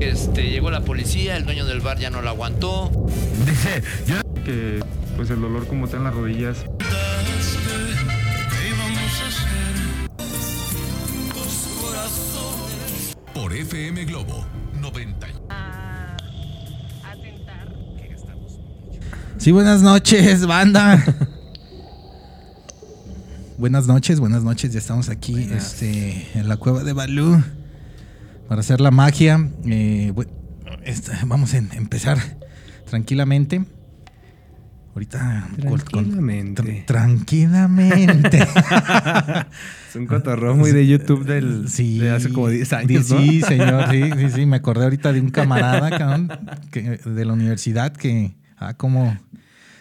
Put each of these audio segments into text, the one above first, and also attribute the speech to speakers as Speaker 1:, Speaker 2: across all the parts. Speaker 1: Este, la policía, el dueño del bar ya no la aguantó.
Speaker 2: Dice, yo...
Speaker 3: Que pues el dolor como está en las rodillas.
Speaker 4: Por FM Globo 90.
Speaker 5: Sí, buenas noches, banda. buenas noches, buenas noches. Ya estamos aquí este, en la cueva de Balú para hacer la magia. Eh, bu- esta- vamos a em- empezar tranquilamente. Ahorita con- con- tr-
Speaker 3: Tranquilamente.
Speaker 5: tranquilamente.
Speaker 3: Es un cotorreo muy de YouTube del,
Speaker 5: Sí.
Speaker 3: de hace como 10 años,
Speaker 5: Sí,
Speaker 3: ¿no?
Speaker 5: sí, señor, sí, sí, sí. Me acordé ahorita de un camarada, cabrón, que- de la universidad que, ah, cómo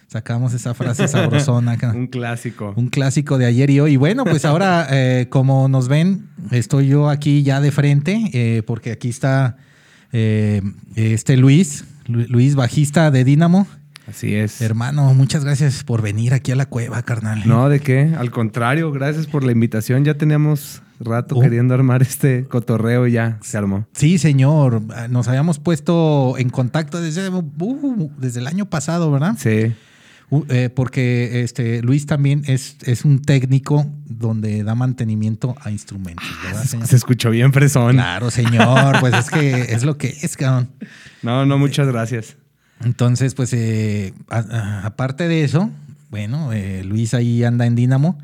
Speaker 5: sacamos esa frase sabrosona, cabrón.
Speaker 3: Un clásico.
Speaker 5: Un clásico de ayer y hoy. Y bueno, pues ahora, eh, como nos ven, estoy yo aquí ya de frente, eh, porque aquí está eh, este Luis, Lu- Luis, bajista de Dínamo.
Speaker 3: Así es.
Speaker 5: Hermano, muchas gracias por venir aquí a la cueva, carnal.
Speaker 3: No, ¿de qué? Al contrario, gracias por la invitación. Ya teníamos rato
Speaker 5: Oh.
Speaker 3: queriendo armar este cotorreo y ya se armó.
Speaker 5: Sí, señor. Ah, Nos habíamos puesto en contacto desde, uh, desde el año pasado, ¿verdad?
Speaker 3: Sí.
Speaker 5: Uh, eh, porque este Luis también es, es un técnico donde da mantenimiento a instrumentos,
Speaker 3: Ah,
Speaker 5: ¿verdad, señor?
Speaker 3: Se escuchó bien fresón.
Speaker 5: Claro, señor. Pues es que es lo que es, cabrón.
Speaker 3: No, no, muchas gracias.
Speaker 5: Entonces, pues, eh, a- a- aparte de eso, bueno, eh, Luis ahí anda en Dínamo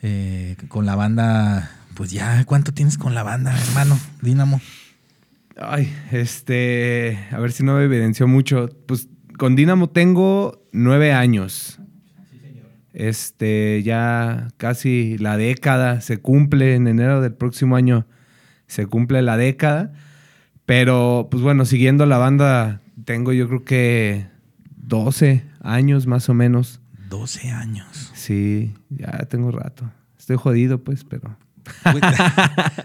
Speaker 5: eh, con la banda. Pues ya, ¿cuánto tienes con la banda, hermano? Dínamo.
Speaker 3: Ay, este, a ver si no me evidenció mucho. Pues con Dinamo tengo nueve años. Este, ya casi la década se cumple en enero del próximo año. Se cumple la década. Pero, pues bueno, siguiendo la banda, tengo yo creo que 12 años más o menos.
Speaker 5: 12 años.
Speaker 3: Sí, ya tengo rato. Estoy jodido, pues, pero.
Speaker 5: Pues,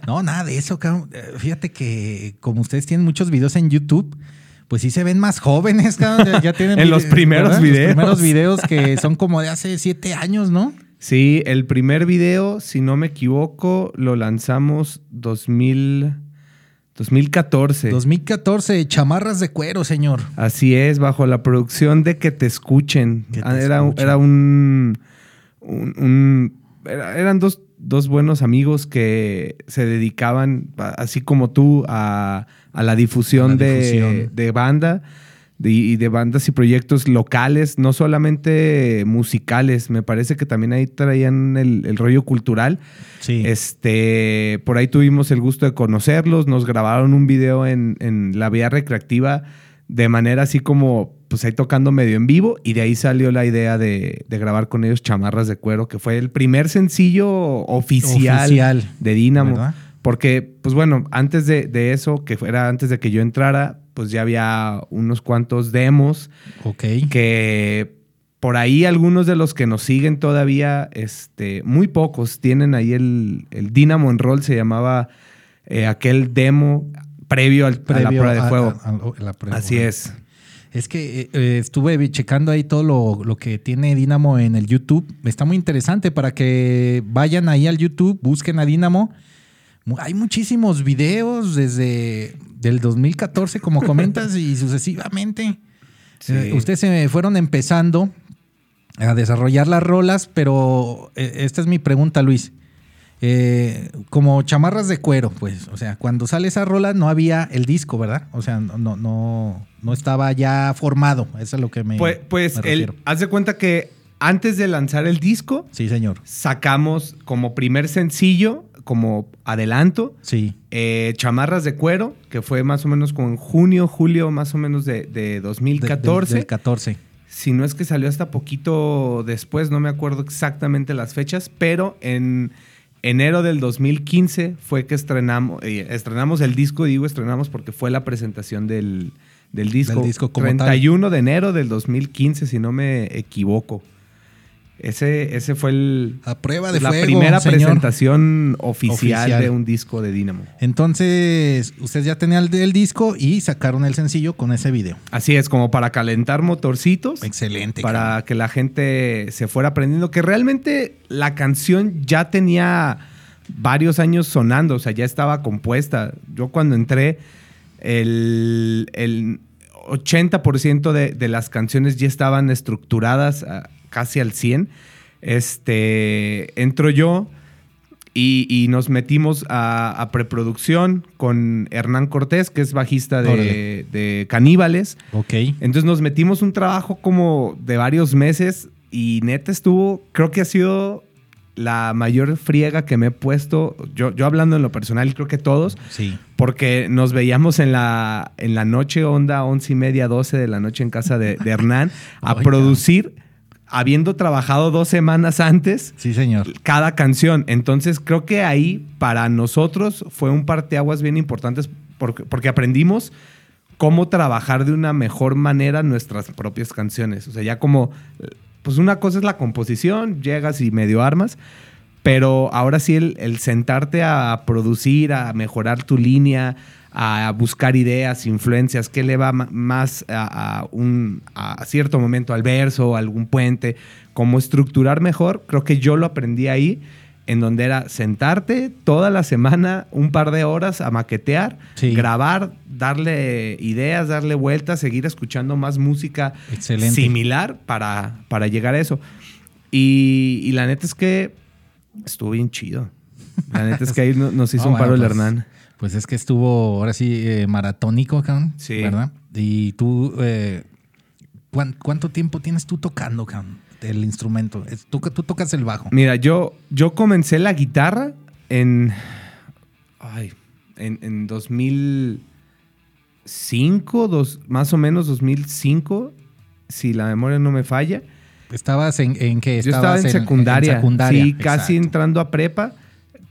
Speaker 5: no, nada de eso, cabrón. Eh, Fíjate que como ustedes tienen muchos videos en YouTube, pues sí se ven más jóvenes, cabrón. Ya, ya tienen
Speaker 3: En
Speaker 5: vide-
Speaker 3: los primeros
Speaker 5: ¿verdad?
Speaker 3: videos.
Speaker 5: Los primeros videos que son como de hace siete años, ¿no?
Speaker 3: Sí, el primer video, si no me equivoco, lo lanzamos 2000, 2014.
Speaker 5: 2014, chamarras de cuero, señor.
Speaker 3: Así es, bajo la producción de Que Te Escuchen.
Speaker 5: Que Te
Speaker 3: Ah, era,
Speaker 5: Escuchen.
Speaker 3: era un... un- un- era- eran dos, dos buenos amigos que se dedicaban, a- así como tú, a, a la difusión,
Speaker 5: La
Speaker 3: de,
Speaker 5: difusión.
Speaker 3: de banda de- y de bandas y proyectos locales, no solamente musicales. Me parece que también ahí traían el- el rollo cultural.
Speaker 5: Sí.
Speaker 3: Este, por ahí tuvimos el gusto de conocerlos, nos grabaron un video en, en la vía recreativa de manera así como, pues ahí tocando medio en vivo y de ahí salió la idea de, de grabar con ellos Chamarras de Cuero, que fue el primer sencillo oficial,
Speaker 5: Oficial,
Speaker 3: de Dínamo.
Speaker 5: ¿verdad?
Speaker 3: Porque, pues bueno, antes de, de eso, que fuera antes de que yo entrara, pues ya había unos cuantos demos
Speaker 5: Ok.
Speaker 3: que por ahí algunos de los que nos siguen todavía, este, muy pocos, tienen ahí el, el Dynamo en Roll, se llamaba eh, aquel demo previo, al, a
Speaker 5: Previo
Speaker 3: la prueba de
Speaker 5: a-
Speaker 3: fuego.
Speaker 5: a- a la prueba.
Speaker 3: Así es.
Speaker 5: Es que eh, eh, estuve vi- checando ahí todo lo, lo que tiene Dinamo en el YouTube. Está muy interesante para que vayan ahí al YouTube, busquen a Dinamo. Mu- Hay muchísimos videos desde el 2014, como comentas, y sucesivamente.
Speaker 3: Sí.
Speaker 5: Eh, ustedes se fueron empezando a desarrollar las rolas, pero eh, esta es mi pregunta, Luis. Eh, como chamarras de cuero, pues, o sea, cuando sale esa rola no había el disco, ¿verdad? O sea, no, no, no, no estaba ya formado. Eso es lo que me.
Speaker 3: Pues, pues
Speaker 5: me
Speaker 3: el,
Speaker 5: refiero.
Speaker 3: haz de cuenta que antes de lanzar el disco,
Speaker 5: Sí, señor.
Speaker 3: sacamos como primer sencillo, como adelanto,
Speaker 5: Sí.
Speaker 3: eh, Chamarras de Cuero, que fue más o menos como en junio, julio, más o menos de, de
Speaker 5: De- del-
Speaker 3: 2014.
Speaker 5: del 14.
Speaker 3: si no es que salió hasta poquito después, no me acuerdo exactamente las fechas, pero en enero del 2015 fue que estrenamos, eh, estrenamos el disco, digo estrenamos porque fue la presentación del, del disco.
Speaker 5: Del disco como
Speaker 3: 31 de enero del 2015, si no me equivoco. Ese, ese fue el-
Speaker 5: A prueba de
Speaker 3: la
Speaker 5: fuego,
Speaker 3: primera
Speaker 5: señor.
Speaker 3: presentación oficial,
Speaker 5: Oficial.
Speaker 3: de un disco de Dynamo.
Speaker 5: Entonces, ustedes ya tenían el, el disco y sacaron el sencillo con ese video.
Speaker 3: Así es, como para calentar motorcitos.
Speaker 5: Excelente. cabrón.
Speaker 3: para que la gente se fuera aprendiendo que realmente la canción ya tenía varios años sonando, o sea, ya estaba compuesta. Yo cuando entré el, el 80% de, de las canciones ya estaban estructuradas a- casi al 100. Este, entro yo y, y nos metimos a, a preproducción con Hernán Cortés, que es bajista de,
Speaker 5: Órale.
Speaker 3: de Caníbales.
Speaker 5: Ok.
Speaker 3: Entonces nos metimos un trabajo como de varios meses y neta estuvo, creo que ha sido la mayor friega que me he puesto, yo, yo hablando en lo personal, creo que todos,
Speaker 5: Sí.
Speaker 3: porque nos veíamos en la, en la noche, onda, once y media, doce de la noche en casa de, de Hernán, a
Speaker 5: Oiga.
Speaker 3: producir, habiendo trabajado dos semanas antes,
Speaker 5: Sí, señor.
Speaker 3: cada canción. Entonces creo que ahí para nosotros fue un parteaguas bien importantes porque, porque aprendimos cómo trabajar de una mejor manera nuestras propias canciones. O sea, ya como, pues una cosa es la composición, llegas y medio armas, pero ahora sí el, el sentarte a producir, a mejorar tu línea, a buscar ideas, influencias, qué le va ma- más a, a un, a cierto momento al verso, a algún puente, cómo estructurar mejor, creo que yo lo aprendí ahí, en donde era sentarte toda la semana un par de horas a maquetear,
Speaker 5: Sí.
Speaker 3: grabar, darle ideas, darle vueltas, seguir escuchando más música
Speaker 5: Excelente.
Speaker 3: similar para, para llegar a eso. Y, y la neta es que estuvo bien chido. La neta es que ahí no- nos hizo
Speaker 5: Ah,
Speaker 3: un
Speaker 5: bueno,
Speaker 3: paro el
Speaker 5: pues,
Speaker 3: Hernán.
Speaker 5: Pues es que estuvo ahora sí eh, maratónico, cabrón.
Speaker 3: Sí.
Speaker 5: ¿Verdad? Y tú, eh, ¿cuán- ¿cuánto tiempo tienes tú tocando, cabrón? El instrumento. Es- Tú, tú tocas el bajo.
Speaker 3: Mira, yo, yo comencé la guitarra en. Ay, en, en 2005, dos, más o menos 2005, si la memoria no me falla.
Speaker 5: ¿Estabas en, en qué?
Speaker 3: Yo estaba
Speaker 5: Estabas
Speaker 3: en, secundaria,
Speaker 5: en secundaria.
Speaker 3: Sí, casi
Speaker 5: Exacto.
Speaker 3: entrando a prepa,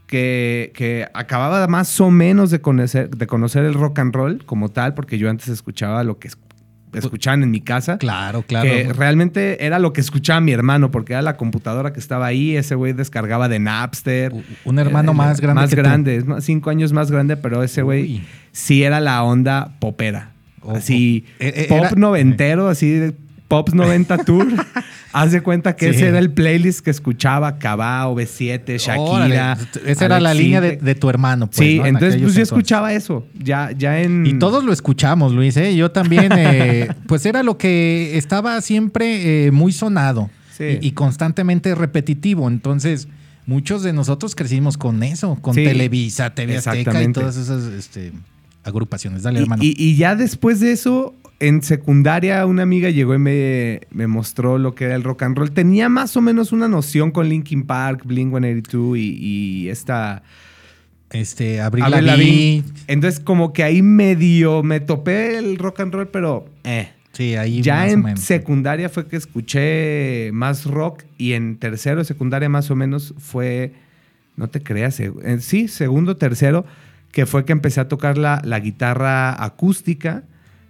Speaker 3: que, que acababa más o menos de conocer, de conocer el rock and roll como tal, porque yo antes escuchaba lo que es- escuchaban en mi casa.
Speaker 5: Claro, claro.
Speaker 3: Que realmente era lo que escuchaba mi hermano, porque era la computadora que estaba ahí. Ese güey descargaba de Napster.
Speaker 5: U- Un hermano
Speaker 3: Eh,
Speaker 5: más grande.
Speaker 3: Más
Speaker 5: que tú.
Speaker 3: grande, es más- cinco años más grande, pero ese güey
Speaker 5: Uy.
Speaker 3: sí era la onda popera.
Speaker 5: Ojo.
Speaker 3: Así,
Speaker 5: Eh, eh,
Speaker 3: pop
Speaker 5: era- eh.
Speaker 3: noventero, así, de Pops 90 Tour. Haz de cuenta que
Speaker 5: Sí.
Speaker 3: ese era el playlist que escuchaba Cabá, B7, Shakira.
Speaker 5: Órale. Esa era la
Speaker 3: Alexis.
Speaker 5: línea de, de tu hermano. pues,
Speaker 3: sí,
Speaker 5: ¿no? En
Speaker 3: entonces
Speaker 5: aquellos
Speaker 3: pues yo
Speaker 5: entonces.
Speaker 3: escuchaba eso. Ya, ya en.
Speaker 5: Y todos lo escuchamos, Luis, ¿eh? Yo también, eh, pues era lo que estaba siempre eh, muy sonado
Speaker 3: Sí.
Speaker 5: y, y constantemente repetitivo. Entonces, muchos de nosotros crecimos con eso, con
Speaker 3: Sí.
Speaker 5: Televisa, TV Azteca y
Speaker 3: Exactamente.
Speaker 5: todas esas este, agrupaciones. Dale,
Speaker 3: Y-
Speaker 5: hermano.
Speaker 3: Y, y ya después de eso, en secundaria, una amiga llegó y me, me mostró lo que era el rock and roll. Tenía más o menos una noción con Linkin Park, Blink 182 y, y esta.
Speaker 5: este, Abril
Speaker 3: Avril
Speaker 5: Lavigne.
Speaker 3: Lavigne. Entonces, como que ahí medio me topé el rock and roll, pero. Eh.
Speaker 5: Sí, ahí
Speaker 3: Ya
Speaker 5: más o
Speaker 3: en
Speaker 5: menos.
Speaker 3: secundaria fue que escuché más rock y en tercero, de secundaria más o menos fue, no te creas, eh, en sí, segundo, tercero, que fue que empecé a tocar la, la guitarra acústica.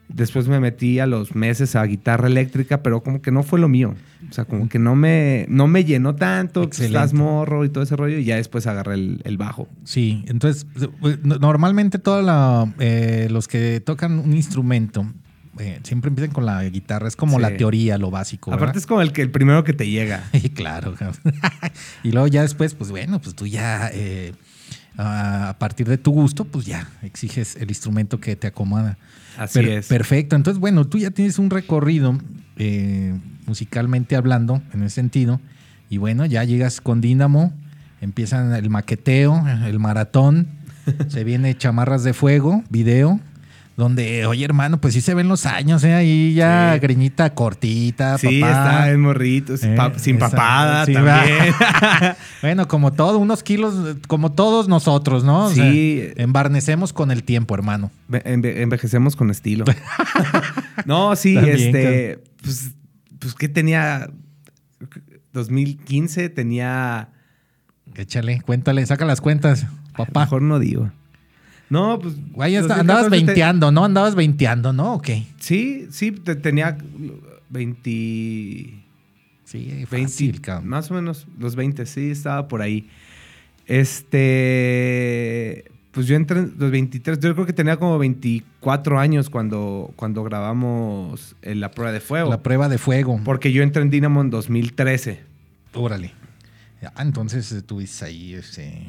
Speaker 3: Después me metí a los meses a guitarra eléctrica, pero como que no fue lo mío. O sea, como que no me, no me llenó tanto, pues,
Speaker 5: Excelente.
Speaker 3: estás morro y todo ese rollo, y ya después agarré el, el bajo.
Speaker 5: Sí, entonces pues, no- normalmente todos los que tocan un instrumento eh, siempre empiezan con la guitarra. Es como
Speaker 3: Sí.
Speaker 5: la teoría, lo básico. ¿verdad?
Speaker 3: Aparte es como el, que, el primero que te llega.
Speaker 5: Y claro. cabrón. y luego ya después, pues bueno, pues tú ya eh, ah, a a partir de tu gusto, pues ya exiges el instrumento que te acomoda.
Speaker 3: Así
Speaker 5: Per-
Speaker 3: es.
Speaker 5: Perfecto. Entonces, bueno, tú ya tienes un recorrido eh, musicalmente hablando en ese sentido. Y bueno, ya llegas con Dínamo, empiezan el maqueteo, el maratón, se viene chamarras de fuego, video. Donde, oye, hermano, pues sí se ven los años, ¿eh? Ahí ya
Speaker 3: Sí.
Speaker 5: greñita cortita,
Speaker 3: Sí,
Speaker 5: papá.
Speaker 3: está en morrito, sin,
Speaker 5: Eh,
Speaker 3: pa- sin
Speaker 5: esa-
Speaker 3: papada
Speaker 5: sí, va.
Speaker 3: también.
Speaker 5: Bueno, como todo, unos kilos, eh, como todos nosotros, ¿no? O
Speaker 3: Sí.
Speaker 5: sea, embarnecemos con el tiempo, hermano.
Speaker 3: Ve- enve- envejecemos con estilo. no, sí,
Speaker 5: También,
Speaker 3: este. Pues, pues, ¿qué tenía? 2015 tenía.
Speaker 5: Échale, cuéntale, saca las cuentas, papá.
Speaker 3: Mejor no digo. No, pues.
Speaker 5: Güey, ya está-
Speaker 3: 2014
Speaker 5: andabas
Speaker 3: te-
Speaker 5: veinteando, ¿no? Andabas veinteando, ¿no? Ok.
Speaker 3: Sí, sí, te- tenía 20.
Speaker 5: Sí,
Speaker 3: 20,
Speaker 5: fácil, cabrón.
Speaker 3: más o menos los 20, sí, estaba por ahí. Este, pues yo entré en los 23, yo creo que tenía como 24 años cuando, cuando grabamos eh, La Prueba de Fuego.
Speaker 5: La prueba de fuego.
Speaker 3: porque yo entré en Dynamo en 2013.
Speaker 5: Órale. Ah, entonces eh, tuviste ahí este,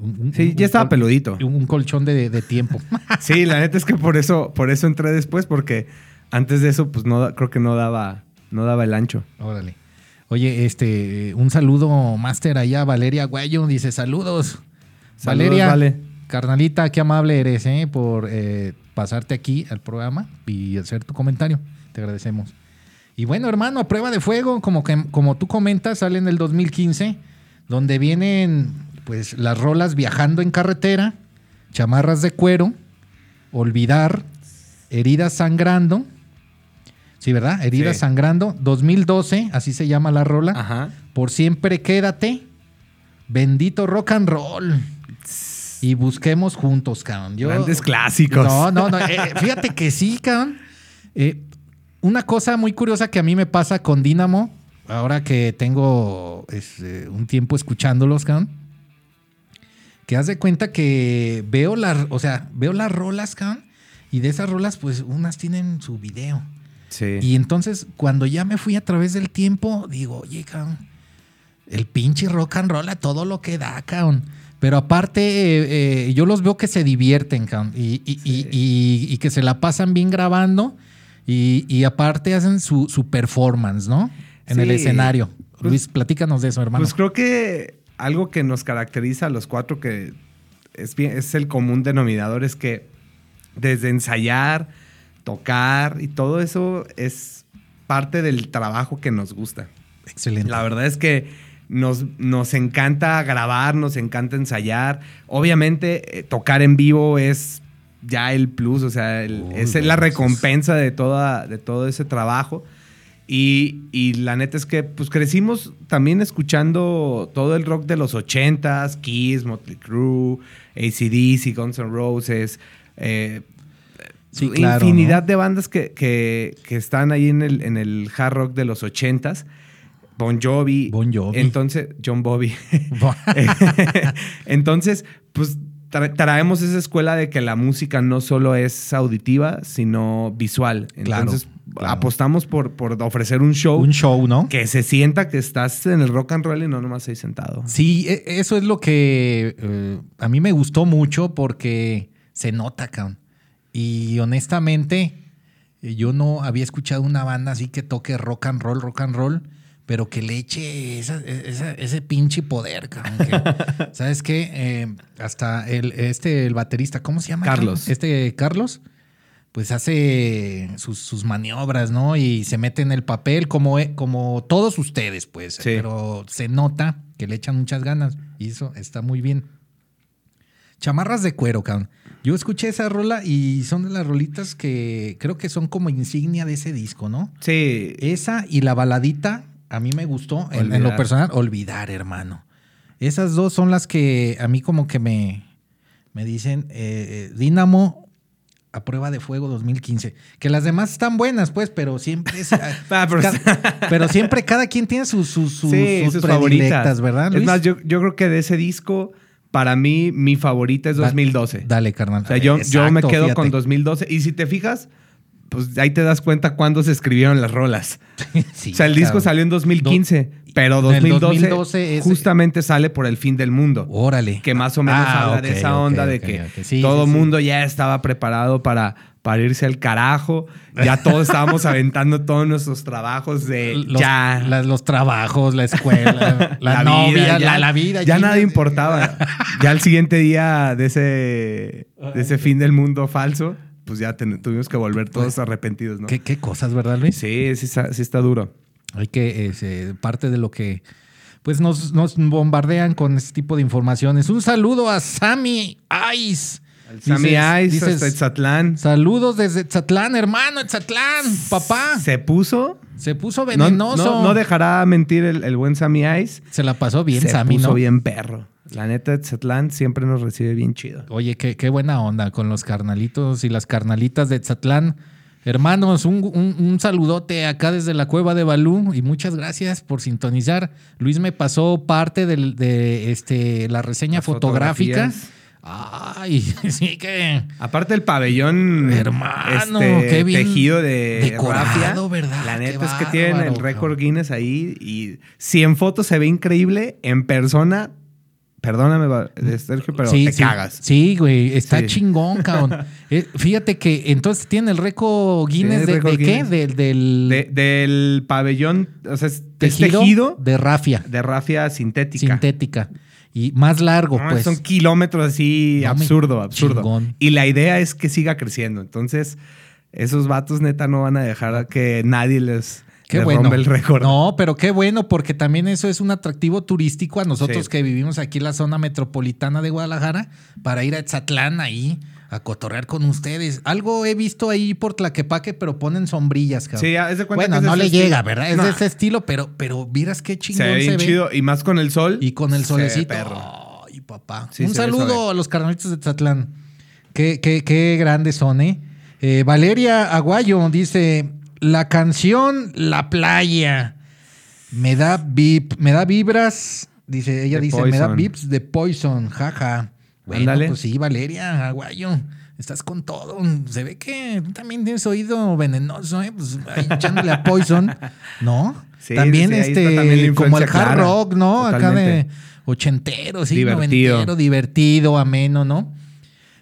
Speaker 5: un- un-
Speaker 3: Sí,
Speaker 5: un-
Speaker 3: ya estaba
Speaker 5: un-
Speaker 3: peludito.
Speaker 5: Un, un colchón de, de tiempo.
Speaker 3: Sí, la neta es que por eso, por eso entré después, porque antes de eso, pues no da- creo que no daba, no daba el ancho.
Speaker 5: Órale. Oye, este, un saludo, Master, allá, Valeria Guayo, dice saludos.
Speaker 3: Saludos,
Speaker 5: Valeria,
Speaker 3: Vale.
Speaker 5: carnalita, qué amable eres, ¿eh? Por eh, pasarte aquí al programa y hacer tu comentario. Te agradecemos. Y bueno, hermano, a prueba de fuego, como, que, como tú comentas, sale en el 2015, donde vienen pues las rolas viajando en carretera, chamarras de cuero, olvidar, heridas sangrando. Sí, ¿verdad? Heridas
Speaker 3: Sí.
Speaker 5: sangrando. 2012, así se llama la rola.
Speaker 3: Ajá.
Speaker 5: Por siempre quédate. Bendito rock and roll. Y busquemos juntos, cabrón. Yo-
Speaker 3: Grandes clásicos.
Speaker 5: No, no, no. eh, fíjate que sí, cabrón. Eh, una cosa muy curiosa que a mí me pasa con Dynamo, ahora que tengo es, eh, un tiempo escuchándolos, cabrón. Que haz de cuenta que veo las, o sea, veo las rolas, cabrón. Y de esas rolas, pues unas tienen su video.
Speaker 3: Sí.
Speaker 5: Y entonces, cuando ya me fui a través del tiempo, digo, oye, cabrón, el pinche rock and roll a todo lo que da, cabrón. Pero aparte, eh, eh, yo los veo que se divierten, cabrón, y, y- y- y- y que se la pasan bien grabando. Y, y aparte hacen su, su performance, ¿no? En el
Speaker 3: Sí.
Speaker 5: escenario.
Speaker 3: Pues-
Speaker 5: Luis, platícanos de eso, hermano.
Speaker 3: Pues creo que algo que nos caracteriza a los cuatro, que es, bien- es el común denominador, es que desde ensayar, tocar y todo eso es parte del trabajo que nos gusta.
Speaker 5: Excelente.
Speaker 3: La verdad es que nos, nos encanta grabar, nos encanta ensayar. Obviamente, eh, tocar en vivo es ya el plus, o sea, el-
Speaker 5: Uy,
Speaker 3: es
Speaker 5: güey,
Speaker 3: la
Speaker 5: pues es-
Speaker 3: recompensa de, toda, de todo ese trabajo. Y, y la neta es que pues crecimos también escuchando todo el rock de los 80s, Kiss, Motley Crue, ACDC, Guns N' Roses, eh,
Speaker 5: Sí, claro,
Speaker 3: infinidad
Speaker 5: ¿no?
Speaker 3: de bandas que, que- que están ahí en el, en el hard rock de los 80s. Bon Jovi.
Speaker 5: Bon Jovi.
Speaker 3: Entonces, John Bobby. Entonces, pues tra- traemos esa escuela de que la música no solo es auditiva, sino visual.
Speaker 5: Claro,
Speaker 3: Entonces,
Speaker 5: claro.
Speaker 3: apostamos por, por ofrecer un show
Speaker 5: Un show, ¿no?
Speaker 3: que se sienta que estás en el rock and roll y no nomás ahí sentado.
Speaker 5: Sí, e- eso es lo que eh, a mí me gustó mucho porque se nota, cabrón. Y honestamente, eh, yo no había escuchado una banda así que toque rock and roll, rock and roll, pero que le eche esa- e, esa- ese pinche poder, cabrón. que- ¿Sabes qué? Eh, hasta el, este, el baterista, ¿cómo se llama?
Speaker 3: Carlos.
Speaker 5: cabrón? Este Carlos pues hace sus, sus maniobras, ¿no? Y se mete en el papel como, e, como todos ustedes, pues.
Speaker 3: Sí.
Speaker 5: Pero se nota que le echan muchas ganas y eso está muy bien. Chamarras de cuero, cabrón. Yo escuché esa rola y son de las rolitas que creo que son como insignia de ese disco, ¿no?
Speaker 3: Sí,
Speaker 5: Esa y la baladita a mí me gustó en, en lo
Speaker 3: Olvidar.
Speaker 5: personal. Olvidar, hermano. Esas dos son las que a mí como que me, me dicen eh, eh, Dínamo a prueba de fuego 2015. Que las demás están buenas, pues, pero siempre es-
Speaker 3: Ah, pero-
Speaker 5: ca- pero siempre cada quien tiene sus, sus, sus,
Speaker 3: Sí,
Speaker 5: sus
Speaker 3: sus
Speaker 5: predilectas,
Speaker 3: favoritas.
Speaker 5: ¿verdad?
Speaker 3: Es
Speaker 5: Luis?
Speaker 3: más, yo, yo creo que de ese disco, para mí, mi favorita es
Speaker 5: Da-
Speaker 3: 2012.
Speaker 5: Dale, carnal.
Speaker 3: O sea, yo, yo me
Speaker 5: Exacto,
Speaker 3: quedo
Speaker 5: fíjate.
Speaker 3: con 2012. Y si te fijas, pues ahí te das cuenta cuándo se escribieron las rolas.
Speaker 5: Sí,
Speaker 3: o sea, el disco
Speaker 5: cabrón.
Speaker 3: salió en 2015,
Speaker 5: Do-
Speaker 3: pero
Speaker 5: del
Speaker 3: 2012,
Speaker 5: 2012 es-
Speaker 3: justamente sale por el fin del mundo.
Speaker 5: Órale.
Speaker 3: Que más o menos
Speaker 5: Ah,
Speaker 3: habla
Speaker 5: ok,
Speaker 3: de esa
Speaker 5: ok,
Speaker 3: onda
Speaker 5: ok,
Speaker 3: de que
Speaker 5: ok. Sí,
Speaker 3: todo
Speaker 5: sí, sí.
Speaker 3: mundo ya estaba preparado para, para irse al carajo. Ya todos estábamos aventando todos nuestros trabajos de
Speaker 5: los,
Speaker 3: ya.
Speaker 5: las- los trabajos, la escuela, la,
Speaker 3: vida,
Speaker 5: novia, la, la vida.
Speaker 3: Ya
Speaker 5: chingada.
Speaker 3: nada importaba. ya al siguiente día de ese, de ese fin del mundo falso, pues ya ten- tuvimos que volver todos arrepentidos, ¿no?
Speaker 5: Pues, ¿Qué, qué cosas, ¿verdad, Luis?
Speaker 3: Sí, sí está, sí está duro.
Speaker 5: Hay que, es, eh, parte de lo que, pues nos, nos bombardean con este tipo de informaciones. Un saludo a Sammy Ice.
Speaker 3: Sammy
Speaker 5: Dices-
Speaker 3: Ice,
Speaker 5: dices,
Speaker 3: hasta Etzatlán,
Speaker 5: Saludos desde Tzatlán, hermano, Tzatlán, papá. Se,
Speaker 3: se puso.
Speaker 5: puso
Speaker 3: No,
Speaker 5: venenoso.
Speaker 3: no- no dejará mentir el, el buen Sammy Ice.
Speaker 5: Se la pasó bien,
Speaker 3: se
Speaker 5: Sammy,
Speaker 3: puso
Speaker 5: ¿no?
Speaker 3: bien perro. La neta, Etzatlán siempre nos recibe bien chido.
Speaker 5: Oye, qué, qué buena onda con los carnalitos y las carnalitas de Tzatlán. Hermanos, un, un- un saludote acá desde la cueva de Balú y muchas gracias por sintonizar. Luis me pasó parte del- de este, la reseña
Speaker 3: Las
Speaker 5: fotográfica.
Speaker 3: fotografías.
Speaker 5: Ay, sí que...
Speaker 3: Aparte el pabellón
Speaker 5: Hermano,
Speaker 3: este,
Speaker 5: qué bien
Speaker 3: tejido de
Speaker 5: decorado,
Speaker 3: rafia.
Speaker 5: ¿verdad?
Speaker 3: La
Speaker 5: Qué
Speaker 3: neta es que tienen
Speaker 5: bárbaro,
Speaker 3: el récord
Speaker 5: cabrón.
Speaker 3: Guinness ahí y si en fotos se ve increíble, en persona Perdóname, va- eh, Sergio, pero te cagas.
Speaker 5: Sí, güey, está
Speaker 3: Sí.
Speaker 5: chingón, cabrón. Eh, fíjate que entonces tiene el récord Guinness
Speaker 3: Sí,
Speaker 5: de,
Speaker 3: récord
Speaker 5: de qué?
Speaker 3: Guinness.
Speaker 5: Del, del
Speaker 3: De- del pabellón, o sea, es es
Speaker 5: tejido,
Speaker 3: tejido,
Speaker 5: de rafia
Speaker 3: de rafia sintética.
Speaker 5: sintética. Y más largo,
Speaker 3: No,
Speaker 5: pues.
Speaker 3: Son kilómetros así,
Speaker 5: No, me-
Speaker 3: absurdo, absurdo.
Speaker 5: chingón.
Speaker 3: Y la idea es que siga creciendo. Entonces, esos vatos neta no van a dejar a que nadie les,
Speaker 5: Qué
Speaker 3: les
Speaker 5: bueno.
Speaker 3: rompa el récord.
Speaker 5: No, pero qué bueno, porque también eso es un atractivo turístico a nosotros
Speaker 3: Sí.
Speaker 5: que vivimos aquí en la zona metropolitana de Guadalajara para ir a Etzatlán ahí a cotorrear con ustedes. Algo he visto ahí por Tlaquepaque, pero ponen sombrillas, cabrón.
Speaker 3: Sí, haz de cuenta
Speaker 5: bueno,
Speaker 3: que es de
Speaker 5: no
Speaker 3: ese
Speaker 5: le
Speaker 3: estilo.
Speaker 5: llega, ¿verdad? Es
Speaker 3: No.
Speaker 5: de ese estilo, pero, pero miras qué
Speaker 3: se
Speaker 5: chingón
Speaker 3: ve
Speaker 5: se,
Speaker 3: bien
Speaker 5: ve.
Speaker 3: chido. Y más con el sol.
Speaker 5: Y con el
Speaker 3: se ve
Speaker 5: solecito.
Speaker 3: perro.
Speaker 5: Ay, papá.
Speaker 3: Sí,
Speaker 5: Un
Speaker 3: se ve
Speaker 5: saludo
Speaker 3: suave.
Speaker 5: a los carnalitos de Tzatlán. Qué, qué, qué grandes son, ¿eh? Eh, Valeria Aguayo dice: La canción La Playa. Me da vib- me da vibras. Dice, ella
Speaker 3: De
Speaker 5: dice, me da
Speaker 3: Poison.
Speaker 5: vips de poison, jaja. Bueno,
Speaker 3: Ándale.
Speaker 5: pues sí, Valeria, Aguayo. Estás con todo. Se ve que tú también tienes oído venenoso, ¿eh? Pues ahí echándole a Poison, ¿no?
Speaker 3: Sí,
Speaker 5: también
Speaker 3: sí, ahí está
Speaker 5: este,
Speaker 3: también la
Speaker 5: como el
Speaker 3: influencia
Speaker 5: hard
Speaker 3: clara.
Speaker 5: rock, ¿no? Acá de
Speaker 3: Totalmente.
Speaker 5: ochentero, sí,
Speaker 3: Divertido.
Speaker 5: noventero, divertido, ameno, ¿no?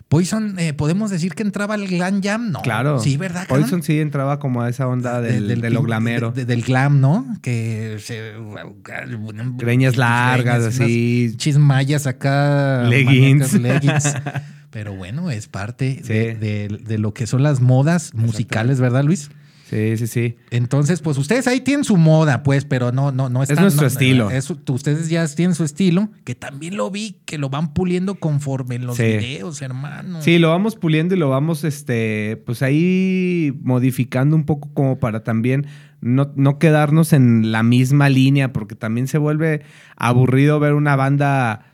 Speaker 5: Poison, eh, podemos decir que entraba al Glam Jam, ¿no?
Speaker 3: Claro.
Speaker 5: Sí, ¿verdad? cabrón? Ah,
Speaker 3: Poison sí entraba como a esa onda
Speaker 5: De-
Speaker 3: del, de, lo
Speaker 5: pin-
Speaker 3: glamero.
Speaker 5: de- del glam, ¿no? Que se.
Speaker 3: Greñas largas,
Speaker 5: Greñas,
Speaker 3: así.
Speaker 5: unas Chismayas acá.
Speaker 3: Leggings.
Speaker 5: manecas, leggings. Pero bueno, es parte
Speaker 3: Sí.
Speaker 5: de, de- de lo que son las modas musicales, ¿verdad, Luis?
Speaker 3: Sí, sí, sí.
Speaker 5: Entonces, pues ustedes ahí tienen su moda, pues, pero no, no, no
Speaker 3: Es
Speaker 5: están-
Speaker 3: nuestro
Speaker 5: no,
Speaker 3: estilo.
Speaker 5: es- ustedes ya tienen su estilo, que también lo vi, que lo van puliendo conforme los
Speaker 3: Sí.
Speaker 5: videos, hermano.
Speaker 3: Sí, lo vamos puliendo y lo vamos, este, pues ahí modificando un poco como para también no, no quedarnos en la misma línea, porque también se vuelve aburrido ver una banda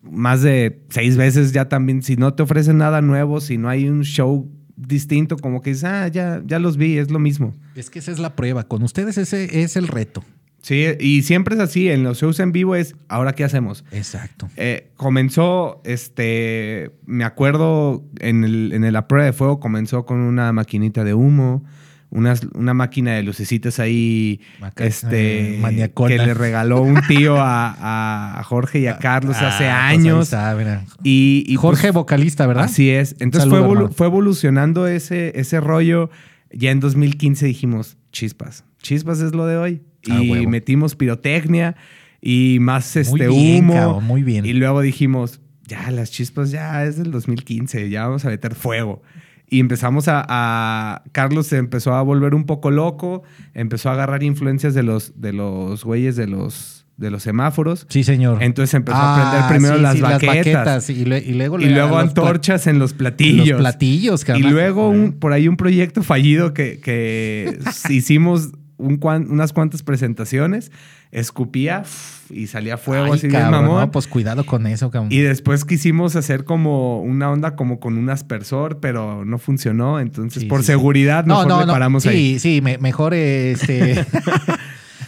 Speaker 3: más de seis veces ya también, si no te ofrecen nada nuevo, si no hay un show distinto, como que dices, ah, ya, ya los vi, es lo mismo.
Speaker 5: Es que esa es la prueba. Con ustedes ese es el reto.
Speaker 3: Sí, y siempre es así, en los shows en vivo es, ahora qué hacemos.
Speaker 5: Exacto.
Speaker 3: Eh, comenzó, este, me acuerdo, en, el, en el- la prueba de fuego comenzó con una maquinita de humo, unas- una máquina de lucecitas ahí,
Speaker 5: Maca-
Speaker 3: este,
Speaker 5: eh, maniacona.
Speaker 3: que le regaló un tío a, a Jorge y a Carlos
Speaker 5: Ah,
Speaker 3: hace
Speaker 5: pues ahí
Speaker 3: años.
Speaker 5: está, mira.
Speaker 3: y, y,
Speaker 5: Jorge,
Speaker 3: pues,
Speaker 5: vocalista, ¿verdad?
Speaker 3: Así es. Entonces
Speaker 5: Saludo,
Speaker 3: fue, evolu-
Speaker 5: hermano.
Speaker 3: fue evolucionando ese, ese rollo. Ya en 2015 dijimos, chispas, chispas es lo de hoy.
Speaker 5: Ah,
Speaker 3: y
Speaker 5: huevo.
Speaker 3: metimos pirotecnia y más
Speaker 5: Muy
Speaker 3: este
Speaker 5: bien,
Speaker 3: humo.
Speaker 5: cabrón, muy bien.
Speaker 3: Y luego dijimos, ya, las chispas ya es del 2015, ya vamos a meter fuego. Y empezamos a, a- Carlos se empezó a volver un poco loco, empezó a agarrar influencias de los, de los güeyes de los, de los semáforos.
Speaker 5: Sí, señor.
Speaker 3: Entonces empezó
Speaker 5: Ah,
Speaker 3: a aprender primero
Speaker 5: sí,
Speaker 3: las,
Speaker 5: sí,
Speaker 3: baquetas,
Speaker 5: y, lue- y luego,
Speaker 3: y
Speaker 5: le-
Speaker 3: luego
Speaker 5: los pla-
Speaker 3: antorchas en los platillos.
Speaker 5: Los platillos,
Speaker 3: y
Speaker 5: carnal. Ah.
Speaker 3: luego un- por ahí un proyecto fallido que, que s- hicimos un cuan- unas cuantas presentaciones, escupía f- y salía fuego
Speaker 5: Ay,
Speaker 3: así bien
Speaker 5: cabrón,
Speaker 3: mamón.
Speaker 5: no, pues cuidado con eso, cabrón.
Speaker 3: Y después quisimos hacer como una onda como con un aspersor, pero no funcionó. Entonces,
Speaker 5: Sí,
Speaker 3: por
Speaker 5: sí, sí.
Speaker 3: seguridad, mejor le paramos
Speaker 5: sí,
Speaker 3: ahí.
Speaker 5: Sí, me- mejor este.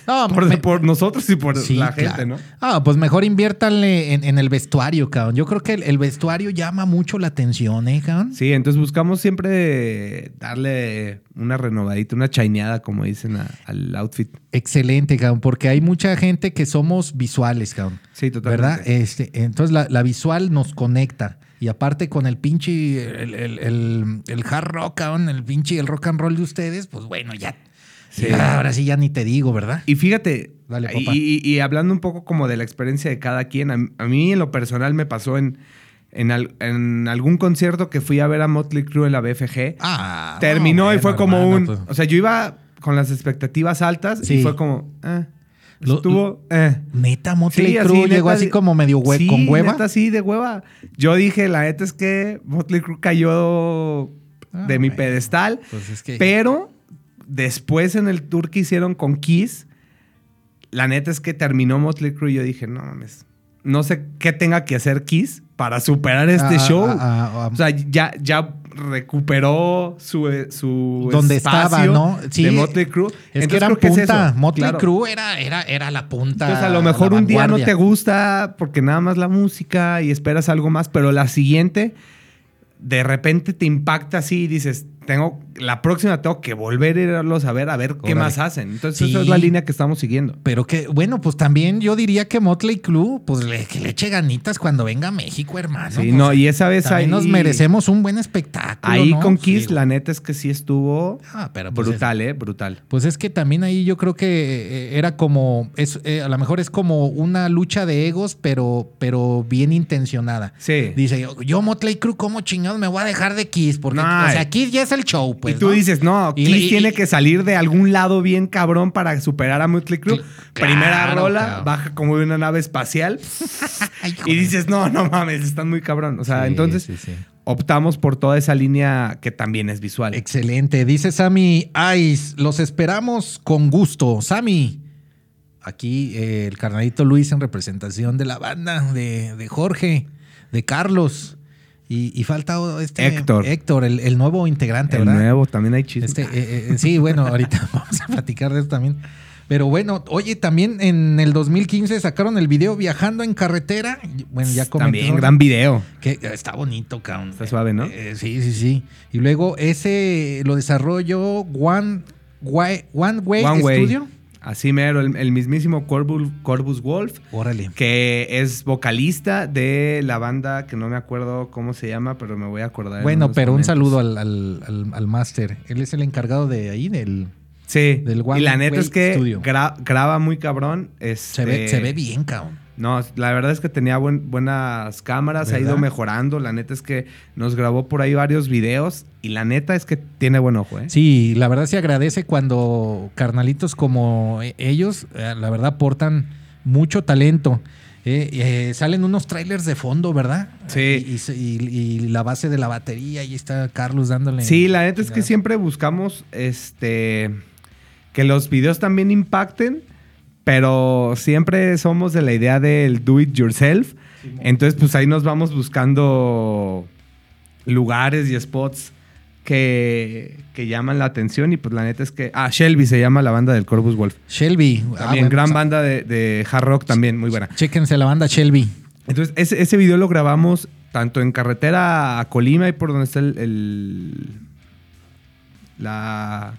Speaker 5: no,
Speaker 3: Por,
Speaker 5: me-
Speaker 3: por nosotros y por
Speaker 5: sí,
Speaker 3: la gente,
Speaker 5: claro.
Speaker 3: ¿no?
Speaker 5: Ah, pues mejor inviértanle en, en el vestuario, cabrón. Yo creo que el, el vestuario llama mucho la atención, ¿eh, cabrón?
Speaker 3: Sí, entonces buscamos siempre darle una renovadita, una chaineada, como dicen, a- al outfit.
Speaker 5: Excelente, cabrón, porque hay mucha gente que somos visuales, cabrón.
Speaker 3: Sí, totalmente.
Speaker 5: ¿Verdad? Este, entonces la, la visual nos conecta. Y aparte con el pinche, el, el, el- el hard rock, cabrón, el pinche, el rock and roll de ustedes, pues bueno, ya.
Speaker 3: Sí.
Speaker 5: Ya, ahora sí ya ni te digo, ¿verdad?
Speaker 3: Y fíjate,
Speaker 5: Dale,
Speaker 3: y,
Speaker 5: papá.
Speaker 3: y- y hablando un poco como de la experiencia de cada quien, a, a mí en lo personal me pasó en, en, al- en algún concierto que fui a ver a Motley Crue en la BFG.
Speaker 5: Ah,
Speaker 3: Terminó
Speaker 5: no,
Speaker 3: y fue
Speaker 5: bueno,
Speaker 3: como
Speaker 5: hermano,
Speaker 3: un...
Speaker 5: pues.
Speaker 3: O sea, yo iba con las expectativas altas
Speaker 5: Sí.
Speaker 3: y fue como... eh,
Speaker 5: Lo-
Speaker 3: estuvo... eh.
Speaker 5: Neta, Motley
Speaker 3: Sí, así,
Speaker 5: Crue llegó
Speaker 3: neta,
Speaker 5: así como medio hue-
Speaker 3: sí,
Speaker 5: con hueva.
Speaker 3: neta, sí, de hueva. Yo dije, la neta es que Motley Crue cayó de
Speaker 5: Ah,
Speaker 3: mi
Speaker 5: bueno.
Speaker 3: pedestal.
Speaker 5: Pues es que-
Speaker 3: Pero después en el tour que hicieron con Kiss, la neta es que terminó Motley Crue y yo dije, no mames, no sé qué tenga que hacer Kiss para superar este
Speaker 5: Ah,
Speaker 3: show.
Speaker 5: ah, ah, ah.
Speaker 3: o sea, ya, ya recuperó su, eh, su
Speaker 5: Donde
Speaker 3: espacio
Speaker 5: estaba, ¿no? Sí,
Speaker 3: de Motley Crue.
Speaker 5: es
Speaker 3: Entonces
Speaker 5: que eran
Speaker 3: creo es
Speaker 5: punta.
Speaker 3: eso,
Speaker 5: Motley
Speaker 3: claro.
Speaker 5: Crue era, era, era la punta.
Speaker 3: Entonces, a lo
Speaker 5: la
Speaker 3: mejor un día no
Speaker 5: vanguardia.
Speaker 3: te gusta porque nada más la música y esperas algo más, pero la siguiente de repente te impacta así y dices, tengo, la próxima tengo que volver a irlos a ver, a ver qué
Speaker 5: Órale.
Speaker 3: más hacen. Entonces,
Speaker 5: Sí.
Speaker 3: esa es la línea que estamos siguiendo.
Speaker 5: Pero que, bueno, pues también yo diría que Motley Crue, pues le, que le eche ganitas cuando venga a México, hermano.
Speaker 3: Sí,
Speaker 5: Pues,
Speaker 3: no, y esa vez
Speaker 5: también
Speaker 3: ahí
Speaker 5: nos merecemos un buen espectáculo.
Speaker 3: Ahí
Speaker 5: ¿no?
Speaker 3: con
Speaker 5: Sí,
Speaker 3: Kiss,
Speaker 5: güey.
Speaker 3: la neta es que sí estuvo
Speaker 5: Ah, pero pues es-
Speaker 3: brutal, ¿eh? Brutal.
Speaker 5: Pues es que también ahí yo creo que eh, era como, es, eh, a lo mejor es como una lucha de egos, pero, pero bien intencionada.
Speaker 3: Sí.
Speaker 5: Dice, yo, yo Motley Crue, ¿cómo chingados me voy a dejar de Kiss? Porque,
Speaker 3: No,
Speaker 5: o sea,
Speaker 3: y-
Speaker 5: Kiss ya es el show, pues.
Speaker 3: y tú
Speaker 5: ¿no?
Speaker 3: dices, no,
Speaker 5: Y-
Speaker 3: Kiss
Speaker 5: y-
Speaker 3: tiene
Speaker 5: y-
Speaker 3: que salir de algún lado bien cabrón para superar a Motley Crue.
Speaker 5: Cl-
Speaker 3: Primera
Speaker 5: claro,
Speaker 3: rola,
Speaker 5: cabrón.
Speaker 3: baja como de una nave espacial
Speaker 5: Ay, joder.
Speaker 3: y dices, no, no mames, están muy cabrón. O sea,
Speaker 5: Sí,
Speaker 3: entonces
Speaker 5: sí, sí.
Speaker 3: optamos por toda esa línea que también es visual.
Speaker 5: Excelente. Dice Sammy Ice, los esperamos con gusto. Sammy, aquí eh, el carnalito Luis en representación de la banda, de, de Jorge, de Carlos. Y, y falta o- este
Speaker 3: Héctor.
Speaker 5: Héctor, el, el nuevo integrante,
Speaker 3: El
Speaker 5: ¿verdad?
Speaker 3: nuevo, también hay chistes.
Speaker 5: Este, eh, eh, sí, bueno, ahorita vamos a platicar de eso también. Pero bueno, oye, también en el 2015 sacaron el video Viajando en Carretera. Bueno, ya comenté.
Speaker 3: también gran video.
Speaker 5: Que está bonito, cabrón.
Speaker 3: Está suave, ¿no?
Speaker 5: Eh, sí, sí, sí. Y luego ese lo desarrolló One Way, One Way
Speaker 3: One Way.
Speaker 5: Studio.
Speaker 3: Así mero, el, el mismísimo Corbus, Corbus Wolf,
Speaker 5: Órale.
Speaker 3: que es vocalista de la banda que no me acuerdo cómo se llama, pero me voy a acordar. en
Speaker 5: Bueno,
Speaker 3: unos
Speaker 5: pero
Speaker 3: momentos.
Speaker 5: un saludo al, al, al- al máster. Él es el encargado de ahí, del...
Speaker 3: Sí,
Speaker 5: del One
Speaker 3: y la neta
Speaker 5: Way
Speaker 3: es que
Speaker 5: Studio.
Speaker 3: gra- graba muy cabrón. Este,
Speaker 5: Se, ve, se ve bien, cabrón.
Speaker 3: No, la verdad es que tenía buen- buenas cámaras, ha ido
Speaker 5: ¿Verdad?
Speaker 3: mejorando. La neta es que nos grabó por ahí varios videos y la neta es que tiene buen ojo, ¿eh?
Speaker 5: Sí, la verdad se agradece cuando carnalitos como e- ellos, eh, la verdad, aportan mucho talento. Eh, eh, salen unos trailers de fondo, ¿verdad?
Speaker 3: Sí.
Speaker 5: Y, y se- y- y la base de la batería, ahí está Carlos dándole.
Speaker 3: Sí, la neta es que
Speaker 5: Chingada.
Speaker 3: siempre buscamos este que los videos también impacten, pero siempre somos de la idea del do it yourself. Entonces, pues ahí nos vamos buscando lugares y spots que, que llaman la atención. Y pues la neta es que. Ah, Shelby se llama la banda del Corvus Wolf.
Speaker 5: Shelby. Ah,
Speaker 3: También,
Speaker 5: bueno,
Speaker 3: gran
Speaker 5: pues,
Speaker 3: banda de, de hard rock también, muy buena.
Speaker 5: Chéquense la banda Shelby.
Speaker 3: Entonces, ese, ese video lo grabamos tanto en carretera a Colima y por donde está el. el- la.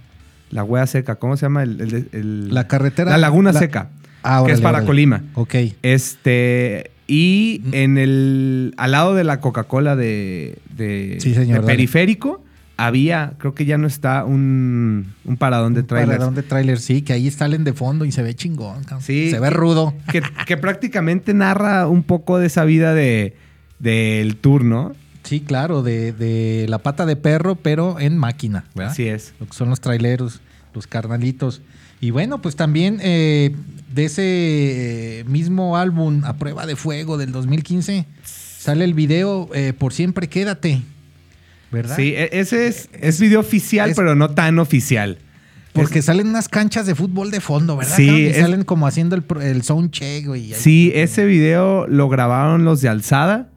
Speaker 3: La hueá seca, ¿cómo se llama? El- el- el-
Speaker 5: La carretera.
Speaker 3: La laguna
Speaker 5: la-
Speaker 3: seca.
Speaker 5: Ah,
Speaker 3: que es
Speaker 5: órale,
Speaker 3: para
Speaker 5: órale.
Speaker 3: Colima.
Speaker 5: Ok.
Speaker 3: Este. Y en el. Al lado de la Coca-Cola de. de-
Speaker 5: Sí, señor,
Speaker 3: de
Speaker 5: dale.
Speaker 3: periférico. Había, creo que ya no está un, un paradón de trailers.
Speaker 5: Paradón de trailer, sí, que ahí salen de fondo y se ve chingón. cabrón.
Speaker 3: Sí.
Speaker 5: Se ve rudo.
Speaker 3: Que, que prácticamente narra un poco de esa vida de, del tour, ¿no?
Speaker 5: Sí, claro, de, de la pata de perro, pero en máquina, ¿verdad?
Speaker 3: Así es.
Speaker 5: Lo que son los traileros, los carnalitos. Y bueno, pues también eh, de ese eh, mismo álbum, A Prueba de Fuego del 2015, sale el video eh, Por Siempre Quédate, ¿verdad?
Speaker 3: Sí, e- ese es, es video oficial,
Speaker 5: es-
Speaker 3: pero no tan oficial.
Speaker 5: Porque salen unas canchas de fútbol de fondo, ¿verdad?
Speaker 3: Sí,
Speaker 5: cabrón? Y
Speaker 3: es-
Speaker 5: salen como haciendo el, pro- el sound check, güey.
Speaker 3: Sí, ese video lo grabaron los de Alzada.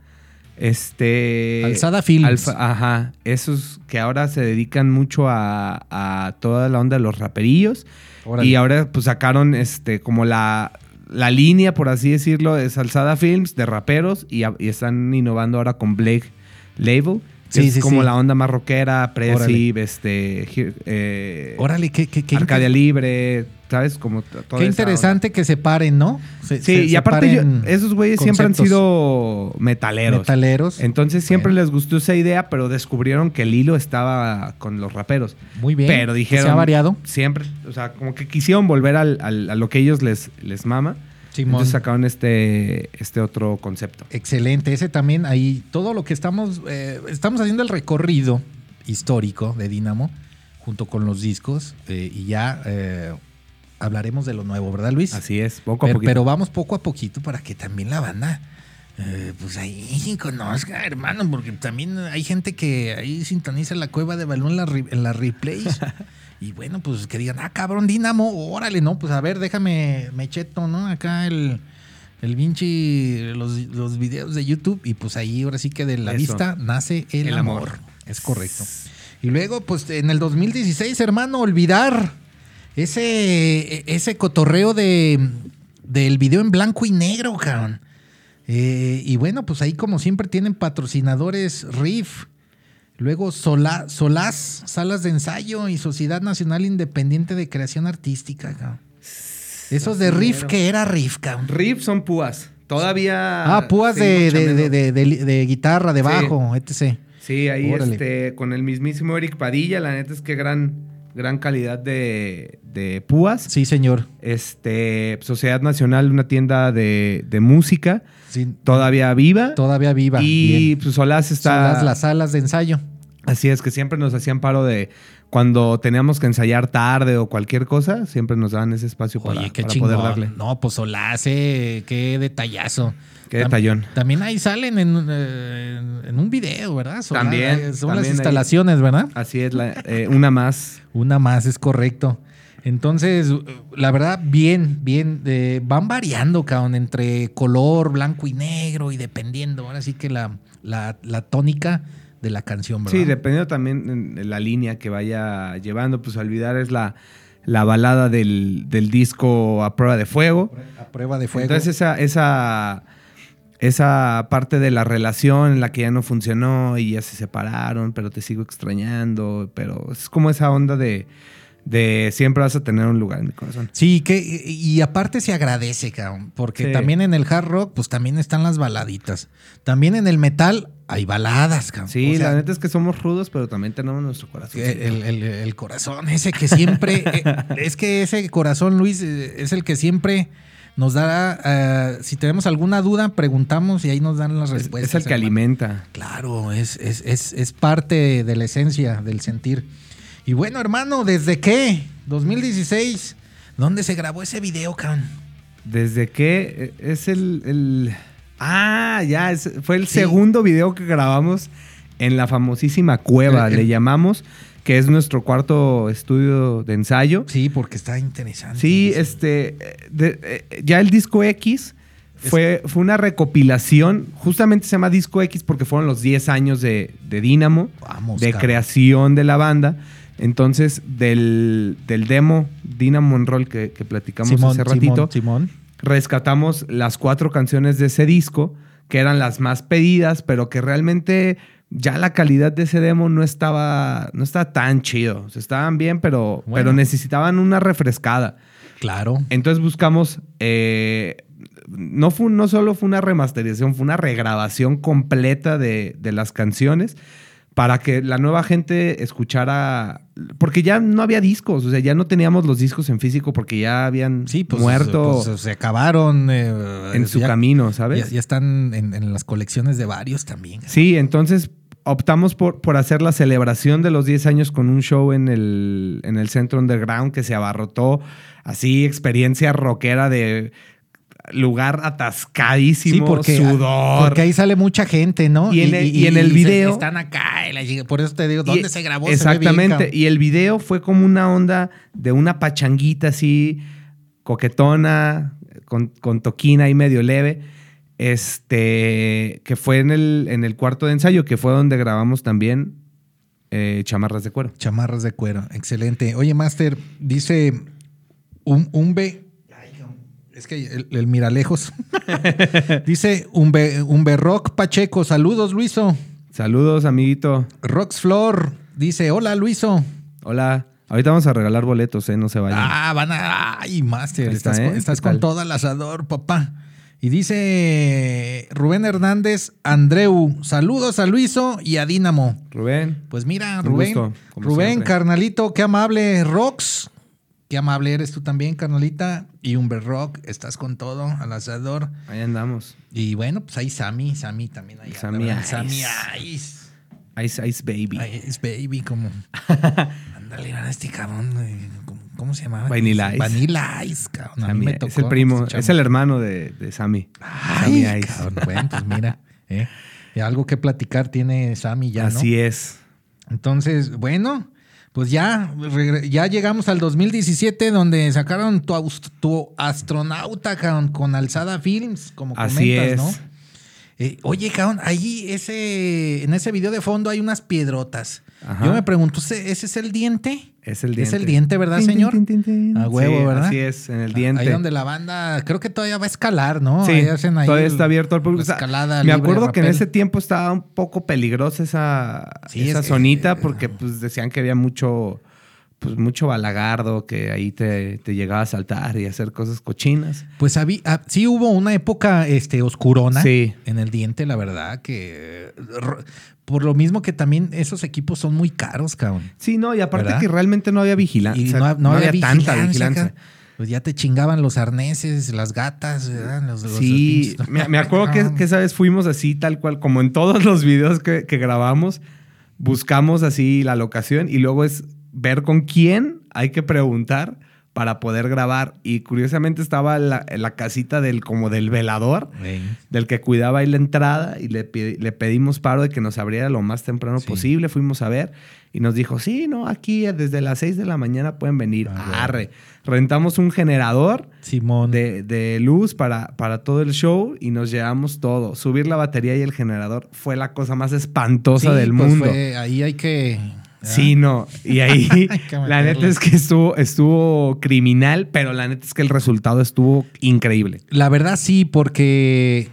Speaker 3: Este.
Speaker 5: Alzada Films.
Speaker 3: Alfa- ajá. Esos que ahora se dedican mucho a, a toda la onda de los raperillos.
Speaker 5: Órale.
Speaker 3: Y ahora pues sacaron este como la, la línea, por así decirlo, de Alzada Films, de raperos, y, a- y están innovando ahora con Blake Label. que
Speaker 5: Sí,
Speaker 3: es
Speaker 5: sí,
Speaker 3: como
Speaker 5: sí.
Speaker 3: la onda más rockera,
Speaker 5: Órale.
Speaker 3: Presive, este. hi- eh,
Speaker 5: Órale, qué, qué, qué,
Speaker 3: Arcadia Libre, ¿sabes? Como t- toda
Speaker 5: qué
Speaker 3: esa
Speaker 5: interesante que se paren, ¿no? Se-
Speaker 3: onda.
Speaker 5: se-
Speaker 3: Sí, y
Speaker 5: se
Speaker 3: aparte yo-
Speaker 5: paren
Speaker 3: esos güeyes siempre han
Speaker 5: conceptos
Speaker 3: sido metaleros.
Speaker 5: metaleros.
Speaker 3: Entonces siempre
Speaker 5: Bueno.
Speaker 3: les gustó esa idea, pero descubrieron que el hilo estaba con los raperos.
Speaker 5: Muy bien.
Speaker 3: pero dijeron...
Speaker 5: Se ha variado.
Speaker 3: Siempre, o sea, como que quisieron volver al- al- a lo que ellos les, les mama.
Speaker 5: Simón.
Speaker 3: Entonces sacaron este, este otro concepto.
Speaker 5: Excelente, ese también ahí, todo lo que estamos, eh, estamos haciendo el recorrido histórico de Dinamo junto con los discos eh, y ya eh, hablaremos de lo nuevo, ¿verdad Luis?
Speaker 3: Así es, poco a
Speaker 5: pero,
Speaker 3: poquito.
Speaker 5: pero vamos poco a poquito para que también la banda, eh, pues ahí conozca, hermano, porque también hay gente que ahí sintoniza la cueva de balón en la, re- en la replays. Y bueno, pues que digan, ah, cabrón, Dinamo, órale, no, pues a ver, déjame, me cheto, ¿no? Acá el, el Vinci, los, los videos de YouTube, y pues ahí ahora sí que de la
Speaker 3: Eso.
Speaker 5: vista nace el,
Speaker 3: El
Speaker 5: amor.
Speaker 3: amor.
Speaker 5: Es correcto. Y luego, pues en el 2016, hermano, olvidar ese, ese cotorreo de, del video en blanco y negro, cabrón. Eh, y bueno, pues ahí como siempre tienen patrocinadores Riff, Luego Solá- Solás, Salas de Ensayo y Sociedad Nacional Independiente de Creación Artística. cabrón. Esos de RIF, que era RIF, cabrón?
Speaker 3: Rip son púas. Todavía.
Speaker 5: Ah, púas de,
Speaker 3: seguimos
Speaker 5: de,
Speaker 3: chambeando.
Speaker 5: de- de- de- de guitarra, de
Speaker 3: Sí.
Speaker 5: bajo, etc.
Speaker 3: Sí, ahí
Speaker 5: Órale.
Speaker 3: este, con el mismísimo Eric Padilla, la neta es que gran, gran calidad de, de púas.
Speaker 5: Sí, señor.
Speaker 3: Este, Sociedad Nacional, una tienda de, de música,
Speaker 5: Sí,
Speaker 3: todavía viva.
Speaker 5: todavía viva.
Speaker 3: y
Speaker 5: bien.
Speaker 3: pues, Solás está.
Speaker 5: Solás, las salas de ensayo.
Speaker 3: Así es que siempre nos hacían paro de cuando teníamos que ensayar tarde o cualquier cosa, siempre nos daban ese espacio para,
Speaker 5: Oye, qué
Speaker 3: para
Speaker 5: chingón.
Speaker 3: poder darle.
Speaker 5: No, pues Solás, eh, qué detallazo.
Speaker 3: Qué
Speaker 5: Tam-
Speaker 3: detallón.
Speaker 5: También ahí salen en, eh, en- en un video, ¿verdad? Solás,
Speaker 3: También,
Speaker 5: eh, Son
Speaker 3: también
Speaker 5: las
Speaker 3: ahí.
Speaker 5: instalaciones, ¿verdad?
Speaker 3: Así es, la- eh, una más.
Speaker 5: Una más, es correcto. Entonces, uh, la verdad, bien, bien. eh, van variando, cabrón, entre color, blanco y negro y dependiendo. Ahora sí que la, la, la tónica de la canción, ¿verdad?
Speaker 3: Sí, dependiendo también de la línea que vaya llevando, pues olvidar es la, la balada del, del disco a prueba de fuego.
Speaker 5: A prueba de fuego.
Speaker 3: Entonces esa, esa, esa parte de la relación en la que ya no funcionó y ya se separaron, pero te sigo extrañando, pero es como esa onda de, de siempre vas a tener un lugar en mi corazón.
Speaker 5: Sí, que, y aparte se agradece, cabrón, porque
Speaker 3: Sí.
Speaker 5: también en el hard rock, pues también están las baladitas. También en el metal hay baladas, cabrón.
Speaker 3: Sí,
Speaker 5: O sea,
Speaker 3: la neta es que somos rudos, pero también tenemos nuestro corazón.
Speaker 5: que eh, El, el- el corazón ese que siempre. eh, es que ese corazón, Luis, eh, es el que siempre nos dará. eh, si tenemos alguna duda, preguntamos y ahí nos dan las
Speaker 3: Es,
Speaker 5: respuestas.
Speaker 3: es el que
Speaker 5: hermano.
Speaker 3: alimenta.
Speaker 5: Claro, es, es, es, es parte de la esencia del sentir. Y bueno, hermano, ¿desde qué? 2016. ¿Dónde se grabó ese video, cabrón?
Speaker 3: ¿Desde qué? Eh, Es el... el- Ah, ya, es- fue el
Speaker 5: Sí.
Speaker 3: segundo video que grabamos en la famosísima cueva,
Speaker 5: El- el-
Speaker 3: le llamamos, que es nuestro cuarto estudio de ensayo.
Speaker 5: Sí, porque está interesante.
Speaker 3: Sí,
Speaker 5: Eso.
Speaker 3: este, eh, de- eh, ya el disco X fue, fue una recopilación, justamente se llama disco X porque fueron los 10 años de, de Dínamo,
Speaker 5: Vamos,
Speaker 3: de
Speaker 5: cabrón.
Speaker 3: creación de la banda. Entonces, del, del demo Dynamo en Roll que, que platicamos
Speaker 5: Simón,
Speaker 3: hace
Speaker 5: Simón,
Speaker 3: ratito,
Speaker 5: Simón.
Speaker 3: rescatamos las cuatro canciones de ese disco, que eran las más pedidas, pero que realmente ya la calidad de ese demo no estaba, no estaba tan chido. O sea, estaban bien, pero,
Speaker 5: Bueno.
Speaker 3: pero necesitaban una refrescada.
Speaker 5: Claro.
Speaker 3: Entonces buscamos. eh, no, fue, no solo fue una remasterización, fue una regrabación completa de, de las canciones para que la nueva gente escuchara. Porque ya no había discos, o sea, ya no teníamos los discos en físico porque ya habían
Speaker 5: Sí, pues.
Speaker 3: muerto
Speaker 5: pues, se acabaron. eh,
Speaker 3: en su
Speaker 5: ya-
Speaker 3: camino, ¿sabes?
Speaker 5: Ya, ya están en, en las colecciones de varios también.
Speaker 3: Sí, entonces optamos por, por hacer la celebración de los 10 años con un show en el, en el centro underground que se abarrotó así, experiencia rockera de lugar atascadísimo, sudor.
Speaker 5: porque ahí sale mucha gente, ¿no?
Speaker 3: Y en el- y en el
Speaker 5: se-
Speaker 3: video-
Speaker 5: están acá. y la chica- por eso te digo, ¿dónde
Speaker 3: Y-
Speaker 5: se grabó? Se ve bien,
Speaker 3: Exactamente.
Speaker 5: cabrón.
Speaker 3: y el video fue como una onda de una pachanguita así, coquetona, con, con toquina y medio leve. Este, que fue en el, en el cuarto de ensayo, que fue donde grabamos también eh, chamarras de cuero.
Speaker 5: Chamarras de cuero, excelente. Oye, Master, dice un, un be- Ay, cabrón. Es que el, el Miralejos. dice un, be- un berroc Pacheco. Saludos, Luiso.
Speaker 3: Saludos, amiguito.
Speaker 5: Rox Flor dice: Hola, Luiso.
Speaker 3: Hola. Ahorita vamos a regalar boletos, ¿eh? No se vayan.
Speaker 5: Ah, van a. Ay, Master,
Speaker 3: Ahí está,
Speaker 5: estás,
Speaker 3: ¿eh?
Speaker 5: con- estás
Speaker 3: ¿Qué
Speaker 5: con
Speaker 3: tal?
Speaker 5: todo el asador, papá. Y dice Rubén Hernández Andreu: Saludos a Luiso y a Dínamo.
Speaker 3: Rubén.
Speaker 5: Pues mira,
Speaker 3: Un
Speaker 5: Rubén,
Speaker 3: gusto, como
Speaker 5: Rubén,
Speaker 3: siempre.
Speaker 5: carnalito, qué amable, Rox. Qué amable eres tú también, carnalita. Y Humber Rock, estás con todo, al asador.
Speaker 3: Ahí andamos.
Speaker 5: Y bueno, pues ahí Sammy, Sammy también ahí. anda,
Speaker 3: Sammy
Speaker 5: ¿verdad?
Speaker 3: Ice.
Speaker 5: Sammy Ice.
Speaker 3: Ice Ice Baby.
Speaker 5: Ice baby, como. Ándale, a este cabrón. eh, ¿cómo, cómo se llamaba?
Speaker 3: Vanilla Ice.
Speaker 5: Vanilla Ice, cabrón. A mí
Speaker 3: Sammy,
Speaker 5: me tocó.
Speaker 3: es el primo,
Speaker 5: este
Speaker 3: es
Speaker 5: chavo.
Speaker 3: el hermano de, de Sammy.
Speaker 5: Ay,
Speaker 3: Sammy Ice.
Speaker 5: cabrón. Bueno, pues mira. eh, Algo que platicar tiene Sammy ya, ¿no?
Speaker 3: Así es.
Speaker 5: Entonces, bueno, pues ya, regre- ya llegamos al 2017 donde sacaron tu, aus- tu astronauta cabrón, con Alzada Films, como comentas,
Speaker 3: Así es.
Speaker 5: ¿no? Eh, oye, cabrón, ahí ese, en ese video de fondo hay unas piedrotas.
Speaker 3: Ajá.
Speaker 5: Yo me pregunto, ¿ese ese es el diente?
Speaker 3: Es el diente.
Speaker 5: Es el diente, ¿verdad,
Speaker 3: Tin, tin,
Speaker 5: señor?
Speaker 3: tin, tin, tin.
Speaker 5: A huevo,
Speaker 3: Sí,
Speaker 5: ¿verdad?
Speaker 3: Así es, en el
Speaker 5: Ahí
Speaker 3: diente.
Speaker 5: donde la banda, creo que todavía va a escalar, ¿no?
Speaker 3: Sí,
Speaker 5: Ahí hacen ahí
Speaker 3: todavía
Speaker 5: el-
Speaker 3: está abierto al público.
Speaker 5: la
Speaker 3: O sea,
Speaker 5: escalada
Speaker 3: me
Speaker 5: libre,
Speaker 3: acuerdo que en
Speaker 5: rapel.
Speaker 3: ese tiempo estaba un poco peligrosa esa,
Speaker 5: Sí,
Speaker 3: esa
Speaker 5: es- eh,
Speaker 3: zonita
Speaker 5: es-
Speaker 3: porque pues, decían que había mucho, pues, mucho balagardo, que ahí te, te llegaba a saltar y a hacer cosas cochinas.
Speaker 5: Pues habí- ah, sí hubo una época este, oscurona
Speaker 3: Sí.
Speaker 5: en el diente, la verdad, que eh, ro- por lo mismo que también esos equipos son muy caros, cabrón.
Speaker 3: Sí, no, y aparte
Speaker 5: ¿Verdad?
Speaker 3: que realmente no había vigilancia.
Speaker 5: Y no, ha- no había, tanta vigilancia. acá. Pues ya te chingaban los arneses, las gatas, ¿verdad? Los- los-
Speaker 3: Sí,
Speaker 5: los pinches-
Speaker 3: me, me acuerdo que, que esa vez fuimos así, tal cual, como en todos los videos que, que grabamos, buscamos así la locación y luego es ver con quién hay que preguntar para poder grabar. Y curiosamente estaba la, la casita del como del velador,
Speaker 5: Ey.
Speaker 3: del que cuidaba ahí la entrada y le, pi- le pedimos paro de que nos abriera lo más temprano
Speaker 5: Sí.
Speaker 3: posible. Fuimos a ver y nos dijo, sí, no, aquí eh, desde las 6 de la mañana pueden venir.
Speaker 5: Ah, bueno.
Speaker 3: Arre. Rentamos un generador
Speaker 5: Simón.
Speaker 3: de, de luz para, para todo el show y nos llevamos todo. Subir la batería y el generador fue la cosa más espantosa
Speaker 5: Sí,
Speaker 3: del
Speaker 5: pues
Speaker 3: mundo.
Speaker 5: fue- ahí hay que. ¿verdad?
Speaker 3: Sí, no. Y ahí
Speaker 5: Hay que
Speaker 3: la neta
Speaker 5: meterle.
Speaker 3: es que estuvo, estuvo criminal, pero la neta es que el resultado estuvo increíble.
Speaker 5: La verdad sí, porque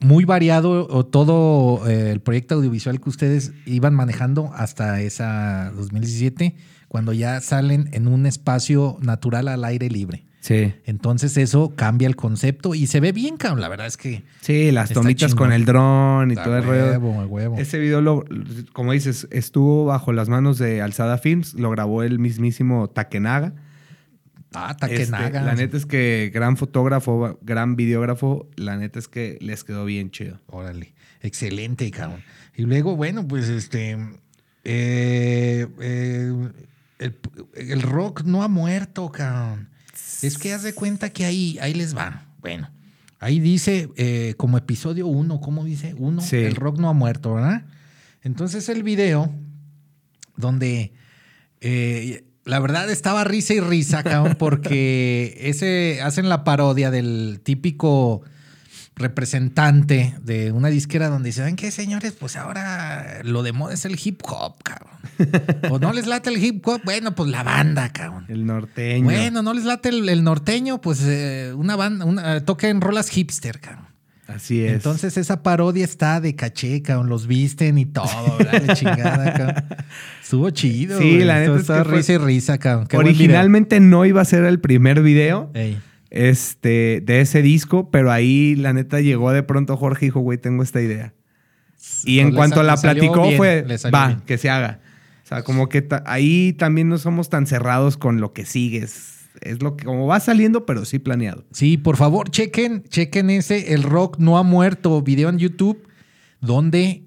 Speaker 5: muy variado o todo eh, el proyecto audiovisual que ustedes iban manejando hasta esa 2017, cuando ya salen en un espacio natural al aire libre.
Speaker 3: Sí.
Speaker 5: Entonces eso cambia el concepto y se ve bien, cabrón. La verdad es que...
Speaker 3: Sí, las
Speaker 5: Está
Speaker 3: tomitas
Speaker 5: chingón.
Speaker 3: con el dron y
Speaker 5: A
Speaker 3: todo el rollo.
Speaker 5: huevo, a huevo.
Speaker 3: Ese video, lo- como dices, estuvo bajo las manos de Alzada Films, lo grabó el mismísimo Takenaga.
Speaker 5: Ah, hasta
Speaker 3: Este,
Speaker 5: que naga.
Speaker 3: La neta es que gran fotógrafo, gran videógrafo, la neta es que les quedó bien chido.
Speaker 5: Órale, excelente, cabrón. Y luego, bueno, pues este. eh, eh, el, el rock no ha muerto, cabrón. Es que haz de cuenta que ahí, ahí les va. Bueno, ahí dice eh, como episodio 1, ¿cómo dice? 1,
Speaker 3: Sí.
Speaker 5: el rock no ha muerto, ¿verdad? Entonces el video donde eh, la verdad estaba risa y risa, cabrón, porque ese hacen la parodia del típico representante de una disquera donde dice, ¿saben qué, señores? Pues ahora lo de moda es el hip hop, cabrón. o no les late el hip hop, bueno, pues la banda, cabrón.
Speaker 3: El norteño.
Speaker 5: Bueno, no les late el, el norteño, pues eh, una banda, una, eh, toquen rolas hipster, cabrón.
Speaker 3: Así es.
Speaker 5: Entonces esa parodia está de caché, cabrón. Los visten y todo, ¿verdad? La chingada, cabrón. Estuvo chido.
Speaker 3: Sí,
Speaker 5: güey.
Speaker 3: la
Speaker 5: Estuvo-
Speaker 3: neta es
Speaker 5: estaba
Speaker 3: que fue-
Speaker 5: risa y risa, cabrón. Qué buen video.
Speaker 3: originalmente no iba a ser el primer video
Speaker 5: Ey.
Speaker 3: este, de ese disco, pero ahí la neta llegó de pronto Jorge y dijo, güey, tengo esta idea. Y
Speaker 5: Pues
Speaker 3: en
Speaker 5: le
Speaker 3: cuanto
Speaker 5: sa-
Speaker 3: la
Speaker 5: le salió
Speaker 3: platicó
Speaker 5: bien,
Speaker 3: fue,
Speaker 5: le salió
Speaker 3: va,
Speaker 5: bien".
Speaker 3: que se haga. O sea, como que ta- ahí también no somos tan cerrados con lo que sigues. Es lo que como va saliendo, pero sí planeado.
Speaker 5: Sí, por favor, chequen, chequen ese El Rock No Ha Muerto, video en YouTube, donde,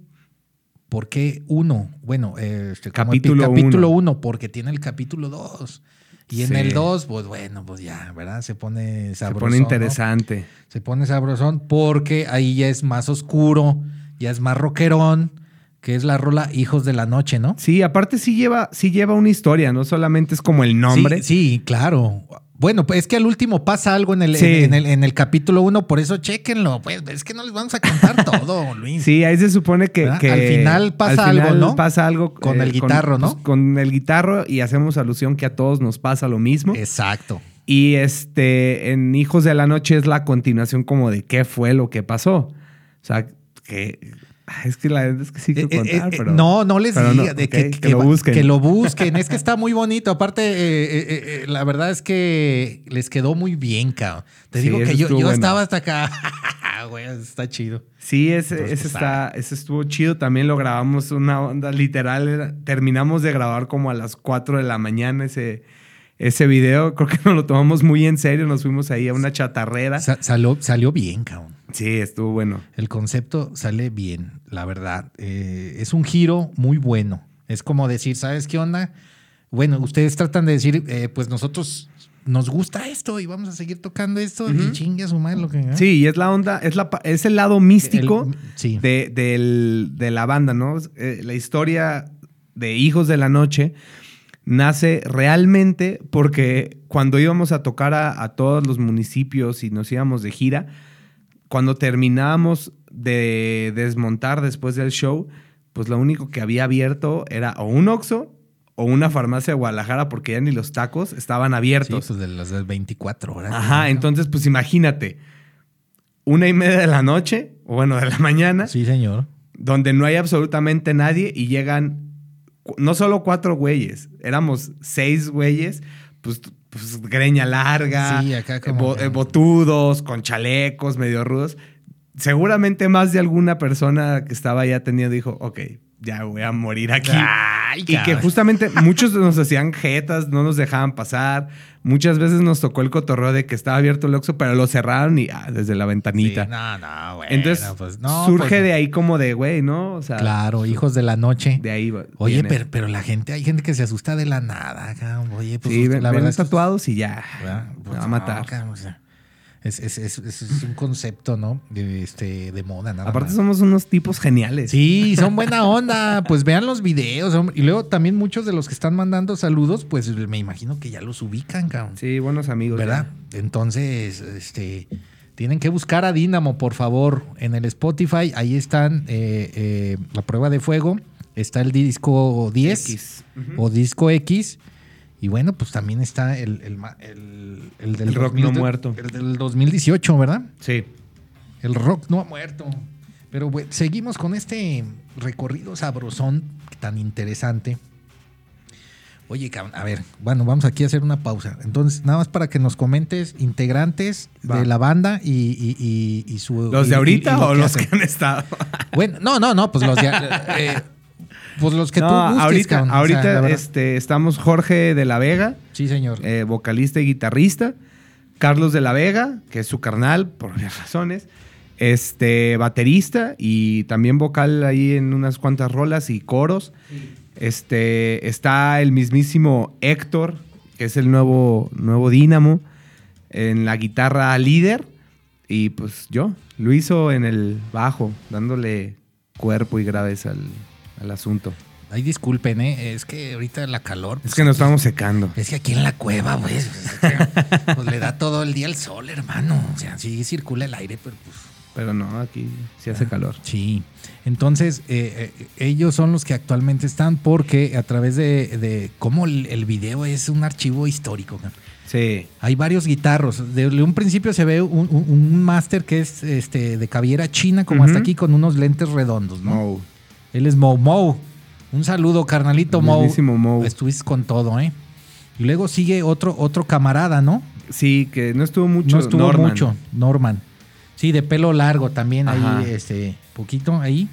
Speaker 5: ¿por qué uno? Bueno, eh, este, como
Speaker 3: Capítulo
Speaker 5: epi- capítulo
Speaker 3: uno.
Speaker 5: uno, porque tiene el capítulo 2. Y en
Speaker 3: Sí.
Speaker 5: el 2, pues bueno, pues ya, ¿verdad? Se pone
Speaker 3: Se
Speaker 5: sabroso.
Speaker 3: pone interesante.
Speaker 5: Se pone sabrosón porque ahí ya es más oscuro, ya es más rockerón, que es la rola Hijos de la Noche, ¿no?
Speaker 3: Sí, aparte sí lleva, sí lleva una historia, no solamente es como el nombre.
Speaker 5: Sí, sí, claro. Bueno, pues es que al último pasa algo en el,
Speaker 3: Sí.
Speaker 5: en, en el, en el capítulo 1, por eso chequenlo. Pues es que no les vamos a contar todo, Luis.
Speaker 3: Sí, ahí se supone que,
Speaker 5: ¿Verdad?
Speaker 3: que-
Speaker 5: Al final pasa
Speaker 3: al final
Speaker 5: algo, ¿no?
Speaker 3: Pasa algo
Speaker 5: Con el guitarro, ¿no?
Speaker 3: pues, con el guitarro y hacemos alusión que a todos nos pasa lo mismo.
Speaker 5: Exacto.
Speaker 3: Y este, en Hijos de la Noche es la continuación como de qué fue lo que pasó. O sea, que es que la verdad es que sí
Speaker 5: Eh,
Speaker 3: que
Speaker 5: eh,
Speaker 3: contar,
Speaker 5: eh,
Speaker 3: pero
Speaker 5: no, no les
Speaker 3: pero
Speaker 5: diga
Speaker 3: no,
Speaker 5: de
Speaker 3: ok,
Speaker 5: que,
Speaker 3: que
Speaker 5: que
Speaker 3: lo
Speaker 5: va-
Speaker 3: busquen.
Speaker 5: que lo busquen. Es que está muy bonito. Aparte, eh, eh, eh, eh, la verdad es que les quedó muy bien, cabrón. Te
Speaker 3: Sí,
Speaker 5: digo
Speaker 3: eso
Speaker 5: que yo,
Speaker 3: estuvo
Speaker 5: yo
Speaker 3: bueno.
Speaker 5: estaba hasta acá. Güey, está chido.
Speaker 3: Sí, ese,
Speaker 5: Entonces,
Speaker 3: ese
Speaker 5: pues,
Speaker 3: está, ese estuvo chido. También lo grabamos una onda literal. era- terminamos de grabar como a las 4 de la mañana ese, ese video. Creo que nos lo tomamos muy en serio. Nos fuimos ahí a una chatarrera.
Speaker 5: Sa- salió, salió bien, cabrón.
Speaker 3: Sí, estuvo bueno.
Speaker 5: El concepto sale bien, la verdad. Eh, es un giro muy bueno. Es como decir, ¿sabes qué onda? Bueno, ustedes tratan de decir, eh, pues nosotros nos gusta esto y vamos a seguir tocando esto y chingue a su madre lo que. ¿eh?
Speaker 3: Sí, y es la onda, es, la, pa- es el lado místico
Speaker 5: El- sí.
Speaker 3: de, del- de la banda, ¿no? Eh, la historia de Hijos de la Noche nace realmente porque cuando íbamos a tocar a, a todos los municipios y nos íbamos de gira, cuando terminábamos de desmontar después del show, pues lo único que había abierto era o un Oxxo o una farmacia de Guadalajara porque ya ni los tacos estaban
Speaker 5: Sí,
Speaker 3: abiertos.
Speaker 5: pues de las de 24 horas.
Speaker 3: Ajá, entonces pues imagínate, una y media de la noche, o bueno, de la mañana,
Speaker 5: Sí, señor.
Speaker 3: donde no hay absolutamente nadie y llegan cu- no solo cuatro güeyes, éramos seis güeyes, pues, pues, greña larga,
Speaker 5: Sí, acá como
Speaker 3: bo-
Speaker 5: que-
Speaker 3: eh, botudos, con chalecos medio rudos. Seguramente más de alguna persona que estaba ya teniendo dijo, ok, ya voy a morir aquí.
Speaker 5: Ay,
Speaker 3: y que
Speaker 5: cabrón.
Speaker 3: justamente muchos nos hacían jetas, no nos dejaban pasar. Muchas veces nos tocó el cotorreo de que estaba abierto el Oxxo, pero lo cerraron y ah, desde la
Speaker 5: Sí,
Speaker 3: ventanita.
Speaker 5: no, no, bueno,
Speaker 3: Entonces
Speaker 5: pues, no,
Speaker 3: surge
Speaker 5: pues,
Speaker 3: de ahí como de, güey, ¿no? O sea,
Speaker 5: Claro, hijos de la noche.
Speaker 3: de ahí. va-
Speaker 5: Oye,
Speaker 3: viene.
Speaker 5: pero, pero la gente, hay gente que se asusta de la nada. cabrón. Oye, pues
Speaker 3: sí,
Speaker 5: la
Speaker 3: ven,
Speaker 5: verdad
Speaker 3: ven
Speaker 5: es que-
Speaker 3: tatuados y ya.
Speaker 5: ¿verdad?
Speaker 3: Me
Speaker 5: Pues,
Speaker 3: va a
Speaker 5: no,
Speaker 3: matar.
Speaker 5: cabrón, o sea, es, es- es- es- es un concepto, ¿no? De, este, de moda, nada
Speaker 3: Aparte
Speaker 5: más.
Speaker 3: somos unos tipos geniales.
Speaker 5: Sí, son buena onda. Pues vean los videos. hombre. Y luego también muchos de los que están mandando saludos, pues me imagino que ya los ubican, cabrón.
Speaker 3: Sí, buenos amigos.
Speaker 5: ¿Verdad? Entonces, este, tienen que buscar a Dynamo, por favor, en el Spotify. Ahí están eh, eh, la prueba de fuego. Está el disco 10
Speaker 3: X.
Speaker 5: o disco X. Y bueno, pues también está el, el, ma- el- el del
Speaker 3: El rock
Speaker 5: 2000
Speaker 3: no muerto.
Speaker 5: El del 2018, ¿verdad?
Speaker 3: ya. Sí.
Speaker 5: El rock no ha muerto. Pero bueno, seguimos con este recorrido sabrosón tan interesante. Oye, cabrón, a ver, bueno, vamos aquí a hacer una pausa. Entonces, nada más para que nos comentes integrantes
Speaker 3: Va.
Speaker 5: de la banda y, y- y- y su...
Speaker 3: ¿Los
Speaker 5: y-
Speaker 3: de
Speaker 5: y-
Speaker 3: ahorita
Speaker 5: y lo
Speaker 3: o
Speaker 5: que
Speaker 3: los
Speaker 5: hacen.
Speaker 3: que han estado?
Speaker 5: Bueno, no, no, no, pues los de... eh, pues los que
Speaker 3: no,
Speaker 5: tú gustes,
Speaker 3: ahorita,
Speaker 5: cabrón. O sea,
Speaker 3: ahorita
Speaker 5: la verdad.
Speaker 3: este, estamos Jorge de la Vega,
Speaker 5: Sí, señor.
Speaker 3: eh, vocalista y guitarrista. Carlos de la Vega, que es su carnal, por varias razones. Este, baterista y también vocal ahí en unas cuantas rolas y coros. Este, está el mismísimo Héctor, que es el nuevo, nuevo Dínamo, en la guitarra líder. Y pues yo, Luiso en el bajo, dándole cuerpo y graves al, al asunto.
Speaker 5: Ay, disculpen, ¿eh? Es que ahorita la calor... pues,
Speaker 3: Es que nos estamos secando.
Speaker 5: Es que aquí en la cueva, pues, pues, pues, le da todo el día el sol, hermano. O sea, sí circula el aire, pero pues.
Speaker 3: Pero no, aquí sí hace calor.
Speaker 5: Sí. Entonces, eh, eh, ellos son los que actualmente están porque a través de, de cómo el, el video es un archivo histórico. cabrón.
Speaker 3: Sí.
Speaker 5: Hay varios guitarros. De un principio se ve un, un, un máster que es este de caviera china, como hasta
Speaker 3: Ujú.
Speaker 5: aquí, con unos lentes redondos, ¿no?
Speaker 3: No.
Speaker 5: Él es Mou Mou. Un saludo, carnalito
Speaker 3: El
Speaker 5: Mou.
Speaker 3: mismísimo Mou.
Speaker 5: Estuviste con todo, ¿eh? Y luego sigue otro, otro camarada, ¿no?
Speaker 3: Sí, que no estuvo mucho.
Speaker 5: no estuvo
Speaker 3: Norman.
Speaker 5: mucho, Norman. Sí, de pelo largo también
Speaker 3: Ajá.
Speaker 5: ahí, este, poquito ahí.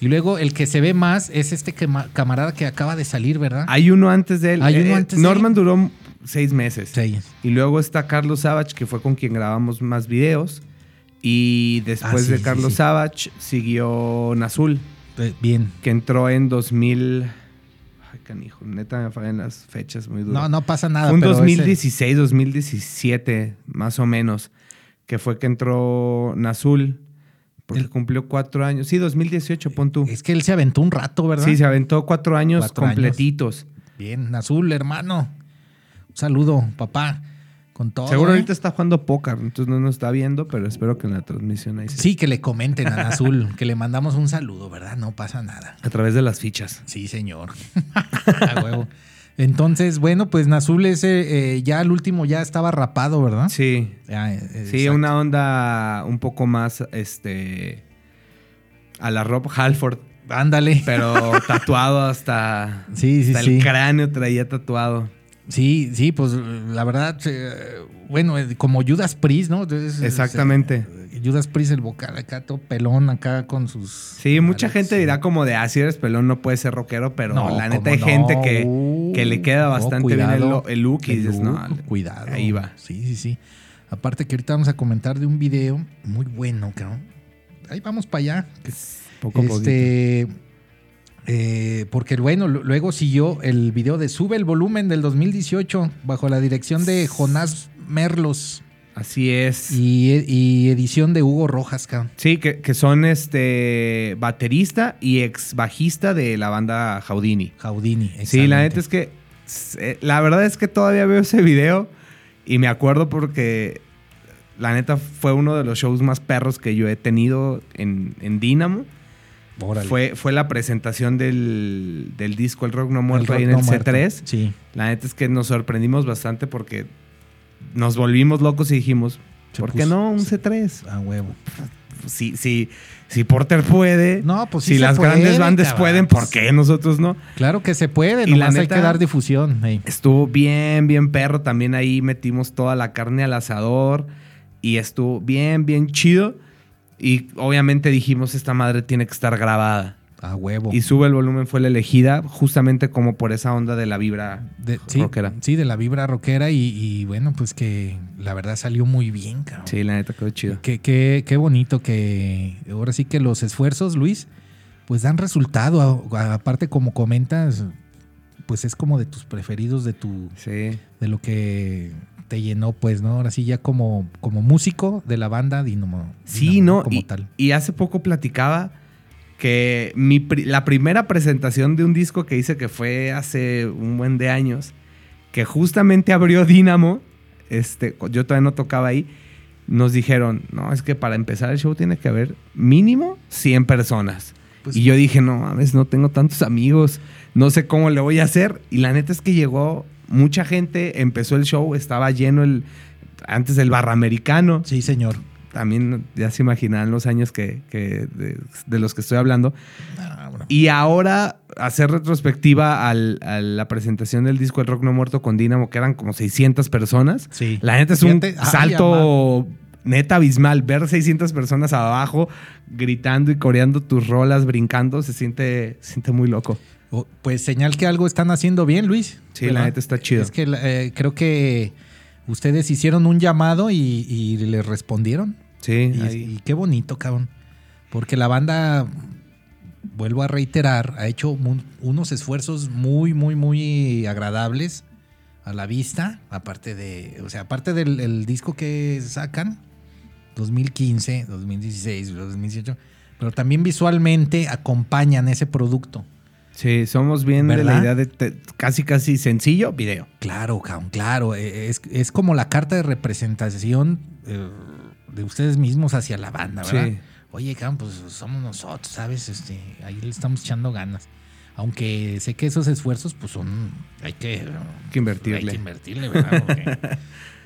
Speaker 5: Y luego el que se ve más es este quema- camarada que acaba de salir, ¿verdad?
Speaker 3: Hay uno antes de él. Eh,
Speaker 5: Hay uno antes de
Speaker 3: Norman
Speaker 5: él.
Speaker 3: duró seis meses.
Speaker 5: Sí.
Speaker 3: Y luego está Carlos Savage, que fue con quien grabamos más videos. Y después
Speaker 5: Ah, sí,
Speaker 3: de
Speaker 5: sí,
Speaker 3: Carlos
Speaker 5: sí.
Speaker 3: Savage siguió Nazul,
Speaker 5: Eh, Bien.
Speaker 3: que entró en 2000. Ay, canijo, neta me fallan las fechas muy duras.
Speaker 5: No, no pasa nada.
Speaker 3: Fue un
Speaker 5: pero ese-
Speaker 3: 2016, 2017, más o menos, que fue que entró Nazul, porque
Speaker 5: El-
Speaker 3: cumplió cuatro años. Sí, 2018, pon tú.
Speaker 5: es que él se aventó un rato, ¿verdad?
Speaker 3: Sí, se aventó cuatro años
Speaker 5: Cuatro años.
Speaker 3: completitos.
Speaker 5: Bien, Azul, hermano. Un saludo, papá. Con todo.
Speaker 3: Seguro
Speaker 5: ¿eh?
Speaker 3: ahorita está jugando póker, entonces no nos está viendo, pero espero que en la transmisión ahí se...
Speaker 5: Sí, que le comenten a Azul, que le mandamos un saludo, ¿verdad? No pasa nada.
Speaker 3: A través de las fichas.
Speaker 5: Sí, señor. A huevo. Entonces, bueno, pues Nazul ese eh, ya el último ya estaba rapado, ¿verdad?
Speaker 3: Sí,
Speaker 5: Ya, eh,
Speaker 3: sí,
Speaker 5: exacto.
Speaker 3: una onda un poco más, este, a la Rob Halford,
Speaker 5: Ándale.
Speaker 3: pero tatuado hasta,
Speaker 5: Sí, sí,
Speaker 3: hasta el
Speaker 5: sí.
Speaker 3: cráneo traía tatuado.
Speaker 5: Sí, sí, pues la verdad, eh, bueno, eh, como Judas Priest, ¿no? Entonces,
Speaker 3: Exactamente.
Speaker 5: eh, Judas Priest, el vocal acá, todo pelón acá con sus.
Speaker 3: Sí, mucha
Speaker 5: vocales,
Speaker 3: gente
Speaker 5: sí.
Speaker 3: dirá como de, ah, si eres pelón no puedes ser rockero, pero
Speaker 5: No,
Speaker 3: la neta
Speaker 5: cómo
Speaker 3: hay
Speaker 5: no.
Speaker 3: gente que,
Speaker 5: Uh,
Speaker 3: que le queda
Speaker 5: no,
Speaker 3: bastante bien el,
Speaker 5: cuidado.
Speaker 3: lo- el look y
Speaker 5: El
Speaker 3: dices, no,
Speaker 5: look, cuidado.
Speaker 3: ahí va.
Speaker 5: Sí, sí, sí. Aparte que ahorita vamos a comentar de un video muy bueno, cabrón. Ahí vamos para allá.
Speaker 3: poco a poquito.
Speaker 5: pues, este, eh, porque bueno, lu- luego siguió el video de Sube el volumen del 2018 bajo la dirección de Jonás Merlos
Speaker 3: Así es.
Speaker 5: y, e-, y edición de Hugo Rojas, cabrón.
Speaker 3: Sí, que, que son este baterista y ex bajista de la banda Jaudini.
Speaker 5: Jaudini.
Speaker 3: Sí,
Speaker 5: exactamente.
Speaker 3: la neta es que se- la verdad es que todavía veo ese video y me acuerdo porque la neta fue uno de los shows más perros que yo he tenido en, en Dynamo.
Speaker 5: Órale.
Speaker 3: Fue, fue la presentación del, del disco El Rock No
Speaker 5: El
Speaker 3: Muerto
Speaker 5: rock
Speaker 3: ahí en
Speaker 5: no
Speaker 3: el
Speaker 5: muerto.
Speaker 3: C3.
Speaker 5: Sí,
Speaker 3: La neta es que nos sorprendimos bastante porque nos volvimos locos y dijimos,
Speaker 5: Se
Speaker 3: ¿por qué
Speaker 5: puso-
Speaker 3: no un
Speaker 5: se-
Speaker 3: C3?
Speaker 5: a Ah, huevo.
Speaker 3: Si, si, si Porter puede,
Speaker 5: No, pues sí
Speaker 3: si
Speaker 5: se
Speaker 3: las
Speaker 5: puede,
Speaker 3: grandes bandas
Speaker 5: cabrón.
Speaker 3: pueden, ¿por qué nosotros no?
Speaker 5: Claro que se puede,
Speaker 3: Y la
Speaker 5: nomás hay
Speaker 3: neta-
Speaker 5: que dar difusión. ey.
Speaker 3: Estuvo bien, bien perro. También ahí metimos toda la carne al asador y estuvo bien, bien chido. Y obviamente dijimos, esta madre tiene que estar grabada.
Speaker 5: A huevo.
Speaker 3: Y Sube el Volumen fue la elegida justamente como por esa onda de la vibra
Speaker 5: De- sí,
Speaker 3: rockera.
Speaker 5: sí, de la vibra rockera y, y bueno, pues que la verdad salió muy bien, cabrón.
Speaker 3: Sí, la neta quedó chido.
Speaker 5: Qué, qué- qué bonito que ahora sí que los esfuerzos, Luis, pues dan resultado. A- a- Aparte, como comentas, pues es como de tus preferidos, de tu,
Speaker 3: Sí.
Speaker 5: de lo que te llenó, pues, ¿no? Ahora sí, ya como, como músico de la banda Dinamo.
Speaker 3: Sí,
Speaker 5: Dinamo
Speaker 3: ¿no?
Speaker 5: Como
Speaker 3: y,
Speaker 5: tal.
Speaker 3: y hace poco platicaba que mi pri- la primera presentación de un disco que hice que fue hace un buen de años, que justamente abrió Dynamo, este, cu- yo todavía no tocaba ahí, nos dijeron, no, es que para empezar el show tiene que haber mínimo 100 personas.
Speaker 5: Pues-
Speaker 3: y yo dije, no mames, no tengo tantos amigos, no sé cómo le voy a hacer. Y la neta es que llegó mucha gente, empezó el show, estaba lleno el, antes del barra americano
Speaker 5: Sí, señor.
Speaker 3: también ya se imaginarán los años que, que- de, de los que estoy hablando.
Speaker 5: Ah, bueno.
Speaker 3: Y ahora hacer retrospectiva al- a la presentación del disco El Rock No Muerto con Dynamo, que eran como 600 personas.
Speaker 5: Sí.
Speaker 3: La neta es un
Speaker 5: Fíjate, ay,
Speaker 3: salto neta abismal. Ver 600 personas abajo gritando y coreando tus rolas, brincando, se siente, se siente muy loco.
Speaker 5: Oh, Pues señal que algo están haciendo bien, Luis.
Speaker 3: Sí,
Speaker 5: ¿Verdad?
Speaker 3: la neta está chido.
Speaker 5: Es que eh, creo que ustedes hicieron un llamado y, y le respondieron.
Speaker 3: Sí,
Speaker 5: Y,
Speaker 3: ahí.
Speaker 5: y qué bonito, cabrón. Porque la banda, vuelvo a reiterar, ha hecho mu- unos esfuerzos muy, muy, muy agradables a la vista. Aparte de, o sea, aparte del el disco que sacan, 2015, 2016, 2018. Pero también visualmente acompañan ese producto.
Speaker 3: sí, somos bien de la
Speaker 5: ¿Verdad?
Speaker 3: idea de te- casi, casi sencillo video.
Speaker 5: Claro, cabrón, claro. Eh, Es, es como la carta de representación eh, de ustedes mismos hacia la banda, ¿verdad?
Speaker 3: Sí.
Speaker 5: Oye, cabrón, pues somos nosotros, ¿sabes? Este, ahí le estamos echando ganas. Aunque sé que esos esfuerzos, pues son. Hay que, eh,
Speaker 3: que invertirle.
Speaker 5: Hay que invertirle, ¿verdad? Porque,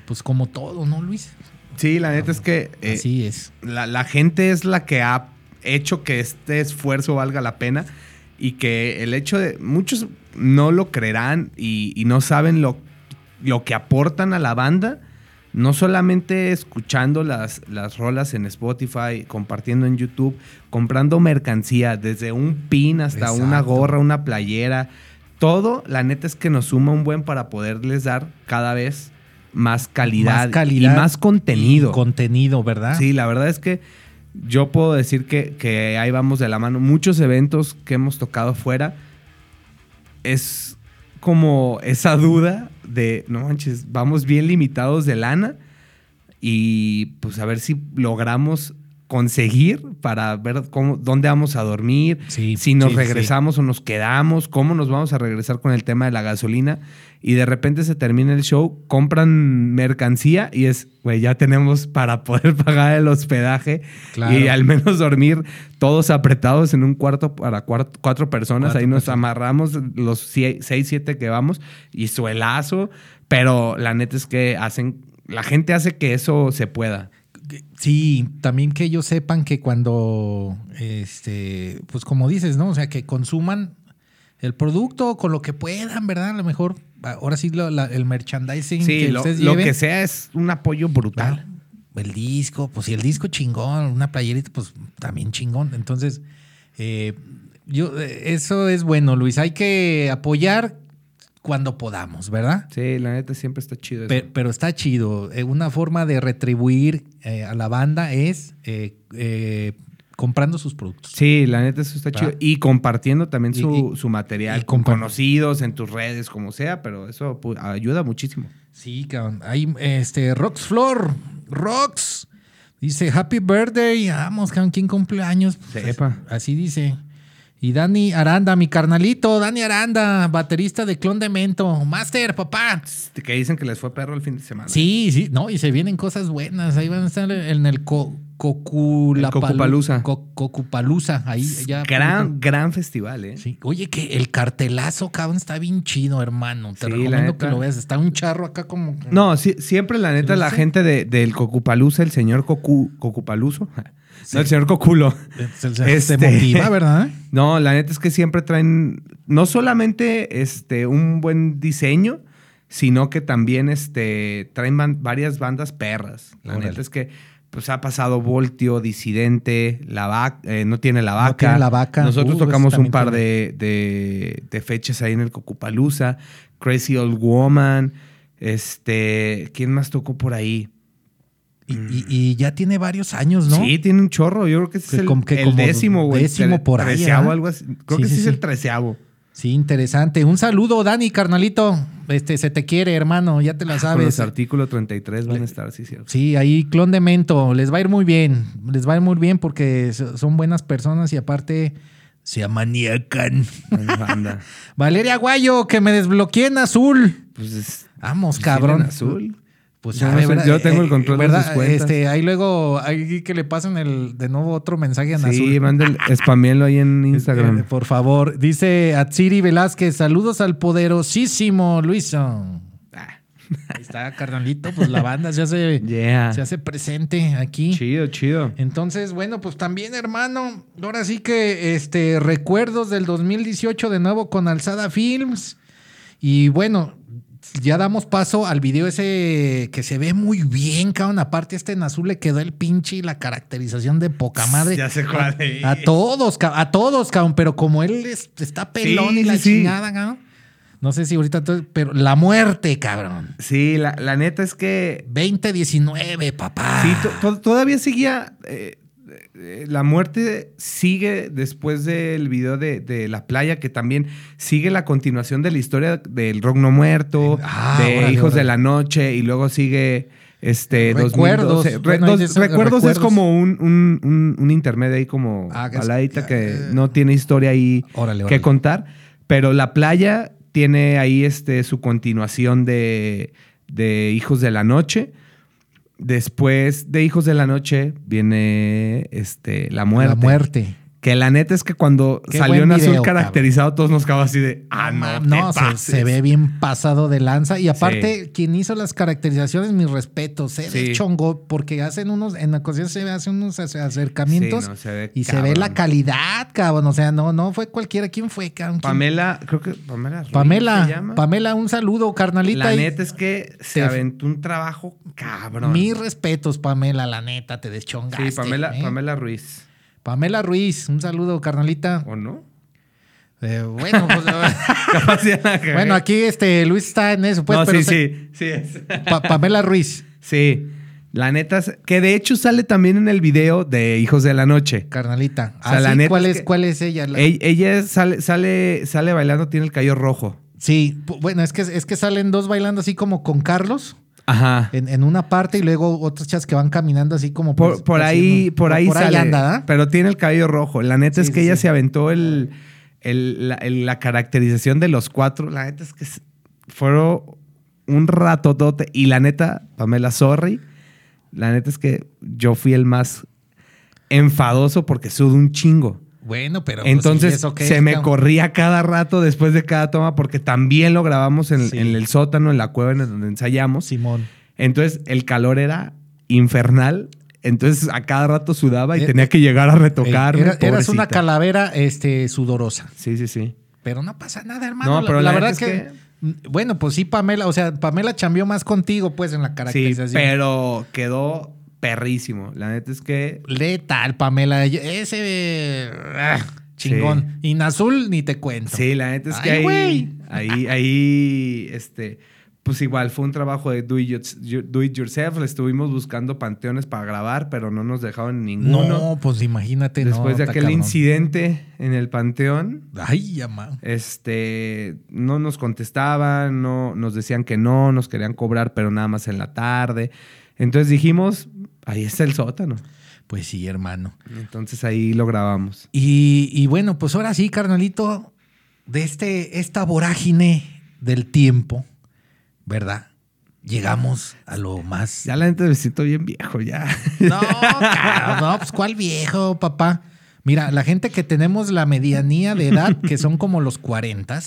Speaker 5: pues como todo, ¿no, Luis?
Speaker 3: Sí, la neta es que... eh,
Speaker 5: Así es.
Speaker 3: La, la gente es la que ha hecho que este esfuerzo valga la pena y que el hecho de muchos no lo creerán y, y no saben lo, lo que aportan a la banda, no solamente escuchando las, las rolas en Spotify, compartiendo en YouTube, comprando mercancía, desde un pin hasta una
Speaker 5: Exacto.
Speaker 3: gorra, una playera, todo, la neta es que nos suma un buen para poderles dar cada vez más calidad,
Speaker 5: Más calidad
Speaker 3: y más contenido.
Speaker 5: Y contenido, ¿verdad?
Speaker 3: Sí, la verdad es que yo puedo decir que, que ahí vamos de la mano. Muchos eventos que hemos tocado fuera es como esa duda de, no manches, vamos bien limitados de lana y pues a ver si logramos conseguir para ver cómo, dónde vamos a dormir,
Speaker 5: Sí,
Speaker 3: si nos
Speaker 5: sí, sí.
Speaker 3: regresamos o nos quedamos, cómo nos vamos a regresar con el tema de la gasolina. Y de repente se termina el show, compran mercancía y es, güey, ya tenemos para poder pagar el hospedaje
Speaker 5: Claro.
Speaker 3: y al menos dormir todos apretados en un cuarto para cuar- cuatro personas.
Speaker 5: Cuatro
Speaker 3: Ahí nos
Speaker 5: personas.
Speaker 3: amarramos los sie- seis, siete que vamos y suelazo. Pero la neta es que hacen, la gente hace que eso se pueda.
Speaker 5: Sí, también que ellos sepan que cuando, este, pues como dices, ¿no? O sea, que consuman el producto con lo que puedan, ¿verdad? A lo mejor, ahora sí, lo- la- el merchandising
Speaker 3: Sí,
Speaker 5: que
Speaker 3: lo,
Speaker 5: ustedes
Speaker 3: lo
Speaker 5: lleven,
Speaker 3: que sea es un apoyo brutal.
Speaker 5: ¿verdad? El disco, pues si el disco chingón, una playerita, pues también chingón. Entonces, eh, yo, eh, eso es bueno, Luis. Hay que apoyar cuando podamos, ¿verdad?
Speaker 3: Sí, la neta siempre está chido. eso.
Speaker 5: Pe- Pero, está chido. Eh, Una forma de retribuir eh, a la banda es eh, eh, comprando sus productos.
Speaker 3: Sí, la neta eso está
Speaker 5: ¿Verdad?
Speaker 3: chido. Y compartiendo también
Speaker 5: Y-
Speaker 3: su,
Speaker 5: y-
Speaker 3: su material
Speaker 5: y
Speaker 3: con
Speaker 5: compar-
Speaker 3: conocidos, en tus redes, como sea, pero eso pu- ayuda muchísimo.
Speaker 5: Sí, cabrón. Ahí, este, Rox Flor. Rox. Dice, happy birthday. Vamos, cabrón, ¿quién cumpleaños?
Speaker 3: Sepa.
Speaker 5: Así dice. Y Dani Aranda, mi carnalito, Dani Aranda, baterista de Clon de Mento. Master, papá.
Speaker 3: Que dicen que les fue perro el fin de semana.
Speaker 5: Sí, sí, no, y se vienen cosas buenas. Ahí van a estar en el co- Coculapalu-
Speaker 3: Cocupalusa.
Speaker 5: Co- Cocupalusa. Ahí ya.
Speaker 3: gran, gran festival, ¿eh?
Speaker 5: Sí. Oye, que el cartelazo, cabrón, está bien chido, hermano. Te
Speaker 3: Sí, la
Speaker 5: recomiendo que
Speaker 3: neta.
Speaker 5: lo veas. Está un charro acá como. que-
Speaker 3: No, sí- siempre la neta, la
Speaker 5: Sí.
Speaker 3: gente de- del Cocupalusa, el señor Cocu, Cocupaluso,
Speaker 5: Sí.
Speaker 3: no, el señor Coculo.
Speaker 5: Se, se-
Speaker 3: Este-
Speaker 5: se motiva, ¿verdad?
Speaker 3: No, la neta es que siempre traen no solamente este, un buen diseño, sino que también este, traen ban- varias bandas perras. La
Speaker 5: Órale.
Speaker 3: neta es que pues, ha pasado Voltio, Disidente, la vaca, eh, no tiene la vaca.
Speaker 5: tiene La Vaca.
Speaker 3: Nosotros
Speaker 5: Uh,
Speaker 3: tocamos
Speaker 5: ese
Speaker 3: un par
Speaker 5: también
Speaker 3: de, de- de fechas ahí en el Cocupalusa, Crazy Old Woman. Este, ¿quién más tocó por ahí?
Speaker 5: Y, y- y ya tiene varios años, ¿no?
Speaker 3: Mm. Sí, tiene un chorro. Yo creo que ese
Speaker 5: Que
Speaker 3: es el,
Speaker 5: como- que
Speaker 3: el
Speaker 5: como
Speaker 3: décimo, güey.
Speaker 5: décimo por ahí,
Speaker 3: Treceavo,
Speaker 5: ¿verdad?
Speaker 3: algo así. Creo
Speaker 5: Sí,
Speaker 3: que
Speaker 5: sí,
Speaker 3: sí, es
Speaker 5: sí.
Speaker 3: el treceavo.
Speaker 5: Sí, interesante. Un saludo, Dani, carnalito. Este, se te quiere, hermano, ya te la
Speaker 3: Ah, Con los
Speaker 5: sabes.
Speaker 3: artículos 33 van
Speaker 5: Le-
Speaker 3: a estar, sí, cierto.
Speaker 5: Sí, ahí clon de mento, les va a ir muy bien, les va a ir muy bien porque so- son buenas personas y aparte se amaníacan.
Speaker 3: Anda.
Speaker 5: Valeria Guayo, que me desbloqueé en azul.
Speaker 3: Pues es-
Speaker 5: Vamos,
Speaker 3: sí,
Speaker 5: cabrón.
Speaker 3: en azul.
Speaker 5: Pues
Speaker 3: Yo
Speaker 5: ya,
Speaker 3: no sé,
Speaker 5: ¿verdad?
Speaker 3: yo tengo el
Speaker 5: Eh,
Speaker 3: control de
Speaker 5: ¿verdad?
Speaker 3: sus cuentas.
Speaker 5: Este, ahí luego, ahí que le pasen el, de nuevo otro mensaje en azul.
Speaker 3: Sí, manden, spaméenlo ahí en Instagram.
Speaker 5: Eh, Por favor, dice Atsiri Velázquez, saludos al poderosísimo Luiso. Ah, Ahí está, carnalito, pues la banda se hace,
Speaker 3: Yeah.
Speaker 5: se hace presente aquí.
Speaker 3: Chido, chido.
Speaker 5: Entonces, bueno, pues también, hermano, ahora sí que este recuerdos del 2018 de nuevo con Alzada Films. Y bueno, ya damos paso al video ese que se ve muy bien, cabrón. Aparte, este en azul le quedó el pinche y la caracterización de poca madre.
Speaker 3: Ya sé cuál es.
Speaker 5: A todos, ca- a todos, cabrón, pero como él es- está pelón
Speaker 3: Sí,
Speaker 5: y la
Speaker 3: sí, sí.
Speaker 5: chingada, cabrón. No sé si ahorita, todo- pero la muerte, cabrón.
Speaker 3: Sí, la, la neta es que
Speaker 5: 2019, papá.
Speaker 3: sí, to- to- todavía seguía. eh, eh, la muerte sigue después del video de, de La Playa, que también sigue la continuación de la historia del Rock No Muerto,
Speaker 5: Ah,
Speaker 3: de
Speaker 5: órale,
Speaker 3: Hijos
Speaker 5: órale.
Speaker 3: de la Noche, y luego sigue este
Speaker 5: Recuerdos.
Speaker 3: 2012. Re-
Speaker 5: Bueno,
Speaker 3: dos-
Speaker 5: y de eso-
Speaker 3: recuerdos, es
Speaker 5: recuerdos.
Speaker 3: como un, un, un- un intermedio ahí, como
Speaker 5: Ah, que es-
Speaker 3: baladita
Speaker 5: ya,
Speaker 3: que
Speaker 5: eh.
Speaker 3: no tiene historia ahí
Speaker 5: Órale,
Speaker 3: que
Speaker 5: órale.
Speaker 3: contar. Pero La Playa tiene ahí este, su continuación de, de Hijos de la Noche. Después de Hijos de la Noche viene este, La Muerte.
Speaker 5: La muerte.
Speaker 3: Que la neta es que cuando
Speaker 5: Qué
Speaker 3: salió
Speaker 5: buen
Speaker 3: en azul
Speaker 5: video,
Speaker 3: caracterizado, todos nos quedamos así de, ah, no,
Speaker 5: no,
Speaker 3: te
Speaker 5: se,
Speaker 3: pases".
Speaker 5: se ve bien pasado de lanza. Y aparte, quien hizo las caracterizaciones, mis respetos, eh, de
Speaker 3: Sí.
Speaker 5: chongo, porque hacen unos, en ocasiones se hacen unos ac-
Speaker 3: Sí,
Speaker 5: acercamientos
Speaker 3: no, se ve
Speaker 5: y se ve
Speaker 3: cabrón.
Speaker 5: la calidad, cabrón. O sea, no, no fue cualquiera. ¿Quién fue, cabrón? ¿Quién?
Speaker 3: Pamela, creo que Pamela. Ruiz se
Speaker 5: Pamela,
Speaker 3: llama.
Speaker 5: Pamela, un saludo, carnalita.
Speaker 3: La
Speaker 5: y-
Speaker 3: neta es que se
Speaker 5: Te-
Speaker 3: aventó un trabajo cabrón.
Speaker 5: Mis respetos, Pamela, la neta, te deschongaste.
Speaker 3: Sí, Pamela,
Speaker 5: ¿eh?
Speaker 3: Pamela Ruiz.
Speaker 5: Pamela Ruiz, un saludo, carnalita.
Speaker 3: ¿O no?
Speaker 5: Eh, bueno, pues,
Speaker 3: Capaz ya la cagué.
Speaker 5: bueno, aquí este Luis está en eso, pues,
Speaker 3: no,
Speaker 5: pero
Speaker 3: sí,
Speaker 5: se-
Speaker 3: sí, sí, es.
Speaker 5: Pa- Pamela Ruiz,
Speaker 3: Sí. La neta, es- que de hecho sale también en el video de Hijos de la Noche.
Speaker 5: carnalita.
Speaker 3: O sea,
Speaker 5: Ah,
Speaker 3: la
Speaker 5: sí,
Speaker 3: neta
Speaker 5: ¿cuál,
Speaker 3: es
Speaker 5: es,
Speaker 3: que-
Speaker 5: ¿Cuál es ella? La-
Speaker 3: Ell- Ella sale, sale, sale bailando, tiene el cabello rojo.
Speaker 5: Sí, bu- bueno, es que, es que salen dos bailando así como con Carlos
Speaker 3: Ajá.
Speaker 5: en, en una parte y luego otras chas que van caminando así como
Speaker 3: Por,
Speaker 5: pues,
Speaker 3: por ahí,
Speaker 5: haciendo-
Speaker 3: por ahí sale.
Speaker 5: anda, ¿ah?
Speaker 3: Pero tiene el cabello rojo. La
Speaker 5: Sí,
Speaker 3: neta es que
Speaker 5: sí,
Speaker 3: ella
Speaker 5: sí.
Speaker 3: se aventó el, el- la, el- la caracterización de los cuatro. La neta es que s- fueron un ratotote. Y la neta, Pamela, sorry. La neta es que yo fui el más enfadoso porque sudo un chingo.
Speaker 5: Bueno, pero pues, ¿y
Speaker 3: Entonces
Speaker 5: eso qué
Speaker 3: se
Speaker 5: es,
Speaker 3: me
Speaker 5: cabrón?
Speaker 3: corría cada rato después de cada toma porque también lo grabamos en,
Speaker 5: Sí.
Speaker 3: en el sótano, en la cueva en donde ensayamos.
Speaker 5: Simón.
Speaker 3: Entonces el calor era infernal. Entonces a cada rato sudaba y
Speaker 5: Eh,
Speaker 3: tenía que llegar a retocarme.
Speaker 5: Era- eras una
Speaker 3: pobrecita.
Speaker 5: calavera este sudorosa.
Speaker 3: Sí, sí, sí.
Speaker 5: Pero no pasa nada, hermano.
Speaker 3: No,
Speaker 5: La-
Speaker 3: pero
Speaker 5: la,
Speaker 3: la
Speaker 5: verdad
Speaker 3: neta es
Speaker 5: que, Bueno, pues sí, Pamela. O sea, Pamela chambeó más contigo, pues, en la
Speaker 3: Sí,
Speaker 5: caracterización.
Speaker 3: pero quedó perrísimo. La neta es que
Speaker 5: Letal, Pamela. Ese. eh, ah, chingón. Y en azul ni te cuento.
Speaker 3: Sí, la neta es que
Speaker 5: Ay, güey.
Speaker 3: ahí, ahí, ahí, este, pues igual fue un trabajo de do it, yours- do it yourself. Le estuvimos buscando panteones para grabar, pero no nos dejaron
Speaker 5: No,
Speaker 3: ninguno.
Speaker 5: pues imagínate. no,
Speaker 3: Después de
Speaker 5: está
Speaker 3: aquel
Speaker 5: cabrón.
Speaker 3: incidente en el panteón,
Speaker 5: Ay, ya, ma.
Speaker 3: este, no nos contestaban, no, nos decían que no, nos querían cobrar, pero nada más en la tarde. Entonces dijimos, ahí está el sótano.
Speaker 5: Pues sí, hermano.
Speaker 3: Entonces ahí lo grabamos.
Speaker 5: Y, y bueno, pues ahora sí, carnalito. De este, esta vorágine del tiempo, ¿verdad? llegamos a lo más.
Speaker 3: Ya la gente me siento bien viejo, ya.
Speaker 5: No, claro, no, pues cuál viejo, papá. Mira, la gente que tenemos la medianía de edad, que son como los 40,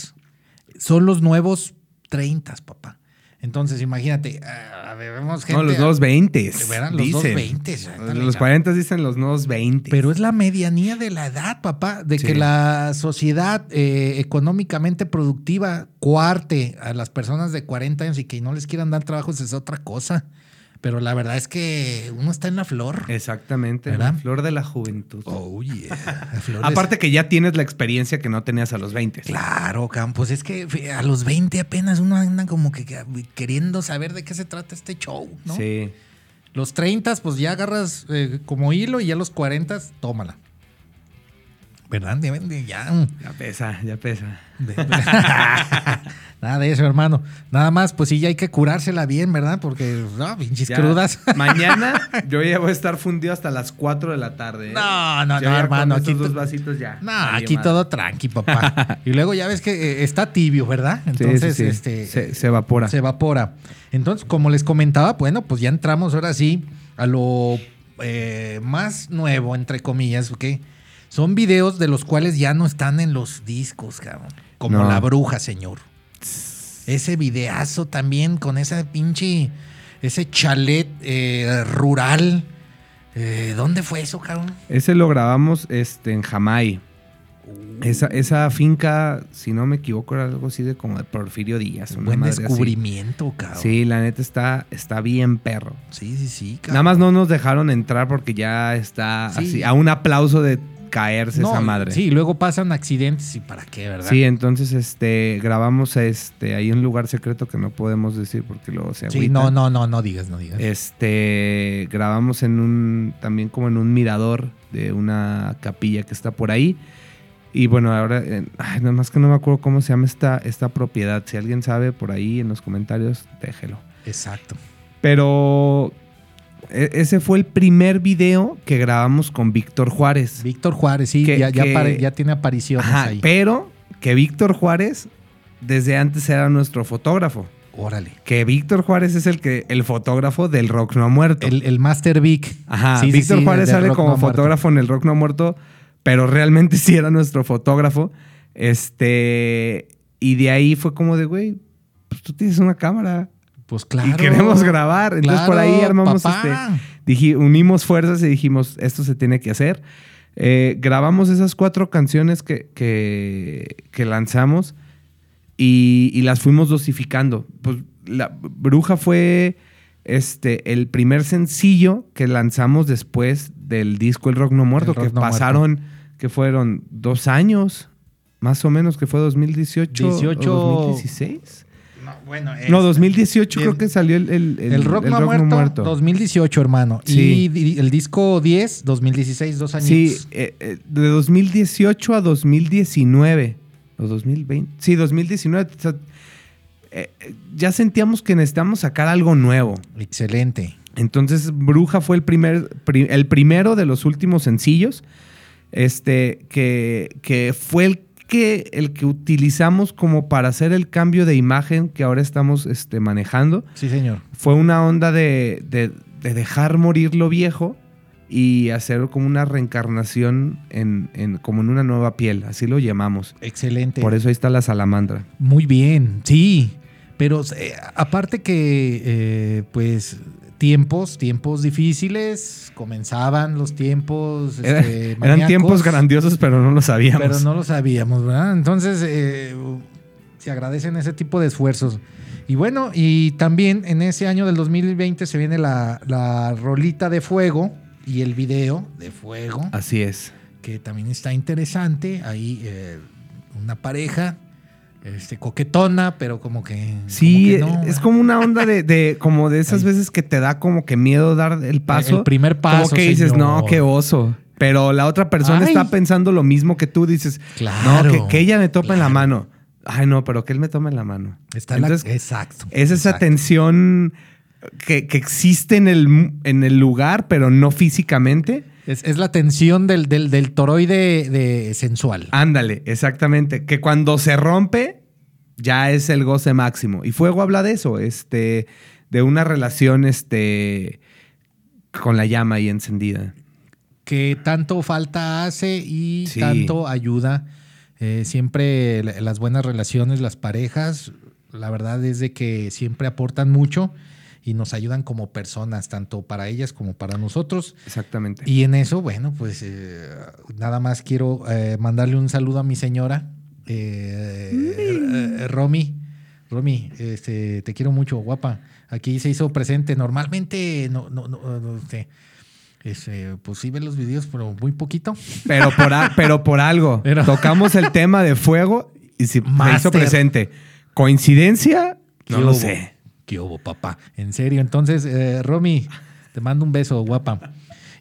Speaker 5: son los nuevos 30, papá. Entonces, imagínate, ah, vemos gente.
Speaker 3: no, los nuevos 20.
Speaker 5: ¿verdad? Los dos
Speaker 3: dicen.
Speaker 5: 20.
Speaker 3: Los 40 dicen los nuevos 20.
Speaker 5: Pero es la medianía de la edad, papá, de
Speaker 3: Sí.
Speaker 5: que la sociedad eh, económicamente productiva cuarte a las personas de 40 años y que no les quieran dar trabajos es otra cosa. Pero la verdad es que uno está en la flor.
Speaker 3: Eh, Exactamente.
Speaker 5: ¿Verdad?
Speaker 3: La flor de la juventud.
Speaker 5: Oh, yeah. La flor es-
Speaker 3: Aparte que ya tienes la experiencia que no tenías a los 20.
Speaker 5: Claro, Campos, es que fe- a los 20 apenas uno anda como que que- queriendo saber de qué se trata este show, ¿no?
Speaker 3: Sí.
Speaker 5: Los 30 pues ya agarras eh, como hilo y ya los 40 tómala. ¿Verdad? Ya, ya, mm.
Speaker 3: Ya pesa, ya pesa.
Speaker 5: De- Nada de eso, hermano. Nada más, pues sí, ya hay que curársela bien, ¿verdad? Porque, no, pinches
Speaker 3: Ya.
Speaker 5: crudas.
Speaker 3: Mañana yo ya voy a estar fundido hasta las 4 de la tarde. ¿eh?
Speaker 5: No, no,
Speaker 3: Yo
Speaker 5: no,
Speaker 3: ya
Speaker 5: hermano,
Speaker 3: Con
Speaker 5: aquí
Speaker 3: estos dos
Speaker 5: to-
Speaker 3: vasitos ya.
Speaker 5: No,
Speaker 3: Valió
Speaker 5: aquí
Speaker 3: madre.
Speaker 5: todo tranqui, papá. Y luego ya ves que eh, está tibio, ¿verdad?
Speaker 3: Sí, sí,
Speaker 5: Entonces,
Speaker 3: sí.
Speaker 5: este.
Speaker 3: se, se evapora.
Speaker 5: Se evapora. Entonces, como les comentaba, bueno, pues ya entramos ahora sí a lo eh, más nuevo, entre comillas, ¿ok? Son videos de los cuales ya no están en los discos, cabrón. Como
Speaker 3: No.
Speaker 5: La Bruja, señor. Ese videazo también con esa pinche. Ese chalet eh, rural. Eh, ¿Dónde fue eso, cabrón?
Speaker 3: Ese lo grabamos este, en Jamay. Esa, esa finca, si no me equivoco, era algo así de como de Porfirio Díaz. una
Speaker 5: Buen
Speaker 3: madre así.
Speaker 5: descubrimiento, cabrón.
Speaker 3: Sí, la neta está, está bien perro.
Speaker 5: sí, sí, sí, cabrón.
Speaker 3: Nada más no nos dejaron entrar porque ya está
Speaker 5: Sí.
Speaker 3: así, a un aplauso de caerse
Speaker 5: No,
Speaker 3: esa madre.
Speaker 5: Sí, luego pasan accidentes y para qué, ¿verdad?
Speaker 3: Sí, entonces este grabamos este ahí en un lugar secreto que no podemos decir porque luego se
Speaker 5: Sí,
Speaker 3: agüitan.
Speaker 5: no, no, no, no digas, no digas.
Speaker 3: Eh, Este grabamos en un también como en un mirador de una capilla que está por ahí. Y bueno, ahora eh, ay, nada más que no me acuerdo cómo se llama esta esta propiedad. Si alguien sabe por ahí en los comentarios, déjelo.
Speaker 5: Exacto.
Speaker 3: Pero e- ese fue el primer video que grabamos con Víctor Juárez.
Speaker 5: Víctor Juárez, sí,
Speaker 3: Que-
Speaker 5: ya, ya
Speaker 3: que-
Speaker 5: pare- ya tiene apariciones
Speaker 3: Ajá,
Speaker 5: ahí.
Speaker 3: pero que Víctor Juárez desde antes era nuestro fotógrafo.
Speaker 5: Órale.
Speaker 3: Que Víctor Juárez es el que el fotógrafo del Rock No Ha Muerto.
Speaker 5: El, el Master Vic.
Speaker 3: Ajá,
Speaker 5: Sí, sí,
Speaker 3: Víctor
Speaker 5: sí,
Speaker 3: Juárez
Speaker 5: de
Speaker 3: sale
Speaker 5: Rock
Speaker 3: como
Speaker 5: No Muerto.
Speaker 3: fotógrafo en el Rock No Ha Muerto, pero realmente sí era nuestro fotógrafo. Este, y de ahí fue como de, güey, pues tú tienes una cámara
Speaker 5: Pues claro.
Speaker 3: y queremos grabar. Entonces por ahí
Speaker 5: claro,
Speaker 3: armamos este,
Speaker 5: papá.
Speaker 3: Diji- unimos fuerzas y dijimos, esto se tiene que hacer. Eh, grabamos esas cuatro canciones que, que- que lanzamos y, y las fuimos dosificando. Pues, la Bruja fue este, el primer sencillo que lanzamos después del disco El Rock No Muerto,
Speaker 5: El Rock
Speaker 3: que
Speaker 5: No Muerto.
Speaker 3: pasaron, que fueron dos años, más o menos, que fue 2018 o
Speaker 5: 18.
Speaker 3: 2016.
Speaker 5: No, bueno,
Speaker 3: No,
Speaker 5: este,
Speaker 3: 2018 creo
Speaker 5: el-
Speaker 3: que salió el, el,
Speaker 5: El, Rock, no, ha muerto, 2018, hermano. Y
Speaker 3: Sí.
Speaker 5: di- el disco 10, 2016, dos años.
Speaker 3: Sí, eh, eh, de 2018 a 2019. O 2020. Sí, 2019. o sea, eh, eh, ya sentíamos que necesitamos sacar algo nuevo.
Speaker 5: Excelente.
Speaker 3: Entonces, Bruja fue el, primer, pri- el primero de los últimos sencillos. Este, que, que fue el que, el que utilizamos como para hacer el cambio de imagen que ahora estamos este, manejando
Speaker 5: Sí, señor.
Speaker 3: fue una onda de, de- de dejar morir lo viejo y hacer como una reencarnación en, en- como en una nueva piel, así lo llamamos.
Speaker 5: Excelente.
Speaker 3: Por eso ahí está la salamandra.
Speaker 5: Muy bien, sí. Pero eh, aparte que, eh, pues, tiempos, tiempos difíciles, comenzaban los tiempos.
Speaker 3: Era-
Speaker 5: este,
Speaker 3: eran
Speaker 5: maníacos,
Speaker 3: tiempos grandiosos, pero no lo sabíamos.
Speaker 5: Pero no lo sabíamos, ¿verdad? Entonces, eh, se agradecen ese tipo de esfuerzos. Y bueno, y también en ese año del 2020 se viene la, la rolita de fuego y el video de fuego
Speaker 3: Así es.
Speaker 5: que también está interesante. Ahí eh, una pareja este, coquetona, pero como que.
Speaker 3: Sí, e,
Speaker 5: como que no,
Speaker 3: es
Speaker 5: ¿verdad?
Speaker 3: como una onda de, de- como de esas
Speaker 5: Ahí.
Speaker 3: veces que te da como que miedo dar el paso.
Speaker 5: El primer paso.
Speaker 3: Como que dices, no,
Speaker 5: señor".
Speaker 3: qué oso. Pero la otra persona
Speaker 5: Ay.
Speaker 3: está pensando lo mismo que tú. Dices,
Speaker 5: Claro.
Speaker 3: no, que, que ella me tope en la
Speaker 5: claro.
Speaker 3: mano. Ay, no, pero que él me tome en la mano.
Speaker 5: Está la-
Speaker 3: Entonces,
Speaker 5: exacto.
Speaker 3: Es esa
Speaker 5: exacto.
Speaker 3: tensión que, que existe en el, mu- en el lugar, pero no físicamente.
Speaker 5: Es, es la tensión del, del, del toroide de sensual.
Speaker 3: Ah. Ándale, exactamente. Que cuando se rompe, ya es el goce máximo. Y Fuego habla de eso, este, de una relación este, con la llama ahí encendida.
Speaker 5: que tanto falta hace y
Speaker 3: Sí.
Speaker 5: tanto ayuda. Eh, siempre la- las buenas relaciones, las parejas, la verdad es de que siempre aportan mucho y nos ayudan como personas, tanto para ellas como para nosotros.
Speaker 3: Exactamente.
Speaker 5: Y en eso, bueno, pues eh, nada más quiero eh, mandarle un saludo a mi señora, eh, eh, Romy. Romy, este, te quiero mucho, guapa. Aquí se hizo presente. Normalmente, no, no, no, no, este, este, pues sí ve los videos, pero muy poquito.
Speaker 3: Pero por, a- pero por algo.
Speaker 5: Pero-
Speaker 3: Tocamos el tema de fuego y si me hizo
Speaker 5: Master.
Speaker 3: presente. ¿Coincidencia?
Speaker 5: ¿Qué
Speaker 3: No lo
Speaker 5: hubo?
Speaker 3: sé.
Speaker 5: ¿Qué hubo, papá? En serio. Entonces, eh, Romy, te mando un beso, guapa.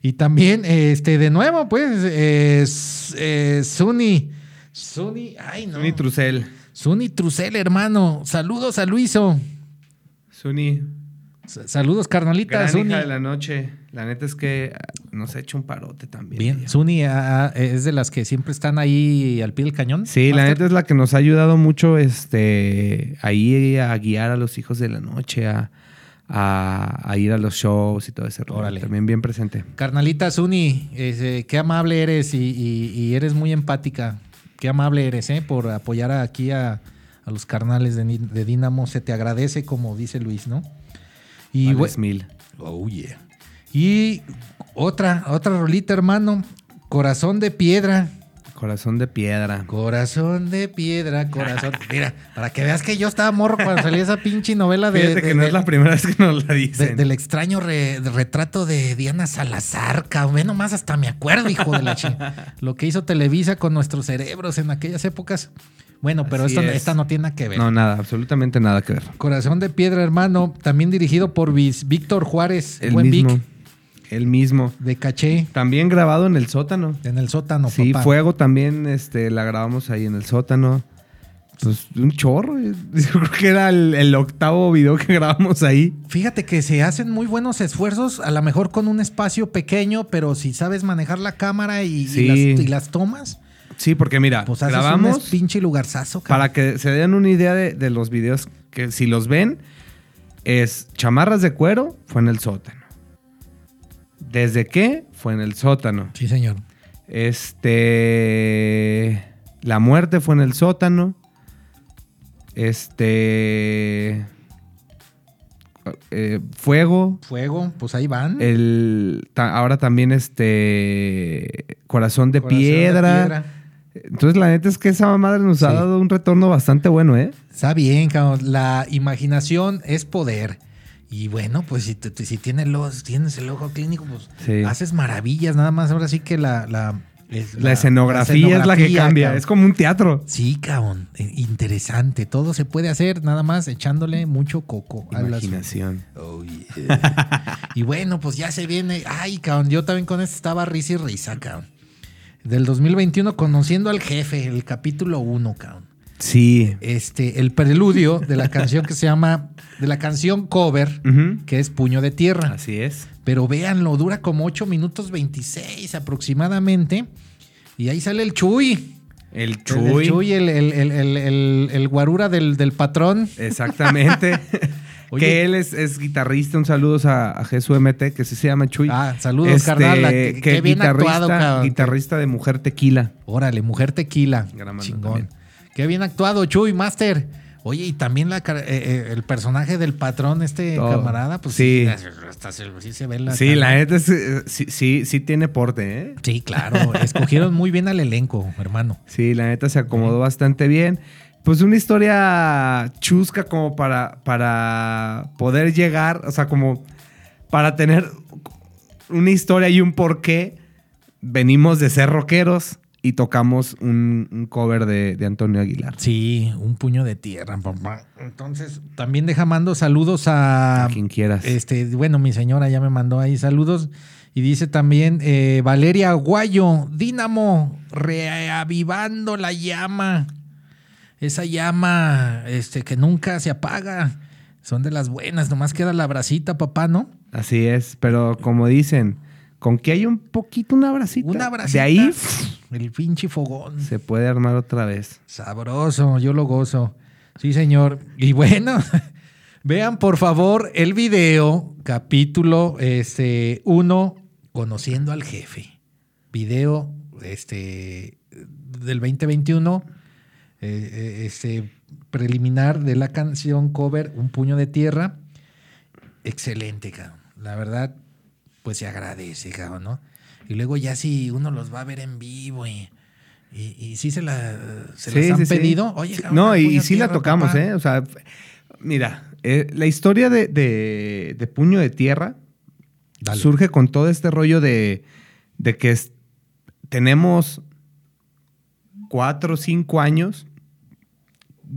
Speaker 5: Y también, este, de nuevo, pues, eh, S- eh, Suni. Suni, ay, no.
Speaker 3: Suni Trusel.
Speaker 5: Suni Trucel, hermano. Saludos a Luiso.
Speaker 3: Suni,
Speaker 5: S- Saludos, carnalita.
Speaker 3: gran
Speaker 5: Suni.
Speaker 3: hija de la noche. La neta es que ah, nos ha hecho un parote también.
Speaker 5: Bien,
Speaker 3: ella.
Speaker 5: Suni ah, ah, es de las que siempre están ahí al pie del cañón.
Speaker 3: Sí, la
Speaker 5: Master.
Speaker 3: neta es la que nos ha ayudado mucho este, ahí a guiar a los hijos de la noche, a, a- a ir a los shows y todo ese rollo.
Speaker 5: Órale.
Speaker 3: También bien presente.
Speaker 5: Carnalita Suni, este, qué amable eres y, y- y eres muy empática. Qué amable eres, ¿eh? Por apoyar aquí a, a los carnales de, Ni- de Dinamo. Se te agradece, como dice Luis, ¿no? Y,
Speaker 3: Y
Speaker 5: bue-
Speaker 3: mil.
Speaker 5: Oh, yeah. y otra, otra rolita, hermano. Corazón de piedra.
Speaker 3: Corazón de piedra.
Speaker 5: Corazón de piedra, corazón. Mira, para que veas que yo estaba morro cuando salía esa pinche novela de.
Speaker 3: Fíjate
Speaker 5: de-
Speaker 3: que no
Speaker 5: de-
Speaker 3: es la primera vez que nos la
Speaker 5: de-
Speaker 3: dicen.
Speaker 5: del extraño re- retrato de Diana Salazar, cabrón. Ve nomás hasta me acuerdo, hijo de la chingada. Lo que hizo Televisa con nuestros cerebros en aquellas épocas. Bueno, pero
Speaker 3: Así
Speaker 5: esto,
Speaker 3: es.
Speaker 5: esta no tiene nada que ver.
Speaker 3: No, nada, absolutamente nada que ver.
Speaker 5: Corazón de Piedra, hermano. También dirigido por Vis- Víctor Juárez,
Speaker 3: El
Speaker 5: buen
Speaker 3: mismo.
Speaker 5: Vic,
Speaker 3: El mismo.
Speaker 5: de Caché,
Speaker 3: También grabado en el sótano.
Speaker 5: en el sótano,
Speaker 3: sí,
Speaker 5: papá.
Speaker 3: Fuego también este, la grabamos ahí en el sótano. Pues un chorro. Yo creo que era el, el octavo video que grabamos ahí.
Speaker 5: Fíjate que se hacen muy buenos esfuerzos, a lo mejor con un espacio pequeño, pero si sabes manejar la cámara y, y
Speaker 3: Sí.
Speaker 5: las, y las tomas,
Speaker 3: Sí, porque mira,
Speaker 5: pues haces un
Speaker 3: grabamos
Speaker 5: pinche lugarzazo. cabrón.
Speaker 3: para que se den una idea de, de los videos que si los ven, es chamarras de cuero, fue en el sótano. ¿Desde qué? Fue en el sótano.
Speaker 5: Sí, señor.
Speaker 3: Este. La muerte fue en el sótano. Este. eh, fuego.
Speaker 5: Fuego, pues ahí van.
Speaker 3: El, ta- ahora también este. Corazón de,
Speaker 5: Corazón de
Speaker 3: piedra. Entonces, la neta es que esa madre nos ha
Speaker 5: Sí.
Speaker 3: dado un retorno bastante bueno, ¿eh?
Speaker 5: Está bien, cabrón. La imaginación es poder. Y bueno, pues si, te- si tienes, los, tienes el ojo clínico, pues
Speaker 3: Sí.
Speaker 5: haces maravillas. Nada más ahora sí que la... La, es-
Speaker 3: La, escenografía es la que
Speaker 5: escenografía,
Speaker 3: cambia.
Speaker 5: cabrón.
Speaker 3: Es como un teatro.
Speaker 5: Sí, cabrón. Eh, Interesante. Todo se puede hacer nada más echándole mucho coco al asunto.
Speaker 3: Imaginación.
Speaker 5: Oh, yeah. y bueno, pues ya se viene. Ay, cabrón. Yo también con este estaba risa y risa, cabrón. Del 2021, conociendo al jefe, el capítulo 1, cabrón
Speaker 3: Sí.
Speaker 5: este, el preludio de la canción que se llama, de la canción cover,
Speaker 3: Ujú.
Speaker 5: que es Puño de Tierra.
Speaker 3: Así es.
Speaker 5: Pero véanlo, dura como 8 minutos 26 aproximadamente. Y ahí sale el Chuy.
Speaker 3: El
Speaker 5: El- El,
Speaker 3: Chuy.
Speaker 5: Chuy, el, el- el- el- el- el guarura del, del patrón.
Speaker 3: Exactamente.
Speaker 5: Oye.
Speaker 3: que él es, es guitarrista. Un saludos a, a Jesús MT, que sí se llama Chuy.
Speaker 5: Ah, saludos,
Speaker 3: Este,
Speaker 5: carnal. La- Qué,
Speaker 3: que
Speaker 5: qué bien
Speaker 3: guitarrista,
Speaker 5: actuado, cabrón.
Speaker 3: Guitarrista de Mujer Tequila.
Speaker 5: Órale, mujer tequila.
Speaker 3: Gran banda
Speaker 5: Chingón.
Speaker 3: también.
Speaker 5: Qué bien actuado, Chuy, Master. Oye, y también la, cara- eh, eh, el personaje del patrón, este
Speaker 3: Todo.
Speaker 5: camarada, pues
Speaker 3: Sí.
Speaker 5: hasta se, sí se ve la.
Speaker 3: sí,
Speaker 5: cara.
Speaker 3: la neta es, eh, sí, sí, sí tiene porte, ¿eh?
Speaker 5: Sí, claro. Escogieron muy bien al elenco, hermano.
Speaker 3: Sí, la neta se acomodó bastante bien. Pues una historia chusca como para, para poder llegar, o sea, como para tener una historia y un porqué. Venimos de ser rockeros y tocamos un, un cover de, de Antonio Aguilar.
Speaker 5: Sí, un puño de tierra, papá. Entonces, también deja mando saludos a.
Speaker 3: A quien quieras.
Speaker 5: Este, bueno, mi señora ya me mandó ahí saludos. Y dice también eh, Valeria Aguayo, Dínamo, reavivando la llama. Esa llama este, que nunca se apaga. Son de las buenas, nomás queda la bracita, papá, ¿no?
Speaker 3: Así es, pero como dicen, con que hay un poquito, una bracita.
Speaker 5: Una bracita.
Speaker 3: De ahí
Speaker 5: El pinche fogón.
Speaker 3: se puede armar otra vez.
Speaker 5: Sabroso, yo lo gozo. Sí, señor. Y bueno, Vean, por favor, el video, capítulo 1, Conociendo al Jefe. Video este, del 2021, eh, eh, este, preliminar de la canción cover Un Puño de Tierra. Excelente, cabrón. La verdad, pues se agradece, cabrón, ¿no? Y luego ya si uno los va a ver en vivo y, y, y sí se, la, se
Speaker 3: Sí,
Speaker 5: las han
Speaker 3: sí, sí.
Speaker 5: pedido. Oye,
Speaker 3: Sí,
Speaker 5: cabrón,
Speaker 3: No,
Speaker 5: Un
Speaker 3: y,
Speaker 5: Puño
Speaker 3: y
Speaker 5: de
Speaker 3: sí la
Speaker 5: Tierra,
Speaker 3: tocamos,
Speaker 5: papá.
Speaker 3: ¿eh? O sea, f- mira, eh, la historia de, de- de Puño de Tierra
Speaker 5: Dale.
Speaker 3: surge con todo este rollo de, de que es- tenemos cuatro o cinco años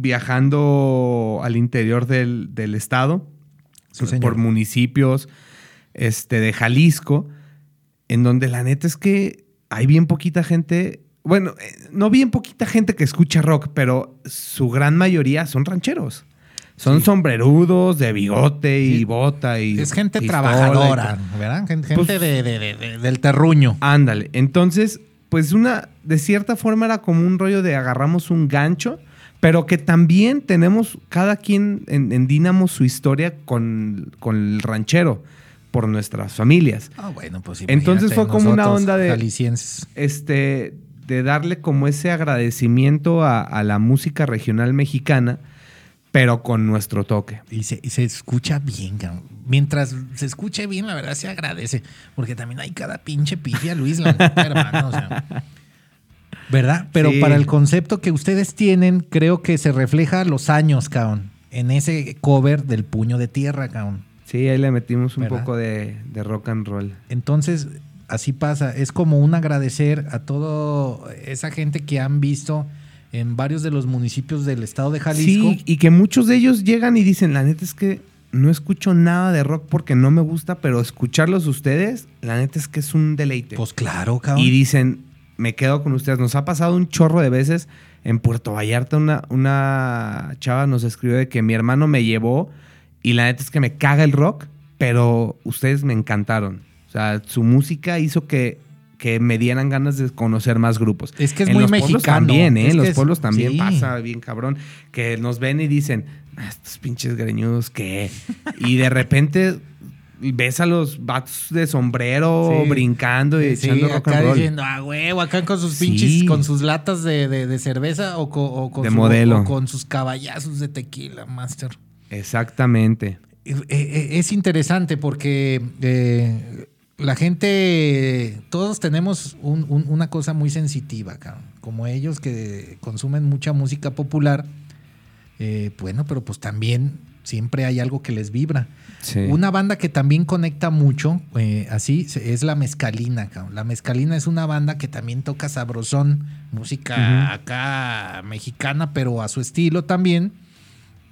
Speaker 3: viajando al interior del, del estado,
Speaker 5: Sí,
Speaker 3: por
Speaker 5: señor.
Speaker 3: municipios este, de Jalisco, en donde la neta es que hay bien poquita gente, bueno, eh, no bien poquita gente que escucha rock, pero su gran mayoría son rancheros. Son
Speaker 5: Sí.
Speaker 3: sombrerudos, de bigote y
Speaker 5: Sí.
Speaker 3: bota y...
Speaker 5: Es gente
Speaker 3: pistola y
Speaker 5: trabajadora, ¿verdad? Gen- Gente,
Speaker 3: Pues-
Speaker 5: de, de- de- de- del terruño.
Speaker 3: Ándale. Entonces, pues una, de cierta forma era como un rollo de agarramos un gancho, pero que también tenemos cada quien en, en Dínamo su historia con, con el ranchero, por nuestras familias.
Speaker 5: Ah, bueno, pues
Speaker 3: Entonces
Speaker 5: imagínate
Speaker 3: fue como una
Speaker 5: nosotros,
Speaker 3: onda de-
Speaker 5: Jaliscienses.
Speaker 3: Este, de darle como ese agradecimiento a, a la música regional mexicana, pero con nuestro toque.
Speaker 5: Y se, y se escucha bien, cabrón. Mientras se escuche bien, la verdad se agradece. Porque también hay cada pinche pifia, Luis, la neta, hermano. o sea. ¿Verdad? Pero
Speaker 3: Sí.
Speaker 5: para el concepto que ustedes tienen, creo que se refleja los años, cabrón. En ese cover del puño de tierra, cabrón.
Speaker 3: Sí, ahí le metimos un
Speaker 5: ¿Verdad?
Speaker 3: poco de, de rock and roll.
Speaker 5: Entonces, así pasa. Es como un agradecer a toda esa gente que han visto en varios de los municipios del estado de Jalisco.
Speaker 3: Sí, y que muchos de ellos llegan y dicen, la neta es que no escucho nada de rock porque no me gusta, pero escucharlos ustedes, la neta es que es un deleite.
Speaker 5: Pues claro, cabrón.
Speaker 3: y dicen, me quedo con ustedes. Nos ha pasado un chorro de veces en Puerto Vallarta, una, una chava nos escribió de que mi hermano me llevó y la neta es que me caga el rock, pero ustedes me encantaron. O sea, su música hizo que, que me dieran ganas de conocer más grupos.
Speaker 5: es que es
Speaker 3: En
Speaker 5: muy
Speaker 3: los
Speaker 5: mexicano.
Speaker 3: pueblos también, ¿eh?
Speaker 5: Es
Speaker 3: En
Speaker 5: que
Speaker 3: los
Speaker 5: es-
Speaker 3: pueblos también
Speaker 5: sí.
Speaker 3: pasa bien cabrón. Que nos ven y dicen, "Ah, estos pinches greñudos, ¿qué? Y de repente ves a los vatos de sombrero
Speaker 5: Sí.
Speaker 3: brincando y
Speaker 5: Sí,
Speaker 3: echando rock
Speaker 5: acá
Speaker 3: and roll.
Speaker 5: diciendo, ah, huevo, acá con sus
Speaker 3: Sí.
Speaker 5: pinches, con sus latas de, de- de cerveza o, co- o con
Speaker 3: De
Speaker 5: su-
Speaker 3: modelo.
Speaker 5: o con sus caballazos de tequila, master.
Speaker 3: Exactamente.
Speaker 5: Eh, eh, Es interesante porque eh, la gente, todos tenemos un- un- una cosa muy sensitiva, cabrón. como ellos que consumen mucha música popular, eh, bueno, pero pues también siempre hay algo que les vibra.
Speaker 3: Sí.
Speaker 5: Una banda que también conecta mucho, eh, así, se- es la mezcalina. cabrón. La mezcalina es una banda que también toca sabrosón, música
Speaker 3: Ujú.
Speaker 5: acá mexicana, pero a su estilo también.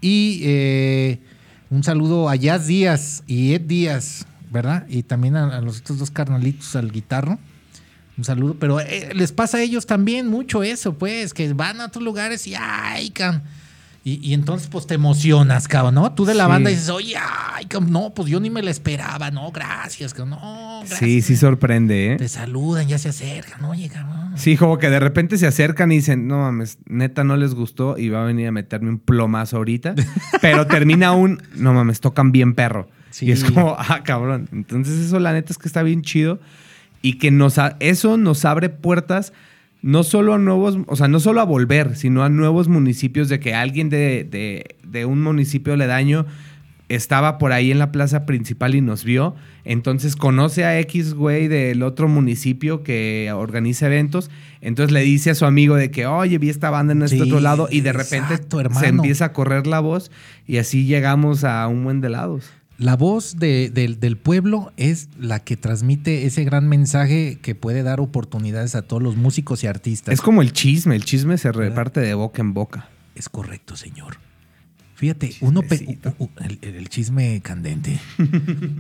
Speaker 5: Y eh, un saludo a Jazz Díaz y Ed Díaz, ¿verdad? Y también a, a los otros dos carnalitos al guitarro. Un saludo, pero eh, les pasa a ellos también mucho eso, pues, que van a otros lugares y ¡ay, cabrón! Y, y entonces, pues te emocionas, cabrón, ¿no? Tú de la
Speaker 3: Sí.
Speaker 5: banda dices, oye, ay, cabrón, no, pues yo ni me la esperaba, no, gracias, cabrón, no, gracias.
Speaker 3: sí, sí sorprende, ¿eh?
Speaker 5: Te saludan, ya se acercan, oye, cabrón.
Speaker 3: Sí, como que de repente se acercan y dicen, no mames, neta no les gustó y va a venir a meterme un plomazo ahorita. Pero termina un, no mames, tocan bien perro.
Speaker 5: Sí.
Speaker 3: Y es como, ah, cabrón. Entonces eso la neta es que está bien chido y que nos a- eso nos abre puertas no solo a nuevos, o sea, no solo a volver, sino a nuevos municipios de que alguien de, de- de un municipio ledaño estaba por ahí en la plaza principal y nos vio. Entonces conoce a X güey del otro municipio que organiza eventos. Entonces le dice a su amigo de que, oye, vi esta banda en este
Speaker 5: Sí,
Speaker 3: otro lado. Y de repente
Speaker 5: exacto,
Speaker 3: se
Speaker 5: hermano.
Speaker 3: empieza a correr la voz y así llegamos a un buen de lados.
Speaker 5: La voz de- del- del pueblo es la que transmite ese gran mensaje que puede dar oportunidades a todos los músicos y artistas.
Speaker 3: Es como el chisme, el chisme se reparte de boca en boca.
Speaker 5: Es correcto, señor. Fíjate, uno pe-
Speaker 3: Chismecito.
Speaker 5: u- u- el, el- el chisme candente.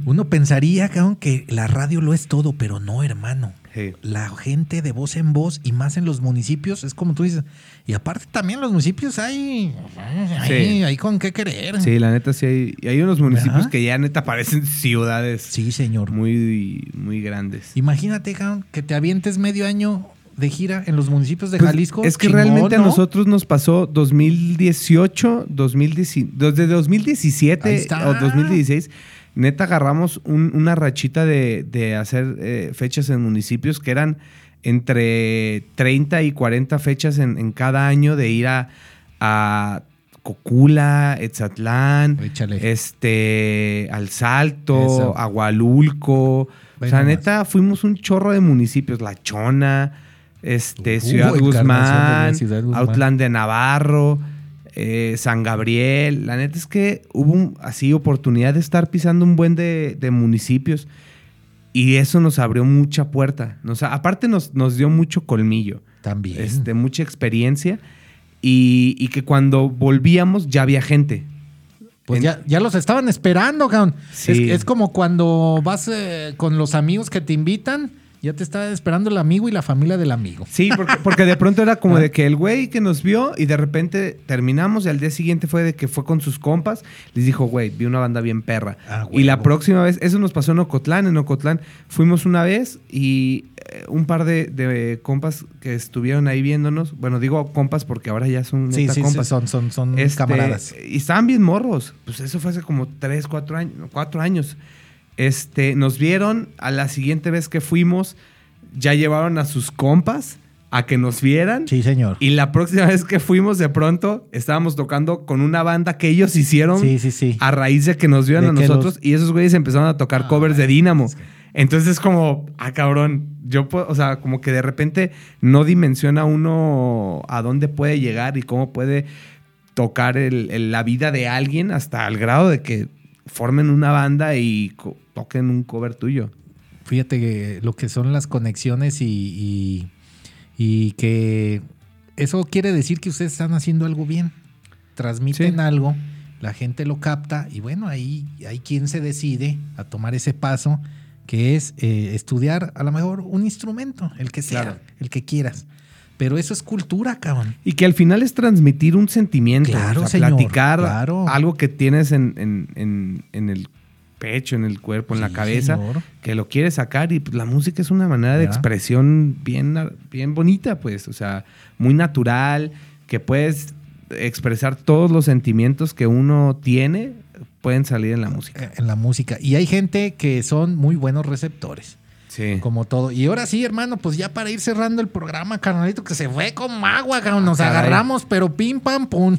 Speaker 5: uno pensaría, cabrón, que la radio lo es todo, pero no, hermano.
Speaker 3: Sí.
Speaker 5: La gente de voz en voz y más en los municipios, es como tú dices. Y aparte también en los municipios hay, hay,
Speaker 3: Sí.
Speaker 5: hay con qué querer.
Speaker 3: Sí, la neta sí hay. y hay unos municipios
Speaker 5: Ajá.
Speaker 3: que ya neta parecen ciudades
Speaker 5: Sí, señor.
Speaker 3: muy, muy grandes.
Speaker 5: Imagínate, cabrón, que te avientes medio año de gira en los municipios de
Speaker 3: Pues,
Speaker 5: Jalisco.
Speaker 3: es que
Speaker 5: chingón,
Speaker 3: realmente a
Speaker 5: ¿no?
Speaker 3: nosotros nos pasó 2018, 2019, desde
Speaker 5: Ahí
Speaker 3: 2017
Speaker 5: está.
Speaker 3: o 2016. Neta, agarramos un- una rachita de, de hacer eh, fechas en municipios que eran entre 30 y 40 fechas en, en cada año de ir a, a Cocula, Etzatlán,
Speaker 5: Échale.
Speaker 3: este, al Salto,
Speaker 5: Eso.
Speaker 3: Agualulco.
Speaker 5: Ve
Speaker 3: o sea,
Speaker 5: nomás.
Speaker 3: neta, fuimos un chorro de municipios. La Chona, este,
Speaker 5: Uy,
Speaker 3: Ciudad,
Speaker 5: Uh, Encarnación
Speaker 3: Guzmán,
Speaker 5: también, Ciudad Guzmán.
Speaker 3: Outland de Navarro, eh, San Gabriel. La neta es que hubo un- así oportunidad de estar pisando un buen de, de municipios. Y eso nos abrió mucha puerta. Nos- aparte nos, nos dio mucho colmillo
Speaker 5: También.
Speaker 3: este, mucha experiencia y, y que cuando volvíamos ya había gente.
Speaker 5: Pues
Speaker 3: En-
Speaker 5: ya, ya los estaban esperando, cabrón.
Speaker 3: Sí.
Speaker 5: Es, es como cuando vas eh, con los amigos que te invitan, ya te está esperando el amigo y la familia del amigo.
Speaker 3: Sí, porque, porque de pronto era como de que el güey que nos vio y de repente terminamos y al día siguiente fue de que fue con sus compas, les dijo, güey, vi una banda bien perra.
Speaker 5: Ah,
Speaker 3: y la
Speaker 5: huevo.
Speaker 3: próxima vez, eso nos pasó en Ocotlán, en Ocotlán fuimos una vez y eh, un par de, de compas que estuvieron ahí viéndonos, bueno, digo compas porque ahora ya son
Speaker 5: Sí,
Speaker 3: neta
Speaker 5: sí, sí,
Speaker 3: compas.
Speaker 5: son, son, son
Speaker 3: Este,
Speaker 5: camaradas.
Speaker 3: Y estaban bien morros. Pues eso fue hace como 3, 4 años. no, cuatro años. Este, nos vieron a la siguiente vez que fuimos, ya llevaron a sus compas a que nos vieran.
Speaker 5: Sí, señor.
Speaker 3: Y la próxima vez que fuimos, de pronto, estábamos tocando con una banda que ellos hicieron
Speaker 5: Sí, sí, sí.
Speaker 3: a raíz de que nos vieron
Speaker 5: De
Speaker 3: a
Speaker 5: que
Speaker 3: nosotros. Y esos güeyes empezaron a tocar covers de Dynamo.
Speaker 5: es que-
Speaker 3: Entonces, como, ah, cabrón. Yo, puedo- o sea, como que de repente no dimensiona uno a dónde puede llegar y cómo puede tocar el- el- la vida de alguien hasta el grado de que formen una banda y co- toquen un cover tuyo.
Speaker 5: Fíjate que lo que son las conexiones y, y- y que eso quiere decir que ustedes están haciendo algo bien. Transmiten
Speaker 3: Sí.
Speaker 5: algo, la gente lo capta y bueno, ahí hay quien se decide a tomar ese paso que es eh, estudiar a lo mejor un instrumento, el que sea,
Speaker 3: Claro.
Speaker 5: el que quieras. Pero eso es cultura, cabrón.
Speaker 3: Y que al final es transmitir un sentimiento.
Speaker 5: Claro,
Speaker 3: o sea,
Speaker 5: señor,
Speaker 3: Platicar
Speaker 5: claro.
Speaker 3: algo que tienes en, en- en- en el pecho, en el cuerpo, en la
Speaker 5: Sí,
Speaker 3: cabeza,
Speaker 5: señor.
Speaker 3: que lo quieres sacar. Y pues, la música es una manera de
Speaker 5: Ya.
Speaker 3: expresión bien, bien bonita, pues. O sea, muy natural, que puedes expresar todos los sentimientos que uno tiene, pueden salir en la música.
Speaker 5: Eh, En la música. Y hay gente que son muy buenos receptores.
Speaker 3: Sí.
Speaker 5: Como todo. Y ahora sí, hermano, pues ya para ir cerrando el programa, carnalito, que se fue como agua, cabrón. Nos
Speaker 3: Ah, caray.
Speaker 5: agarramos, pero pim, pam, pum.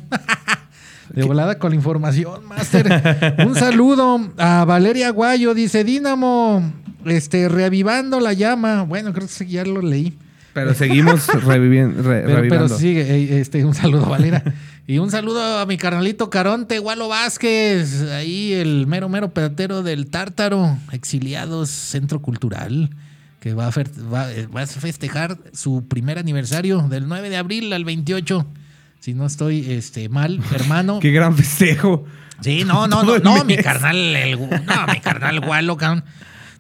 Speaker 5: De volada con la información, Master. Un saludo a Valeria Guayo, dice Dínamo, este, reavivando la llama. Bueno, creo que ya lo leí.
Speaker 3: Pero seguimos reviviendo. re-
Speaker 5: Pero, pero
Speaker 3: revivando.
Speaker 5: sigue, eh, este, un saludo, Valera. y un saludo a mi carnalito Caronte, Gualo Vázquez, ahí el mero, mero pedatero del Tártaro, exiliados, centro cultural, que va a, fer- va- eh, va a festejar su primer aniversario del 9 de abril al 28. Si no estoy este, mal, hermano.
Speaker 3: Qué gran festejo.
Speaker 5: Sí, no, no,
Speaker 3: Todo
Speaker 5: no,
Speaker 3: el
Speaker 5: no, mi
Speaker 3: mes.
Speaker 5: carnal, el, gu- no, mi carnal Gualo, cabrón.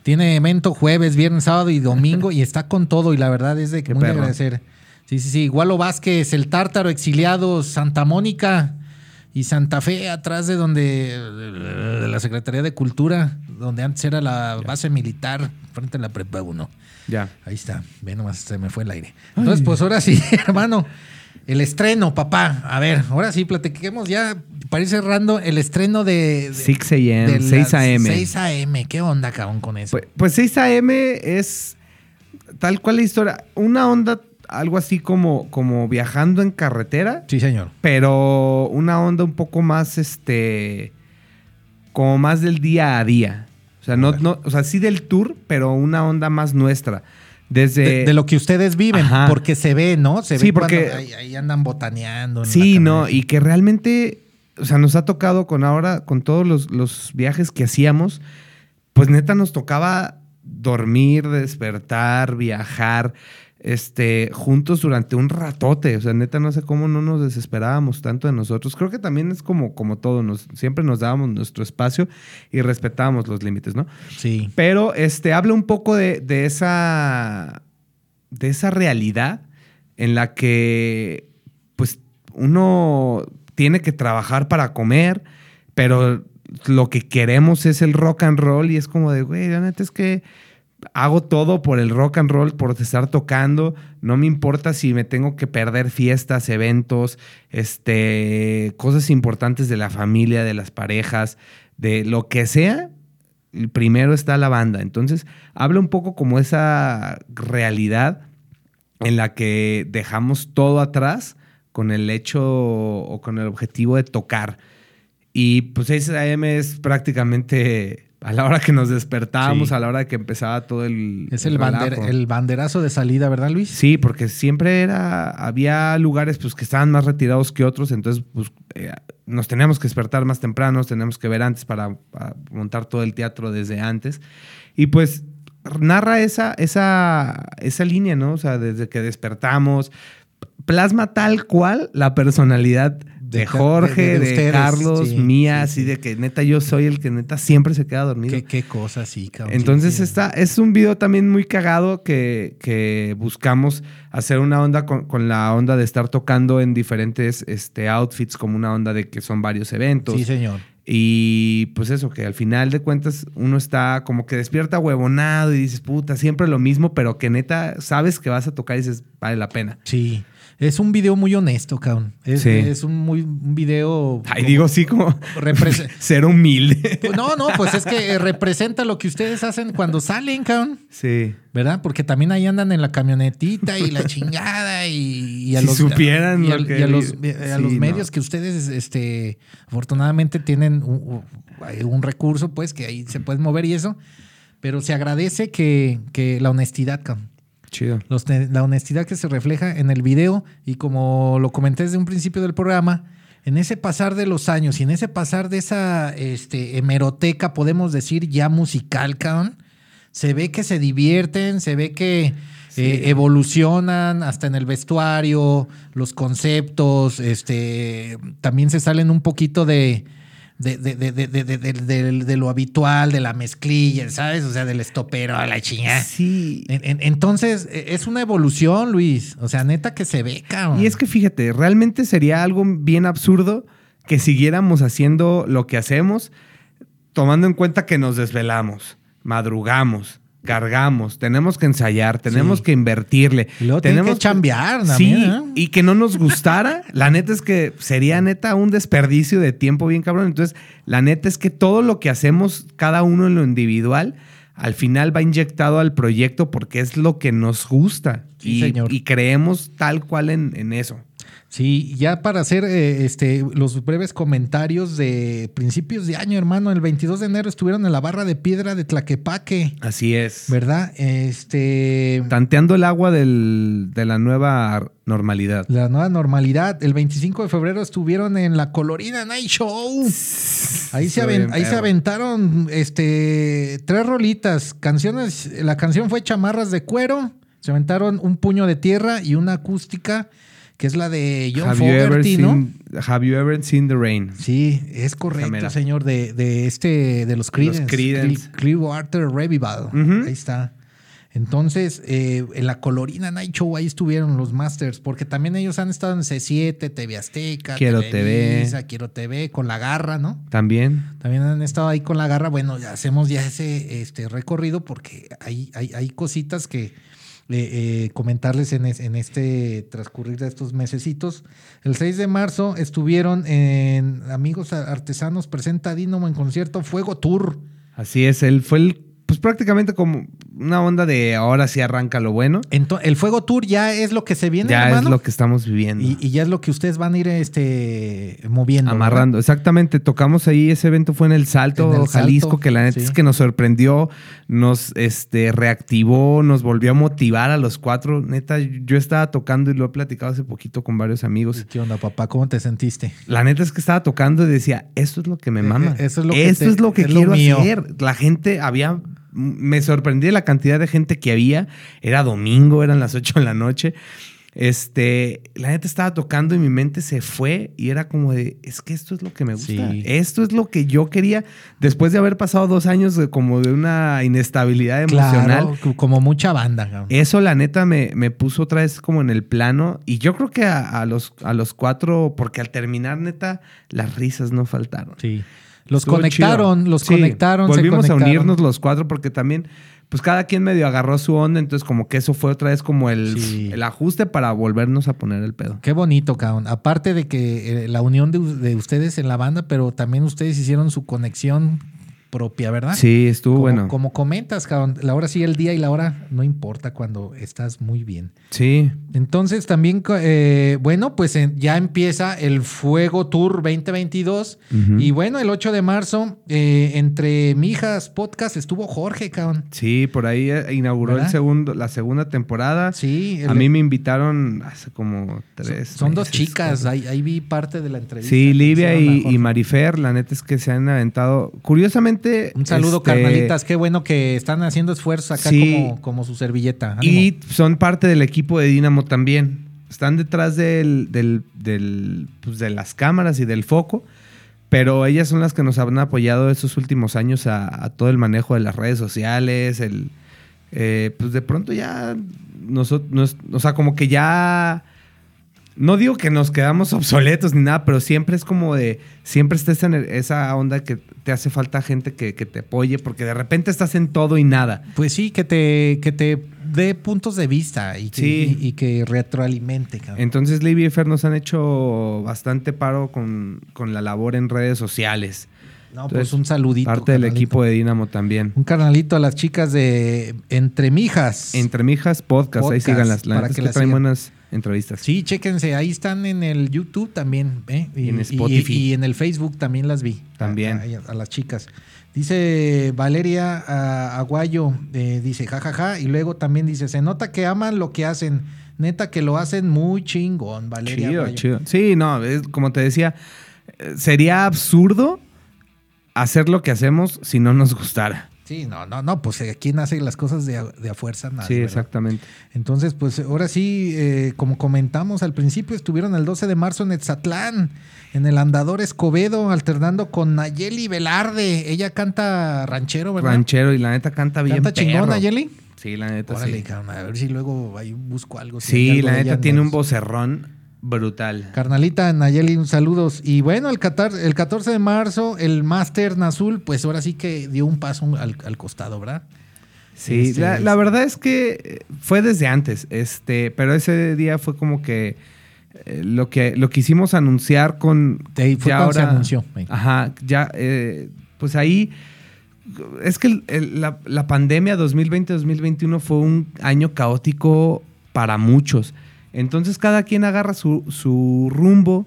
Speaker 5: Tiene evento jueves, viernes, sábado y domingo y está con todo y la verdad es de que
Speaker 3: Qué
Speaker 5: muy de
Speaker 3: perro.
Speaker 5: agradecer. Sí, sí, sí, Gualo Vázquez, el Tártaro exiliado, Santa Mónica y Santa Fe atrás de donde de la Secretaría de Cultura, donde antes era la base militar frente a la Prepa 1.
Speaker 3: Ya.
Speaker 5: Ahí está, ve nomás, se me fue el aire. Entonces, pues ahora sí, hermano, el estreno, papá. A ver, ahora sí, platiquemos ya para ir cerrando el estreno de... de-
Speaker 3: 6 a.m.,
Speaker 5: de
Speaker 3: 6
Speaker 5: las
Speaker 3: a.m.
Speaker 5: 6 a.m. ¿Qué onda, cabrón, con eso?
Speaker 3: Pues, pues 6 AM es tal cual la historia. Una onda, algo así como, como viajando en carretera,
Speaker 5: sí, señor.
Speaker 3: pero una onda un poco más, este, como más del día a día. O sea, no, no- o sea, sí del tour, pero una onda más nuestra. Desde...
Speaker 5: De, de lo que ustedes viven,
Speaker 3: Ajá.
Speaker 5: porque se ve, ¿no? Se
Speaker 3: Sí,
Speaker 5: ve
Speaker 3: porque-
Speaker 5: cuando ahí, ahí andan botaneando. en la
Speaker 3: Sí, no,
Speaker 5: camioneta.
Speaker 3: y que realmente, o sea, nos ha tocado con ahora, con todos los, los viajes que hacíamos, pues neta nos tocaba dormir, despertar, viajar, este, juntos durante un ratote. O sea, neta no sé cómo no nos desesperábamos tanto de nosotros. Creo que también es como, como todo, nos, siempre nos dábamos nuestro espacio y respetábamos los límites, ¿no?
Speaker 5: Sí.
Speaker 3: Pero este, habla un poco de, de esa. de esa realidad en la que pues uno tiene que trabajar para comer, pero lo que queremos es el rock and roll. Y es como de, güey, la neta es que hago todo por el rock and roll, por estar tocando. No me importa si me tengo que perder fiestas, eventos, este, cosas importantes de la familia, de las parejas, de lo que sea. el Primero está la banda. Entonces, habla un poco como esa realidad en la que dejamos todo atrás con el hecho o con el objetivo de tocar. Y pues 6 a.m. es prácticamente a la hora que nos despertábamos,
Speaker 5: Sí.
Speaker 3: a la hora que empezaba todo el.
Speaker 5: Es el,
Speaker 3: relajo.
Speaker 5: bander- el banderazo de salida, ¿verdad, Luis?
Speaker 3: Sí, porque siempre era. Había lugares pues, que estaban más retirados que otros, entonces pues, eh, nos teníamos que despertar más temprano, nos teníamos que ver antes para, para montar todo el teatro desde antes. Y pues narra esa, esa, esa línea, ¿no? O sea, desde que despertamos, plasma tal cual la personalidad de,
Speaker 5: De Ca-
Speaker 3: Jorge,
Speaker 5: de- de
Speaker 3: de,
Speaker 5: ustedes,
Speaker 3: Carlos,
Speaker 5: sí,
Speaker 3: mía,
Speaker 5: sí, sí.
Speaker 3: así de que neta yo soy el que neta siempre se queda dormido.
Speaker 5: Qué, qué cosa, sí, cabrón.
Speaker 3: Entonces
Speaker 5: Sí, sí.
Speaker 3: está, es un video también muy cagado que, que buscamos hacer una onda con, con la onda de estar tocando en diferentes este, outfits, como una onda de que son varios eventos.
Speaker 5: Sí, señor.
Speaker 3: Y pues eso, que al final de cuentas uno está como que despierta huevonado y dices, puta, siempre lo mismo, pero que neta sabes que vas a tocar y dices, vale la pena.
Speaker 5: Sí. Es un video muy honesto, cabrón. Es,
Speaker 3: Sí.
Speaker 5: es un, muy, un video.
Speaker 3: Ay, digo sí como
Speaker 5: Represe-
Speaker 3: ser humilde.
Speaker 5: Pues no, no, pues es que eh, representa lo que ustedes hacen cuando salen, cabrón.
Speaker 3: sí.
Speaker 5: ¿Verdad? Porque también ahí andan en la camionetita y la chingada y, y a
Speaker 3: Si
Speaker 5: los
Speaker 3: supieran
Speaker 5: y a,
Speaker 3: lo que
Speaker 5: y a los,
Speaker 3: vi-
Speaker 5: a
Speaker 3: sí,
Speaker 5: los
Speaker 3: no.
Speaker 5: medios que ustedes este afortunadamente tienen un, un recurso pues que ahí se pueden mover y eso, pero se agradece que, que la honestidad, cabrón.
Speaker 3: Chido.
Speaker 5: Los te- la honestidad que se refleja en el video y como lo comenté desde un principio del programa, en ese pasar de los años y en ese pasar de esa este, hemeroteca, podemos decir ya musical, cabrón, se ve que se divierten, se ve que
Speaker 3: Sí.
Speaker 5: eh, evolucionan hasta en el vestuario, los conceptos, este, también se salen un poquito de... De, de- de- de- de- de- de- de- de lo habitual, de la mezclilla, ¿sabes? O sea, del estopero a la chingada.
Speaker 3: Sí.
Speaker 5: En- en- entonces, e- es una evolución, Luis. O sea, neta que se ve, cabrón.
Speaker 3: Y es que fíjate, realmente sería algo bien absurdo que siguiéramos haciendo lo que hacemos, tomando en cuenta que nos desvelamos, madrugamos, cargamos, tenemos que ensayar, tenemos
Speaker 5: Sí.
Speaker 3: que invertirle.
Speaker 5: Y luego tiene
Speaker 3: tenemos
Speaker 5: que chambear
Speaker 3: Sí,
Speaker 5: también, ¿eh?
Speaker 3: y que no nos gustara, la neta es que sería neta un desperdicio de tiempo bien cabrón. Entonces, la neta es que todo lo que hacemos, cada uno en lo individual, al final va inyectado al proyecto porque es lo que nos gusta.
Speaker 5: Sí,
Speaker 3: y,
Speaker 5: señor.
Speaker 3: y creemos tal cual en, en eso.
Speaker 5: Sí, ya para hacer eh, este, los breves comentarios de principios de año, hermano. El 22 de enero estuvieron en la barra de piedra de Tlaquepaque,
Speaker 3: Así es.
Speaker 5: ¿verdad? Este.
Speaker 3: Tanteando el agua del- de la nueva normalidad.
Speaker 5: La nueva normalidad. El 25 de febrero estuvieron en la colorida Night Show. Ahí se,
Speaker 3: Estuvo
Speaker 5: aven-
Speaker 3: bien
Speaker 5: ahí se
Speaker 3: perro.
Speaker 5: aventaron este, tres rolitas. Canciones. La canción fue Chamarras de Cuero. Se aventaron un puño de tierra y una acústica, que es la de John
Speaker 3: Have you, ever
Speaker 5: Fogerty, ¿no?
Speaker 3: seen, have you ever seen the rain?
Speaker 5: Sí, es correcto,
Speaker 3: Jamera.
Speaker 5: señor, de, de este, de los Creedence.
Speaker 3: Creedence.
Speaker 5: Cle- Clearwater Revival.
Speaker 3: Ujú.
Speaker 5: Ahí está. Entonces, eh, en la colorina Night Show, ahí estuvieron los Masters, porque también ellos han estado en C7, TV Azteca,
Speaker 3: Quiero
Speaker 5: Televisa,
Speaker 3: TV.
Speaker 5: Quiero TV, con la garra, ¿no?
Speaker 3: También.
Speaker 5: También han estado ahí con la garra. Bueno, ya hacemos ya ese este, recorrido porque hay, hay, hay cositas que eh, eh, comentarles en, es- en este transcurrir de estos mesecitos. El 6 de marzo estuvieron en Amigos Artesanos Presenta Dínamo en concierto Fuego Tour.
Speaker 3: Así es. Él fue el, pues prácticamente como una onda de ahora sí arranca lo bueno.
Speaker 5: Ento- el Fuego Tour ya es lo que se viene,
Speaker 3: Ya es
Speaker 5: hermano.
Speaker 3: lo que estamos viviendo.
Speaker 5: y, y ya es lo que ustedes van a ir este, moviendo. ¿verdad?
Speaker 3: Amarrando, exactamente. Tocamos ahí, ese evento fue en El Salto,
Speaker 5: En El
Speaker 3: Jalisco,
Speaker 5: Salto,
Speaker 3: que la neta
Speaker 5: sí.
Speaker 3: es que nos sorprendió, nos este, reactivó, nos volvió a motivar a los cuatro. Neta, yo estaba tocando y lo he platicado hace poquito con varios amigos.
Speaker 5: ¿Qué onda, papá? ¿Cómo te sentiste?
Speaker 3: La neta es que estaba tocando y decía, esto es lo que me
Speaker 5: Eh,
Speaker 3: mama.
Speaker 5: eh, eso es lo que
Speaker 3: esto
Speaker 5: te-
Speaker 3: es lo que
Speaker 5: es lo
Speaker 3: quiero
Speaker 5: mío".
Speaker 3: hacer. La gente había, me sorprendí de la cantidad de gente que había. Era domingo, eran las 8 de la noche. Este, la neta estaba tocando y mi mente se fue y era como de, es que esto es lo que me gusta.
Speaker 5: Sí.
Speaker 3: Esto es lo que yo quería después de haber pasado dos años de, como de una inestabilidad emocional.
Speaker 5: Claro, c- como mucha banda. cabrón.
Speaker 3: Eso, la neta, me, me puso otra vez como en el plano. Y yo creo que a, a los, a los cuatro, porque al terminar, neta, las risas no faltaron.
Speaker 5: Sí. Los
Speaker 3: Estuvo
Speaker 5: conectaron,
Speaker 3: chido.
Speaker 5: los
Speaker 3: Sí,
Speaker 5: conectaron. se
Speaker 3: Volvimos a
Speaker 5: conectaron.
Speaker 3: unirnos los cuatro porque también pues cada quien medio agarró su onda, entonces como que eso fue otra vez como el,
Speaker 5: Sí.
Speaker 3: el ajuste para volvernos a poner el pedo.
Speaker 5: Qué bonito, cabrón. Aparte de que eh, la unión de, u- de ustedes en la banda, pero también ustedes hicieron su conexión propia, ¿verdad?
Speaker 3: Sí, estuvo
Speaker 5: Como-
Speaker 3: bueno.
Speaker 5: Como comentas, cabrón, la hora sí, el día y la hora no importa cuando estás muy bien.
Speaker 3: Sí,
Speaker 5: Entonces también, co- eh, bueno, pues en- ya empieza el Fuego Tour 2022.
Speaker 3: Ujú.
Speaker 5: Y bueno, el 8 de marzo, eh, entre Mijas Podcast estuvo Jorge, cabrón.
Speaker 3: sí, por ahí eh, inauguró el
Speaker 5: ¿Verdad?
Speaker 3: segundo, la segunda temporada.
Speaker 5: Sí, el-
Speaker 3: a mí me invitaron hace como
Speaker 5: son,
Speaker 3: tres.
Speaker 5: son dos
Speaker 3: meses,
Speaker 5: chicas,
Speaker 3: creo.
Speaker 5: ahí, ahí vi parte de la entrevista.
Speaker 3: Sí,
Speaker 5: que
Speaker 3: Livia
Speaker 5: hicieron a
Speaker 3: y, y
Speaker 5: Jorge.
Speaker 3: Marifer, la neta es que se han aventado. Curiosamente.
Speaker 5: Un saludo,
Speaker 3: este,
Speaker 5: carnalitas. Qué bueno que están haciendo esfuerzo acá
Speaker 3: Sí.
Speaker 5: como, como su servilleta. Ánimo.
Speaker 3: Y son parte del equipo de Dinamo también. Están detrás del, del- del, pues, de las cámaras y del foco. Pero ellas son las que nos han apoyado estos últimos años a, a todo el manejo de las redes sociales. El, eh, pues de pronto ya. Nosotros, o sea, como que ya. No digo que nos quedamos obsoletos ni nada, pero siempre es como de. Siempre estés en el- esa onda que te hace falta gente que, que te apoye, porque de repente estás en todo y nada.
Speaker 5: Pues sí, que te, que te dé puntos de vista y que,
Speaker 3: Sí.
Speaker 5: y, y que retroalimente, cabrón.
Speaker 3: Entonces, Libby y Fer nos han hecho bastante paro con, con la labor en redes sociales.
Speaker 5: No, pues
Speaker 3: entonces,
Speaker 5: un saludito.
Speaker 3: Parte del
Speaker 5: carnalito.
Speaker 3: equipo de Dinamo también.
Speaker 5: Un carnalito a las chicas de Entre Mijas.
Speaker 3: Entre Mijas Podcast, ahí
Speaker 5: Podcast,
Speaker 3: síganlas. La
Speaker 5: para
Speaker 3: neta es
Speaker 5: que
Speaker 3: que,
Speaker 5: las
Speaker 3: traen
Speaker 5: sigan.
Speaker 3: buenas entrevistas.
Speaker 5: Sí, chéquense, ahí están en el YouTube también, ¿eh?
Speaker 3: Y en Spotify.
Speaker 5: Y, en el Facebook también las vi.
Speaker 3: También.
Speaker 5: A, a- a las chicas. Dice Valeria ah, Aguayo, eh, dice jajaja, y luego también dice, se nota que aman lo que hacen, neta que lo hacen muy chingón, Valeria.
Speaker 3: Chido,
Speaker 5: Aguayo.
Speaker 3: chido. Sí, no, es, como te decía, eh, sería absurdo hacer lo que hacemos si no nos gustara.
Speaker 5: Sí, no, no, no, pues eh, quién hace las cosas de a, de a fuerza, nadie.
Speaker 3: sí,
Speaker 5: Ah, ¿verdad?
Speaker 3: exactamente.
Speaker 5: Entonces, pues ahora sí, eh, como comentamos al principio, estuvieron el 12 de marzo en Etzatlán, en el Andador Escobedo, alternando con Nayeli Velarde. Ella canta ranchero, ¿verdad?
Speaker 3: Ranchero y la neta canta bien.
Speaker 5: ¿Canta chingón
Speaker 3: perro.
Speaker 5: Nayeli?
Speaker 3: Sí, la neta
Speaker 5: Órale,
Speaker 3: sí.
Speaker 5: carnal, a ver si luego ahí busco algo. si hay
Speaker 3: Sí,
Speaker 5: algo
Speaker 3: la
Speaker 5: de ella
Speaker 3: neta
Speaker 5: en
Speaker 3: tiene
Speaker 5: los-
Speaker 3: un vocerrón brutal.
Speaker 5: Carnalita Nayeli, un saludos. Y bueno, el, catar- el 14 de marzo, el Master Nazul, pues ahora sí que dio un paso al, al costado, ¿verdad?
Speaker 3: Sí,
Speaker 5: Este,
Speaker 3: la, la verdad es que eh, fue desde antes, este, pero ese día fue como que eh, lo que lo quisimos anunciar con
Speaker 5: Ahí fue cuando se anunció, ahí.
Speaker 3: Ajá, ya eh, pues ahí es que el- el- la, la pandemia 2020-2021 fue un año caótico para muchos. Entonces cada quien agarra su, su rumbo,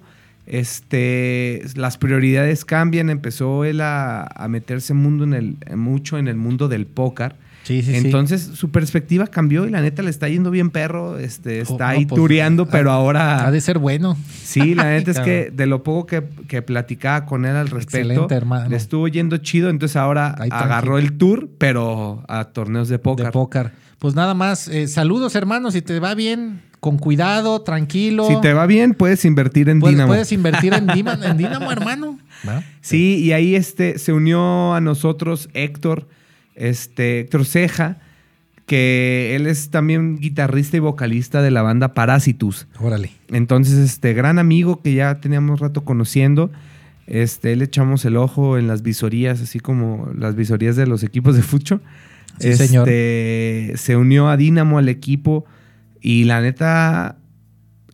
Speaker 3: este, las prioridades cambian, empezó él a, a meterse mundo en el, mucho en el mundo del póker.
Speaker 5: Sí, sí,
Speaker 3: Entonces su perspectiva cambió y la neta le está yendo bien perro, este,
Speaker 5: Oh,
Speaker 3: está
Speaker 5: no,
Speaker 3: ahí
Speaker 5: pues,
Speaker 3: tureando,
Speaker 5: ha-
Speaker 3: pero ahora...
Speaker 5: Ha de ser bueno.
Speaker 3: Sí, la neta es
Speaker 5: Cabrón.
Speaker 3: que de lo poco que, que platicaba con él al respecto,
Speaker 5: Excelente, hermano.
Speaker 3: le estuvo yendo chido, entonces ahora
Speaker 5: Ahí tranqui.
Speaker 3: agarró el tour, pero a torneos de póker.
Speaker 5: De póker. Pues nada más, eh, saludos hermanos, si te va bien, con cuidado, tranquilo.
Speaker 3: Si te va bien, puedes invertir en
Speaker 5: puedes,
Speaker 3: Dinamo.
Speaker 5: puedes invertir en Dinamo, en Dinamo, hermano.
Speaker 3: Sí, y ahí este, se unió a nosotros Héctor, este, Héctor Ceja, que él es también guitarrista y vocalista de la banda Parásitus.
Speaker 5: Órale.
Speaker 3: Entonces, este gran amigo que ya teníamos rato conociendo, este, le echamos el ojo en las visorías, así como las visorías de los equipos de fucho. Este,
Speaker 5: Sí, señor.
Speaker 3: Se unió a Dinamo al equipo y la neta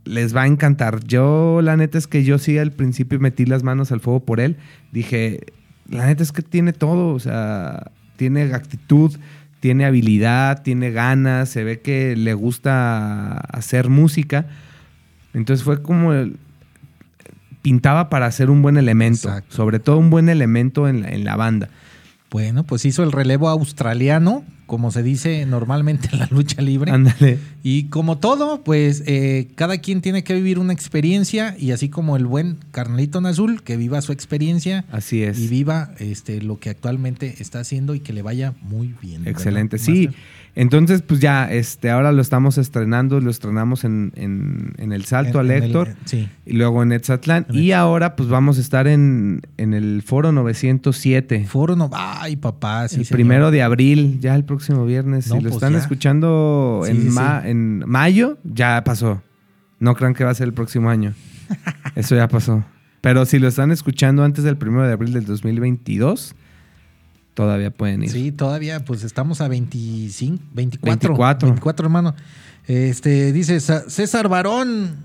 Speaker 3: les va a encantar. Yo, la neta es que yo sí al principio metí las manos al fuego por él. Dije, la neta es que tiene todo, o sea, tiene actitud, tiene habilidad, tiene ganas, se ve que le gusta hacer música. Entonces fue como el- pintaba para hacer un buen elemento,
Speaker 5: Exacto.
Speaker 3: sobre todo un buen elemento en la, en la banda.
Speaker 5: Bueno, pues hizo el relevo australiano, como se dice normalmente en la lucha libre.
Speaker 3: Ándale.
Speaker 5: Y como todo, pues eh, cada quien tiene que vivir una experiencia y así como el buen carnalito en azul, que viva su experiencia
Speaker 3: Así es.
Speaker 5: y viva este, lo que actualmente está haciendo y que le vaya muy bien. ¿verdad,
Speaker 3: Excelente, sí.
Speaker 5: Master?
Speaker 3: Entonces, pues ya, este, ahora lo estamos estrenando, lo estrenamos en, en- en El Salto
Speaker 5: En-
Speaker 3: al
Speaker 5: en el-
Speaker 3: Héctor.
Speaker 5: sí.
Speaker 3: Y luego en Etzatlán.
Speaker 5: En
Speaker 3: Y
Speaker 5: Etzatlán.
Speaker 3: ahora, pues vamos a estar en, en el Foro 907.
Speaker 5: Foro no. Ay, papá. Sí,
Speaker 3: el
Speaker 5: señor.
Speaker 3: primero de abril, ya el próximo viernes.
Speaker 5: No,
Speaker 3: si lo
Speaker 5: pues
Speaker 3: están
Speaker 5: ya.
Speaker 3: escuchando
Speaker 5: Sí,
Speaker 3: en,
Speaker 5: sí,
Speaker 3: ma- en mayo, ya pasó. No crean que va a ser el próximo año. Eso ya pasó. Pero si lo están escuchando antes del primero de abril del 2022, Todavía pueden ir.
Speaker 5: Sí, todavía, pues estamos a 25, 24.
Speaker 3: 24.
Speaker 5: 24, hermano. Este, dice Sa- César Barón.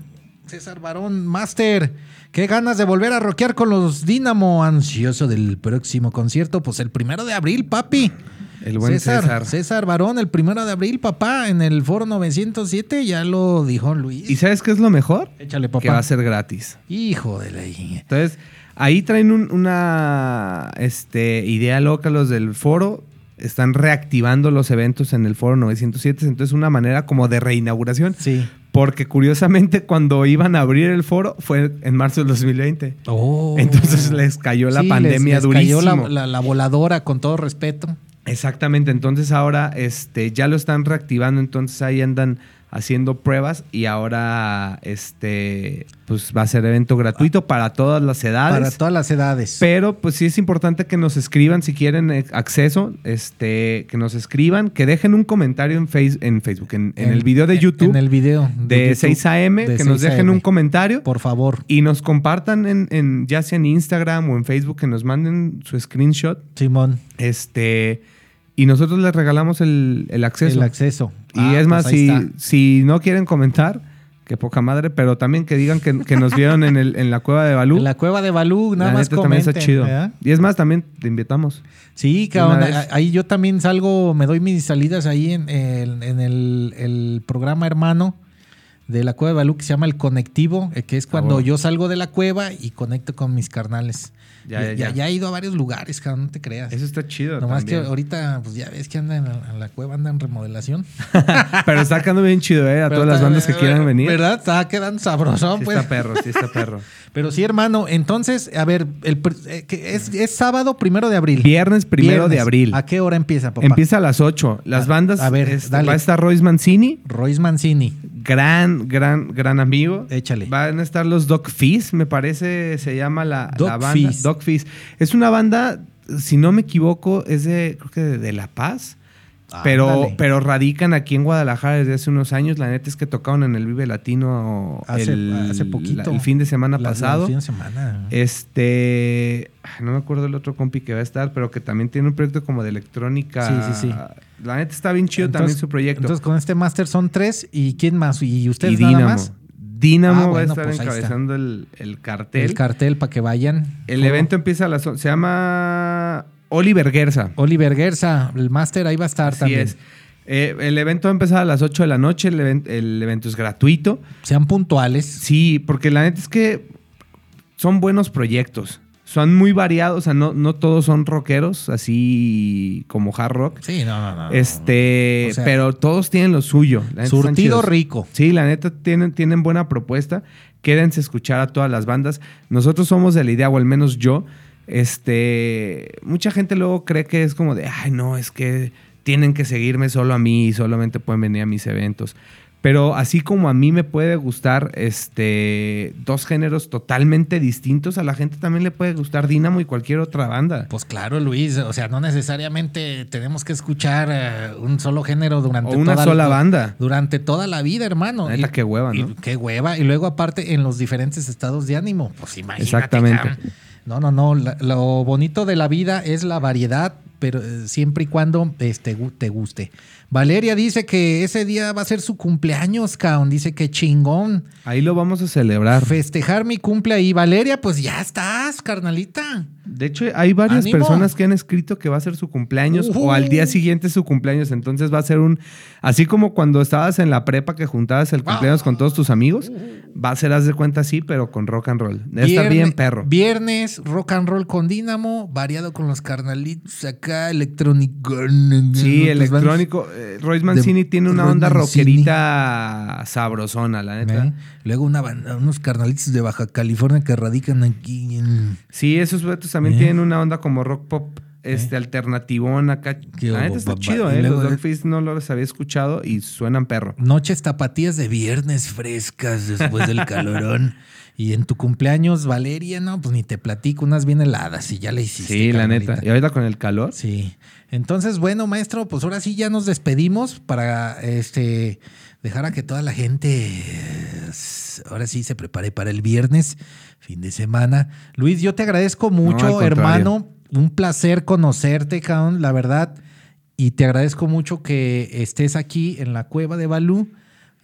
Speaker 5: César Barón, Master. Qué ganas de volver a rockear con los Dinamo. Ansioso del próximo concierto. Pues el primero de abril, papi.
Speaker 3: El buen César.
Speaker 5: Barón, el primero de abril, papá, en el foro 907. Ya lo dijo Luis.
Speaker 3: ¿Y sabes qué es lo mejor?
Speaker 5: Échale,
Speaker 3: Que va
Speaker 5: papá.
Speaker 3: a ser gratis.
Speaker 5: Hijo de la hija.
Speaker 3: Entonces, ahí traen un- una este, idea loca los del foro. Están reactivando los eventos en el foro 907. Entonces, una manera como de reinauguración.
Speaker 5: Sí.
Speaker 3: Porque curiosamente, cuando iban a abrir el foro, fue en marzo del 2020.
Speaker 5: Oh.
Speaker 3: Entonces les cayó la
Speaker 5: Sí,
Speaker 3: pandemia
Speaker 5: les- les cayó la-
Speaker 3: durísimo.
Speaker 5: la, la voladora, con todo respeto.
Speaker 3: Exactamente, entonces ahora este, ya lo están reactivando, entonces ahí andan haciendo pruebas y ahora este, pues va a ser evento gratuito para todas las edades.
Speaker 5: Para todas las edades.
Speaker 3: pero pues sí es importante que nos escriban si quieren eh, acceso, este, que nos escriban, que dejen un comentario en, face- en Facebook, en, en el video de
Speaker 5: en-
Speaker 3: YouTube
Speaker 5: En el video.
Speaker 3: de
Speaker 5: YouTube.
Speaker 3: 6 AM,
Speaker 5: De
Speaker 3: que
Speaker 5: 6
Speaker 3: nos dejen
Speaker 5: AM.
Speaker 3: un comentario
Speaker 5: Por favor.
Speaker 3: y nos compartan en, en- ya sea en Instagram o en Facebook, que nos manden su screenshot
Speaker 5: Simón,
Speaker 3: este. Y nosotros les regalamos el, el acceso.
Speaker 5: el acceso.
Speaker 3: Y
Speaker 5: Ah,
Speaker 3: es
Speaker 5: pues
Speaker 3: más,
Speaker 5: ahí
Speaker 3: si,
Speaker 5: está.
Speaker 3: si no quieren comentar, que poca madre, pero también que digan que, que nos vieron en, el, en la cueva de Balú.
Speaker 5: En la cueva de Balú, nada
Speaker 3: La
Speaker 5: más
Speaker 3: neta también está
Speaker 5: comenten,
Speaker 3: chido.
Speaker 5: ¿verdad?
Speaker 3: Y es más, también te invitamos.
Speaker 5: Sí,
Speaker 3: De una
Speaker 5: cabrón.
Speaker 3: vez.
Speaker 5: Ahí yo también salgo, me doy mis salidas ahí en, el- en el, el programa hermano de la cueva de Balú que se llama El Conectivo, eh, que es cuando
Speaker 3: Ah, bueno.
Speaker 5: yo salgo de la cueva y conecto con mis carnales.
Speaker 3: Ya,
Speaker 5: Ya,
Speaker 3: ya, ya.
Speaker 5: he ido a varios lugares, cabrón, no te creas.
Speaker 3: Eso está chido.
Speaker 5: Nomás
Speaker 3: también.
Speaker 5: que ahorita, pues ya ves que andan en, en la cueva, andan en remodelación.
Speaker 3: Pero está quedando bien chido, ¿eh? A
Speaker 5: Pero
Speaker 3: todas las
Speaker 5: está-
Speaker 3: bandas que quieran venir.
Speaker 5: ¿Verdad? Está quedando sabroso,
Speaker 3: Sí
Speaker 5: pues.
Speaker 3: está perro, sí está perro.
Speaker 5: Pero sí, hermano, entonces, a ver, el, pr- eh, que es, es sábado primero de abril.
Speaker 3: Viernes primero de
Speaker 5: Viernes.
Speaker 3: abril.
Speaker 5: ¿A qué hora empieza, papá?
Speaker 3: Empieza a las 8. Las
Speaker 5: A-
Speaker 3: bandas.
Speaker 5: a ver,
Speaker 3: este,
Speaker 5: dale.
Speaker 3: va a estar Royce Mancini.
Speaker 5: Royce Mancini.
Speaker 3: gran, gran, gran amigo.
Speaker 5: Échale.
Speaker 3: Van a estar los Dog Fizz, me parece, se llama la,
Speaker 5: Dog
Speaker 3: la banda.
Speaker 5: Fizz.
Speaker 3: Dog Fizz. Es una banda, si no me equivoco, es de, creo que de, de La Paz. Pero,
Speaker 5: Ándale.
Speaker 3: pero radican aquí en Guadalajara desde hace unos años. La neta es que tocaron en el Vive Latino
Speaker 5: hace,
Speaker 3: el,
Speaker 5: hace poquito.
Speaker 3: la- el fin de semana
Speaker 5: La-
Speaker 3: pasado. Eh,
Speaker 5: El fin de semana.
Speaker 3: Este, ay, no me acuerdo el otro compi que va a estar, pero que también tiene un proyecto como de electrónica.
Speaker 5: Sí, sí, sí.
Speaker 3: La neta está bien chido también su proyecto.
Speaker 5: Entonces, con este máster son tres. ¿Y quién más? ¿Y ustedes
Speaker 3: y
Speaker 5: nada
Speaker 3: Dinamo.
Speaker 5: más?
Speaker 3: Dinamo
Speaker 5: Ah,
Speaker 3: va a
Speaker 5: bueno,
Speaker 3: estar
Speaker 5: pues ahí está.
Speaker 3: encabezando el, el cartel. El,
Speaker 5: El cartel para que vayan. Todo.
Speaker 3: evento empieza a las... on- Se llama Oliver Gerza.
Speaker 5: Oliver Gersa, el máster ahí va a estar
Speaker 3: Así
Speaker 5: también.
Speaker 3: es. Eh, el evento va a empezar a las 8 de la noche. El, event- el evento es gratuito.
Speaker 5: Sean puntuales.
Speaker 3: Sí, porque la neta es que son buenos proyectos. Son muy variados. O sea, no, no todos son rockeros, así como hard rock.
Speaker 5: Sí, no, no, no.
Speaker 3: Este,
Speaker 5: Ah. O sea,
Speaker 3: pero todos tienen lo suyo. La neta están
Speaker 5: Surtido
Speaker 3: chidos.
Speaker 5: rico.
Speaker 3: Sí, la neta tienen, tienen buena propuesta. Quédense a escuchar a todas las bandas. Nosotros somos de la idea, o al menos yo. Este, mucha gente luego cree que es como de, ay, no, es que tienen que seguirme solo a mí y solamente pueden venir a mis eventos. Pero así como a mí me puede gustar este, dos géneros totalmente distintos, a la gente también le puede gustar Dinamo y cualquier otra banda.
Speaker 5: Pues claro, Luis, o sea, no necesariamente tenemos que escuchar eh, un solo género durante
Speaker 3: O una
Speaker 5: toda
Speaker 3: sola
Speaker 5: to-
Speaker 3: banda.
Speaker 5: Durante toda la vida, hermano.
Speaker 3: La neta, qué hueva,
Speaker 5: y-
Speaker 3: ¿no?
Speaker 5: qué hueva. Y luego, aparte, en los diferentes estados de ánimo. Pues imagínate.
Speaker 3: Exactamente.
Speaker 5: cabrón. No, no, no. la- lo bonito de la vida es la variedad, pero eh, siempre y cuando este, gu- te guste. Valeria dice que ese día va a ser su cumpleaños, caón. Dice que chingón.
Speaker 3: Ahí lo vamos a celebrar.
Speaker 5: Festejar mi cumple ahí. Valeria, pues ya estás, carnalita.
Speaker 3: De hecho, hay varias
Speaker 5: ¡Ánimo!
Speaker 3: personas que han escrito que va a ser su cumpleaños
Speaker 5: Ujú.
Speaker 3: o al día siguiente es su cumpleaños. Entonces va a ser un. Así como cuando estabas en la prepa que juntabas el cumpleaños con todos tus amigos, va a ser, haz de cuenta, sí, pero con rock and roll. Está
Speaker 5: Vierne-
Speaker 3: bien, perro.
Speaker 5: Viernes, rock and roll con Dinamo, variado con los carnalitos acá, electrónico.
Speaker 3: Sí,
Speaker 5: Otras bandas.
Speaker 3: electrónico. Eh, Royce Mancini tiene una
Speaker 5: Royce
Speaker 3: onda
Speaker 5: Mancini.
Speaker 3: rockerita sabrosona, la neta.
Speaker 5: ¿Eh? Luego una banda- unos carnalitos de Baja California que radican aquí en.
Speaker 3: Sí, esos duetos también
Speaker 5: ¿Eh?
Speaker 3: tienen una onda como rock pop. Este alternativón acá.
Speaker 5: Qué
Speaker 3: La
Speaker 5: hubo,
Speaker 3: neta está
Speaker 5: papá.
Speaker 3: chido,
Speaker 5: Y
Speaker 3: ¿eh?
Speaker 5: luego-
Speaker 3: Los Dogfish no los había escuchado y suenan perro.
Speaker 5: Noches tapatías de viernes frescas después del calorón. Y en tu cumpleaños, Valeria, no, pues ni te platico, unas bien heladas y ya le hiciste.
Speaker 3: Sí, la neta.
Speaker 5: carnalita.
Speaker 3: Y ahorita con el calor.
Speaker 5: Sí. Entonces, bueno, maestro, pues ahora sí ya nos despedimos para este dejar a que toda la gente eh, s- ahora sí se prepare para el viernes, fin de semana. Luis, yo te agradezco mucho,
Speaker 3: al contrario.
Speaker 5: hermano. un placer conocerte, cabrón, la verdad. Y te agradezco mucho que estés aquí en la cueva de Balú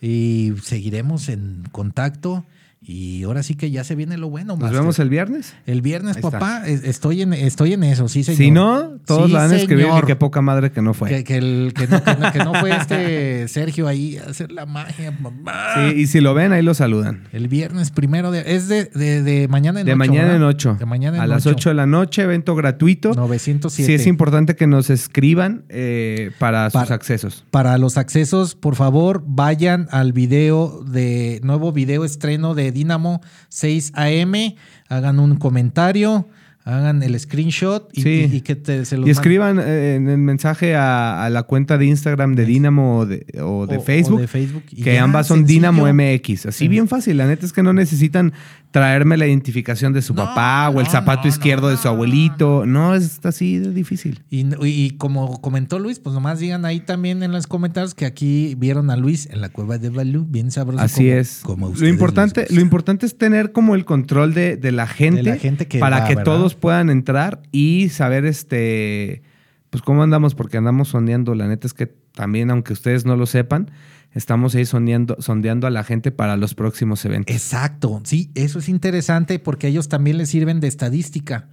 Speaker 5: y seguiremos en contacto. Y ahora sí que ya se viene lo bueno.
Speaker 3: Nos
Speaker 5: Master.
Speaker 3: vemos el viernes.
Speaker 5: El viernes,
Speaker 3: Ahí está.
Speaker 5: papá, es- estoy en, estoy en eso, sí, señor.
Speaker 3: Si no, todos
Speaker 5: Sí,
Speaker 3: la van a escribir
Speaker 5: señor.
Speaker 3: que qué poca madre que no fue.
Speaker 5: Que, que el- que no, que no- que no fue este Sergio ahí a hacer la magia, papá.
Speaker 3: Sí, y si lo ven, ahí lo saludan.
Speaker 5: El viernes primero de. Es de, de, de mañana en
Speaker 3: De
Speaker 5: ocho,
Speaker 3: mañana
Speaker 5: ¿verdad?
Speaker 3: en 8.
Speaker 5: De mañana en
Speaker 3: A las 8 de la noche, evento gratuito.
Speaker 5: 907.
Speaker 3: Sí, es importante que nos escriban eh, para sus
Speaker 5: Para-
Speaker 3: accesos.
Speaker 5: Para los accesos, por favor, vayan al video de nuevo video estreno de Dinamo 6 AM, hagan un comentario, hagan el screenshot y,
Speaker 3: Sí.
Speaker 5: y- y que te, se los manden.
Speaker 3: Y escriban eh, en el mensaje a, a la cuenta de Instagram de Dinamo o de, o de
Speaker 5: O- o
Speaker 3: Facebook.
Speaker 5: de Facebook. Y
Speaker 3: Que
Speaker 5: ya,
Speaker 3: ambas son
Speaker 5: sencillo.
Speaker 3: Dinamo MX. Así
Speaker 5: Sí.
Speaker 3: bien fácil. La neta es que no necesitan traerme la identificación de su
Speaker 5: No,
Speaker 3: papá o el
Speaker 5: no,
Speaker 3: zapato
Speaker 5: no,
Speaker 3: izquierdo de su
Speaker 5: no,
Speaker 3: abuelito. No, es así de difícil.
Speaker 5: Y, y como comentó Luis, pues nomás digan ahí también en los comentarios que aquí vieron a Luis en la cueva de Balú, bien sabroso.
Speaker 3: Así
Speaker 5: como-
Speaker 3: es.
Speaker 5: como a
Speaker 3: lo,
Speaker 5: ustedes
Speaker 3: importante,
Speaker 5: les gusta.
Speaker 3: lo importante es tener como el control de, de la gente,
Speaker 5: la gente que
Speaker 3: para
Speaker 5: va,
Speaker 3: que
Speaker 5: ¿verdad?
Speaker 3: todos puedan entrar y saber este pues cómo andamos, porque andamos sondeando. La neta es que también, aunque ustedes no lo sepan, estamos ahí sondeando, sondeando a la gente para los próximos eventos.
Speaker 5: Exacto, sí, eso es interesante porque a ellos también les sirven de estadística.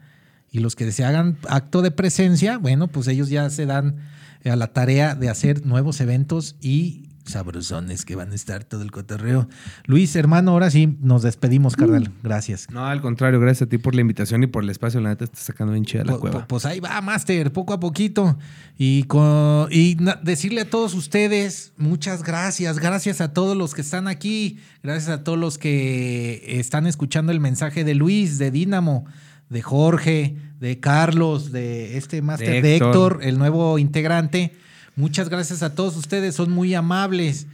Speaker 5: Y los que se hagan acto de presencia, bueno, pues ellos ya se dan eh, a la tarea de hacer nuevos eventos y sabrosones que van a estar todo el cotorreo. Luis, hermano, ahora sí nos despedimos, carnal. Gracias.
Speaker 3: No, al contrario, gracias a ti por la invitación y por el espacio. La neta está sacando bien chida la
Speaker 5: Pu- pu-
Speaker 3: cueva.
Speaker 5: Pues ahí va, Master, poco a poquito. Y, co- y na- decirle a todos ustedes muchas gracias. Gracias a todos los que están aquí. Gracias a todos los que están escuchando el mensaje de Luis, de Dínamo, de Jorge, de Carlos, de este Master,
Speaker 3: De
Speaker 5: de
Speaker 3: Héctor.
Speaker 5: Héctor, el nuevo integrante. Muchas gracias a todos ustedes. Son muy amables.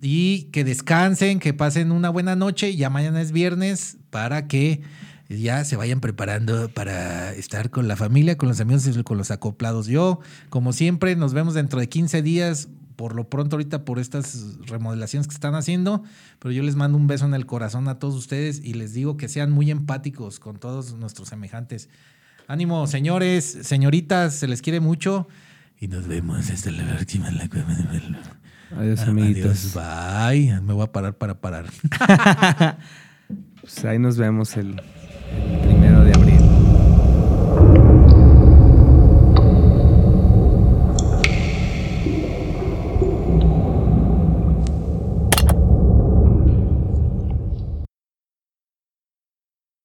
Speaker 5: Y que descansen, que pasen una buena noche. Ya mañana es viernes para que ya se vayan preparando para estar con la familia, con los amigos y con los acoplados. Yo, como siempre, nos vemos dentro de 15 días. Por lo pronto, ahorita por estas remodelaciones que están haciendo, pero yo les mando un beso en el corazón a todos ustedes y les digo que sean muy empáticos con todos nuestros semejantes. Ánimo, señores, señoritas, se les quiere mucho y nos vemos hasta la próxima. en La Cueva de Belén.
Speaker 3: Adiós, Pues, amiguitos.
Speaker 5: Adiós, bye. Me voy a parar para parar.
Speaker 3: Pues ahí nos vemos el- el